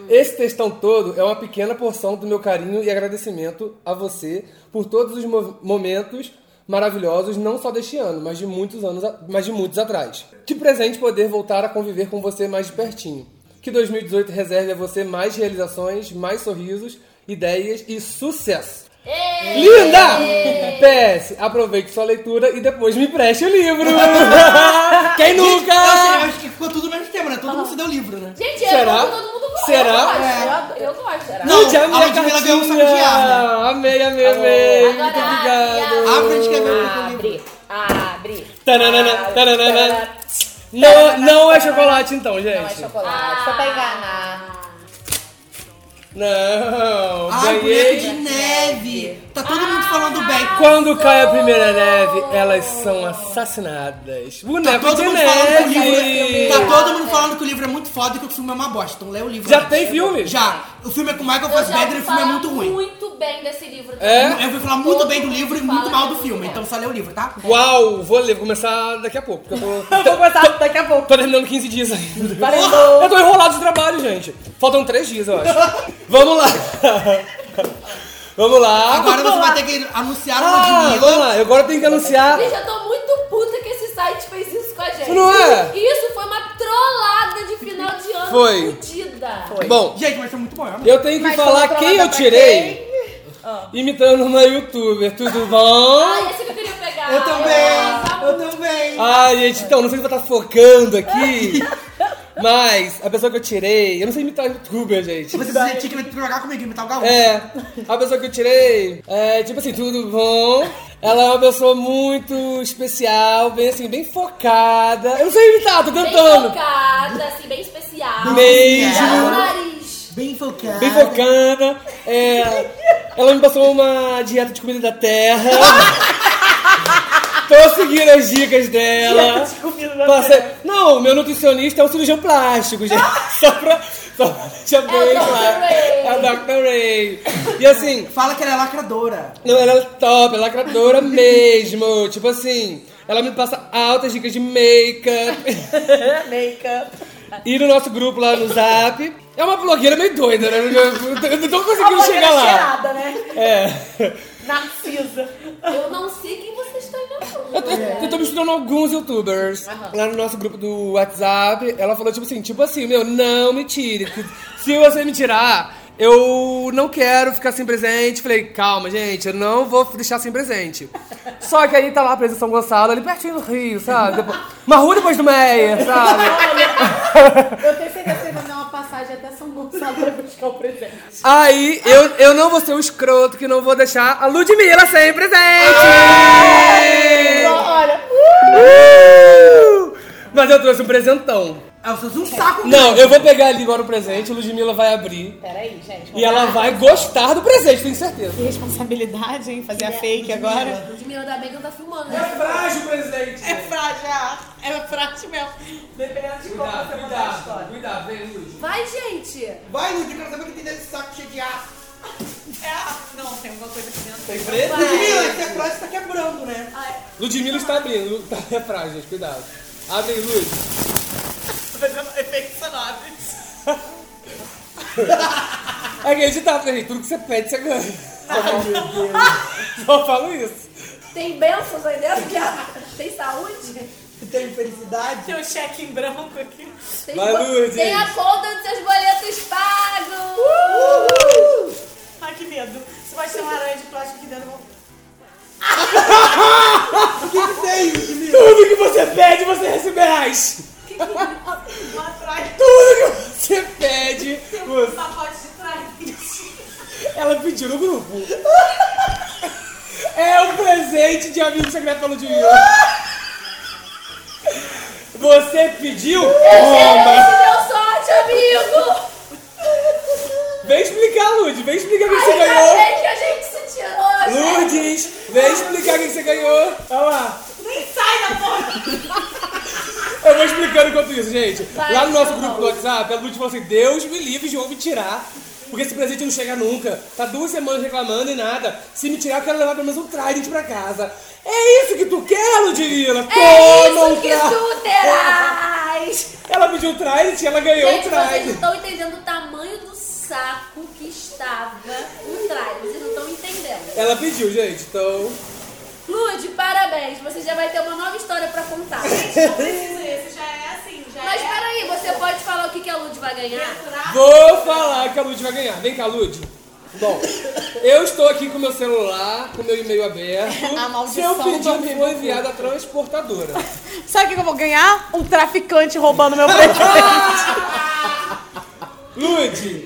F: Esse textão todo é uma pequena porção do meu carinho e agradecimento a você por todos os mo- momentos maravilhosos, não só deste ano, mas de muitos anos, a- mas de muitos atrás. Que presente poder voltar a conviver com você mais de pertinho. Que 2018 reserve a você mais realizações, mais sorrisos, ideias e sucesso. Linda! PS, aproveite sua leitura e depois me preste
A: [laughs]
F: o livro. Quem nunca?
E: Eu acho que ficou tudo ao mesmo tempo, né? Todo mundo se deu livro, né?
A: Gente, é
F: Será?
A: bom que todo mundo gosta.
F: Será?
A: Eu gosto. Eu, eu gosto. Será?
E: Não,
F: Gente,
E: a
F: minha
E: Ludmilla ganhou um saco de Tá
F: cartinha.
E: ar,
F: Amei, amei, amei.
G: é
F: Muito
A: Agora,
F: obrigado.
E: Abre de
A: Ah,
E: escrever
G: Abre, abre.
F: Tananana, tananana. Não, não é chocolate então, gente. Não,
G: É chocolate, só pra enganar.
E: Ai, boneco de
F: ganhei.
E: neve. Tá todo
A: Ah.
E: mundo falando bem. Tá
F: Quando cai a primeira neve, elas são assassinadas.
E: Tá
F: Boneco
E: todo
F: de
E: mundo falando que o
F: neve.
E: livro, tá todo mundo falando que o livro é muito foda e que o filme é uma bosta. Então lê o livro.
F: Já
E: antes.
F: tem filme?
E: Já. O filme é com o Michael
A: eu já
E: Fassbender e
A: ouvi
E: o filme é
A: falar
E: muito ruim.
A: muito bem desse livro.
F: É?
A: também.
E: Eu ouvi falar muito
A: Todo
E: bem do
A: mundo
E: livro e
A: fala
E: muito mal
A: que
E: do
A: é
E: filme,
A: bom.
E: então só lê o livro, tá?
F: Uau, vou ler, vou começar daqui a pouco. Porque eu tô,
I: Vou começar daqui a pouco.
F: tô terminando 15 dias ainda.
I: Parou.
F: [laughs] Eu tô enrolado de trabalho, gente. Faltam três dias, eu acho. Vamos lá. [laughs] Vamos lá.
E: Agora você vai ter que anunciar
F: Ah,
E: o
F: vamos
E: Ludmilla.
F: lá. Agora eu tenho que anunciar.
A: Gente, eu tô muito puta que esse site fez isso com a gente.
F: Não é?
A: Isso foi uma trollada de final de ano
F: Foi.
A: fodida.
F: Bom,
E: Gente, mas foi muito bom.
F: eu tenho que
G: Mas
F: falar
G: falou pra
F: quem
G: lá
F: eu
G: pra
F: tirei imitando uma youtuber. Tudo bom?
A: Ah, esse que eu queria pegar.
E: Eu
I: Ah,
E: também. Eu também.
F: Ai, gente, então, não sei se vai estar focando aqui. Mas a pessoa que eu tirei. Eu não sei imitar youtuber, gente.
E: Você tinha que vir jogar comigo, imitar o Gaúcho.
F: É, a pessoa que eu tirei é tipo assim, tudo bom. Ela é uma pessoa muito especial, bem assim, bem focada. Eu não sei imitar, tô
A: Bem
F: cantando.
A: focada, assim, bem especial.
F: Mesmo.
A: O nariz.
E: Bem focado.
F: Bem focada. É, ela me passou uma dieta de comida da terra. Tô seguindo as dicas dela. Passei- Não, meu nutricionista é um cirurgião plástico, gente. [laughs] Só pra, só pra
A: É Dr.
F: deixar bem claro.
A: Ray.
F: É a Dr. Ray. E assim,
E: Fala que ela é lacradora.
F: Não, ela é top, ela é
I: [laughs]
F: lacradora mesmo. Tipo assim, ela me passa altas dicas de make-up.
I: [laughs] Make-up.
F: E no nosso grupo lá no Zap. É uma blogueira meio doida, né? Eu eu não tô conseguindo
I: Uma
F: chegar
I: blogueira
F: lá.
I: cheirada, né?
F: É.
I: Narcisa.
A: Eu não sei quem você está
F: Eu
A: imitando.
F: tô, eu tô É. me estudando alguns youtubers. Lá no nosso grupo do WhatsApp, ela falou tipo assim, tipo assim, meu, não me tire. que Se você me tirar, eu não quero ficar sem presente. Falei, calma, gente, eu não vou deixar sem presente. Só que aí tá lá preso em São Gonçalo, ali pertinho do Rio, sabe? Depois, uma rua depois
G: [laughs]
F: do Meyer, sabe?
G: Eu tenho certeza que você vai dar uma passagem até São Gonçalo pra buscar o presente.
F: Aí eu, eu não vou ser o escroto que não vou deixar a Ludmilla sem presente!
G: Olha,
F: Uh! Mas eu trouxe um presentão.
E: É,
I: Ah,
E: vocês um saco
F: Não, eu vou pegar ali agora o presente, a Ludmilla vai abrir.
G: peraí, gente.
F: E ela vai gostar do presente, tenho certeza.
G: Que responsabilidade, hein? Fazer a
I: é,
G: fake agora.
A: Ludmilla, ainda bem que eu
I: tá
A: tô filmando.
F: É
I: né?
F: Frágil o presente!
G: É frágil, é frágil mesmo.
I: Dependendo de como
F: Cuidado,
I: você contar a
F: cuidado,
I: história.
F: cuidado, vem, Lud.
A: Vai, gente.
E: Vai, Lud, eu quero saber o que tem nesse saco cheio de ar.
G: É, não, tem alguma coisa aqui dentro.
F: Tem preto?
E: Ludmilla, esse é próximo tá quebrando, né?
F: Ludmilla está abrindo, Lu- tá é frágil, gente, cuidado. Abre aí, Lud.
I: Tô fazendo efeitos sonoros.
F: É aquele ditado, né, gente? Tudo que você pede, você ganha. Ai, meu Deus. Só falo isso.
A: Tem bênçãos aí dentro, Guiara? Tem saúde?
E: Tem felicidade.
I: Tem um cheque em branco aqui.
A: Tem,
F: Vai,
A: bo-
F: Lud.
A: tem a conta dos seus boletos pagos.
I: Ai, que medo. Você vai ter uma aranha de plástico aqui dentro. eu vou-
F: Tudo que você pede, você receberás.
I: Lá atrás.
F: Tudo que você pede, você...
I: Um pacote de trás.
F: Ela pediu no grupo. É um presente de amigo secreto pelo dinheiro. Você pediu? Toma!
A: Esse deu sorte, amigo.
F: Vem explicar, Lud. Vem explicar o que você
A: Ainda
F: ganhou.
A: bem que a gente se tirou. gente.
F: Lourdes, vem explicar o que você ganhou. Olha lá.
I: Nem sai da porta.
F: Eu vou explicando enquanto isso, gente. Lá no nosso grupo do WhatsApp, a Lu falou assim: Deus me livre de me tirar. Porque esse presente não chega nunca. Tá duas semanas reclamando e nada. Se me tirar, eu quero levar pelo menos um trident pra casa. É isso que tu quer, Ludmilla?
J: É
F: Toma
J: isso
F: um
J: que
F: trident.
J: tu terás!
F: Ela pediu um trident e ela ganhou
J: Gente,
F: um
J: vocês não
F: trident.
J: estão entendendo o tamanho do saco que estava o trás. Vocês não estão entendendo.
F: Ela pediu, gente, então.
J: Lude, parabéns. Você já vai ter uma nova história pra
N: [laughs]
J: contar.
B: Isso já é assim, já
J: Mas
B: é.
J: peraí, você pode falar o que, que a Lude vai ganhar?
F: Vou falar que a Lud vai ganhar. Vem cá, Lud. Bom, eu estou aqui com meu celular, com meu e-mail aberto.
G: A maldição
F: Seu pedido
G: do
F: foi
G: amigo
F: enviado à transportadora.
N: Sabe o que que eu vou ganhar? Um traficante roubando meu presente.
F: Lud,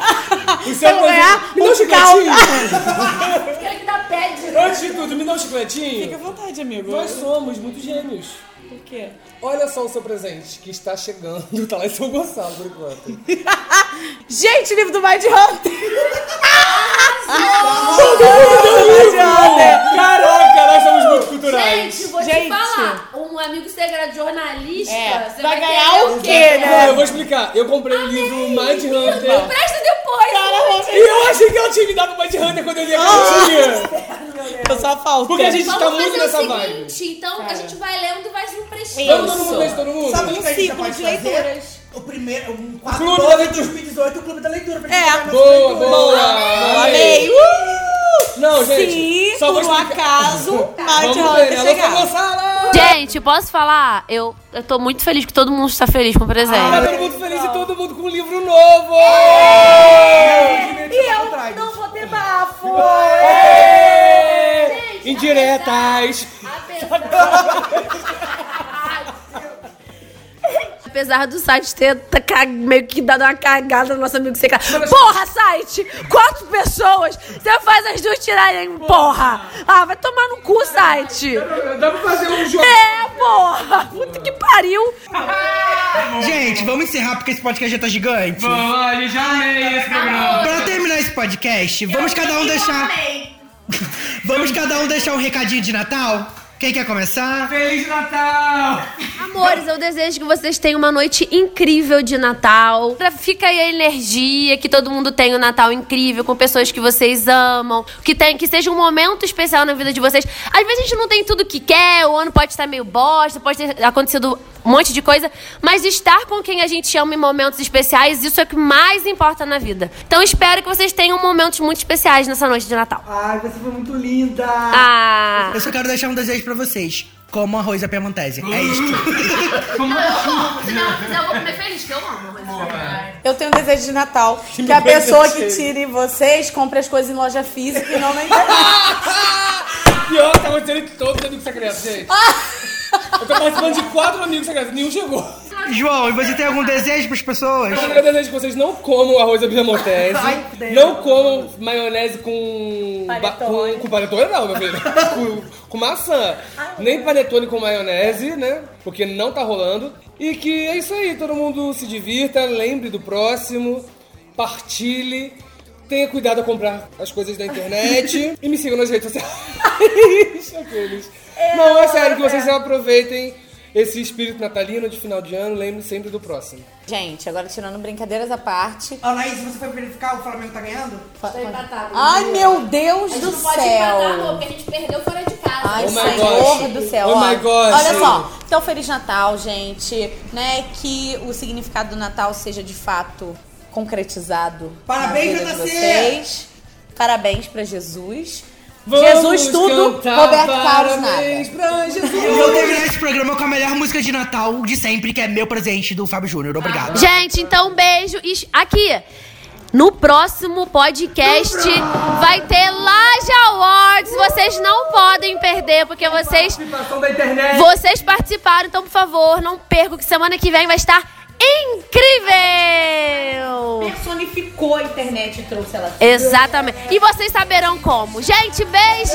F: o
N: Eu vou ganhar
F: Me dá um
N: um carro.
F: chicletinho.
J: Ele tá pede.
F: Antes de tudo, me dá um
N: Fica à
F: chicletinho.
N: vontade, amigo.
F: Nós somos muito gêmeos.
N: Por quê?
F: Olha só o seu presente que está chegando. [laughs] Tá lá em São Gonçalo, por enquanto.
N: Gente, livro do Mind Hunter!
F: Caraca, nós somos muito culturais.
J: Gente, vou
N: Gente.
J: te falar. Um amigo segredo jornalista.
G: É,
J: você
N: vai ganhar
J: querer
N: o quê, né?
F: Não, eu vou explicar. Eu comprei o livro Mind Hunter.
J: Presta depois.
F: E eu achei que ela tinha me dado Mind Hunter quando eu li a cartinha.
N: Eu só falta.
F: Porque a gente
J: Ah. Vamos
F: tá
J: fazer
F: muito
J: o
F: nessa vibe.
J: seguinte, então, a gente vai lendo e um vai se emprestando.
F: Vamos todo mundo beijo todo mundo?
I: Sabe o é que a gente já
N: ciclo
I: pode
N: de
I: fazer?
N: leituras.
I: O primeiro, um 4
F: Clube
I: de
F: da
I: nove de
F: leitura.
I: 2018, o Clube da Leitura. Pra
N: É.
I: gente
F: Boa, boa.
N: Amei! Uh!
F: Não, gente,
N: Se
F: só vou
N: por um
F: explicar.
N: acaso Mind
F: Vamos ver,
N: Hunter
F: ela foi
N: chegar.
F: lançada.
A: Gente, posso falar? Eu, eu tô muito feliz que todo mundo está feliz com o
N: Ah,
F: Tá
A: presente.
F: todo mundo feliz e todo mundo com um livro novo.
N: É.
I: E eu não vou ter bafo.
F: Indiretas.
A: Apesar do site ter ta- ca- meio que dado uma cagada no nosso amigo secreto. Porra, site! Quatro pessoas! Você faz as duas tirarem, porra! Ah, vai tomar no cu, site!
F: Dá pra fazer um jogo.
A: É, porra! Puta que pariu!
E: Gente, vamos encerrar porque esse podcast já tá gigante.
F: Olha, já amei esse programa.
E: Pra terminar esse podcast, vamos cada um deixar. Vamos cada um deixar um recadinho de Natal? Quem quer começar?
F: Feliz Natal.
A: Amores, eu desejo que vocês tenham uma noite incrível de Natal. Pra- Fica aí a energia, que todo mundo tenha um Natal incrível, com pessoas que vocês amam, que, tem, que seja um momento especial na vida de vocês. Às vezes a gente não tem tudo que quer, o ano pode estar meio bosta, pode ter acontecido um monte de coisa, mas estar com quem a gente ama em momentos especiais, isso é o que mais importa na vida. Então espero que vocês tenham momentos muito especiais nessa noite de Natal.
I: Ai, você foi muito linda.
A: Ah!
E: Eu só quero deixar um desejo pra vocês. Como arroz à piamontese. É isto.
J: Se não fizer, eu vou comer feliz, que eu amo.
N: Eu tenho um desejo de Natal. Que, a
F: bem
N: pessoa que
F: desejo.
N: tire vocês compre as coisas em loja física e não na internet.
F: E ó, tá acontecendo que todos os amigos secretos, gente. Eu tô participando de quatro amigos secretos, nenhum chegou.
E: João, e você tem algum desejo pras pessoas?
F: Então, Eu desejo que vocês não comam arroz à biamontese, não comam maionese com... ba- Com, com panetone não, meu [laughs] filho. com, com maçã. Nem panetone com maionese, né? Porque não tá rolando. E que é isso aí, todo mundo se divirta, lembre do próximo, partilhe, tenha cuidado ao comprar as coisas da [laughs] internet e me sigam nas redes sociais. [laughs] Aqueles. Não, é sério, que vocês aproveitem esse espírito natalino de final de ano, lembre sempre do próximo.
G: Gente, agora tirando brincadeiras à parte.
I: Anaís, você foi verificar o Flamengo tá ganhando?
J: Tô empatado.
G: Ai, meu Deus
J: a gente
G: do
J: não pode empatar,
G: céu!
J: amor, porque a gente perdeu fora de casa.
G: Ai,
F: Oh my
G: Senhor
F: gosh.
G: do céu.
F: Oh
G: ó.
F: my gosh.
G: Olha só. Então, Feliz Natal, gente. Né? Que o significado do Natal seja de fato concretizado.
I: Parabéns,
G: na vida de
I: JC.
G: vocês. Parabéns pra Jesus.
F: Vamos
G: Jesus tudo,
F: cantar
G: Roberto Carlos
F: parabéns
G: nada.
F: pra
E: E
F: Jesus.
E: eu terminar esse programa com a melhor música de Natal de sempre, que é meu presente do Fábio Júnior. Obrigado.
A: Gente, então um beijo. E ch- aqui, no próximo podcast vai ter Laje Awards. Vocês não podem perder, porque vocês,
F: Participação da internet.
A: vocês participaram. Então, por favor, não percam que semana que vem vai estar incrível!
G: Personificou a internet e trouxe ela.
A: Exatamente. E vocês saberão como. Gente, beijo!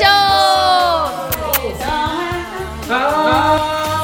F: Ah!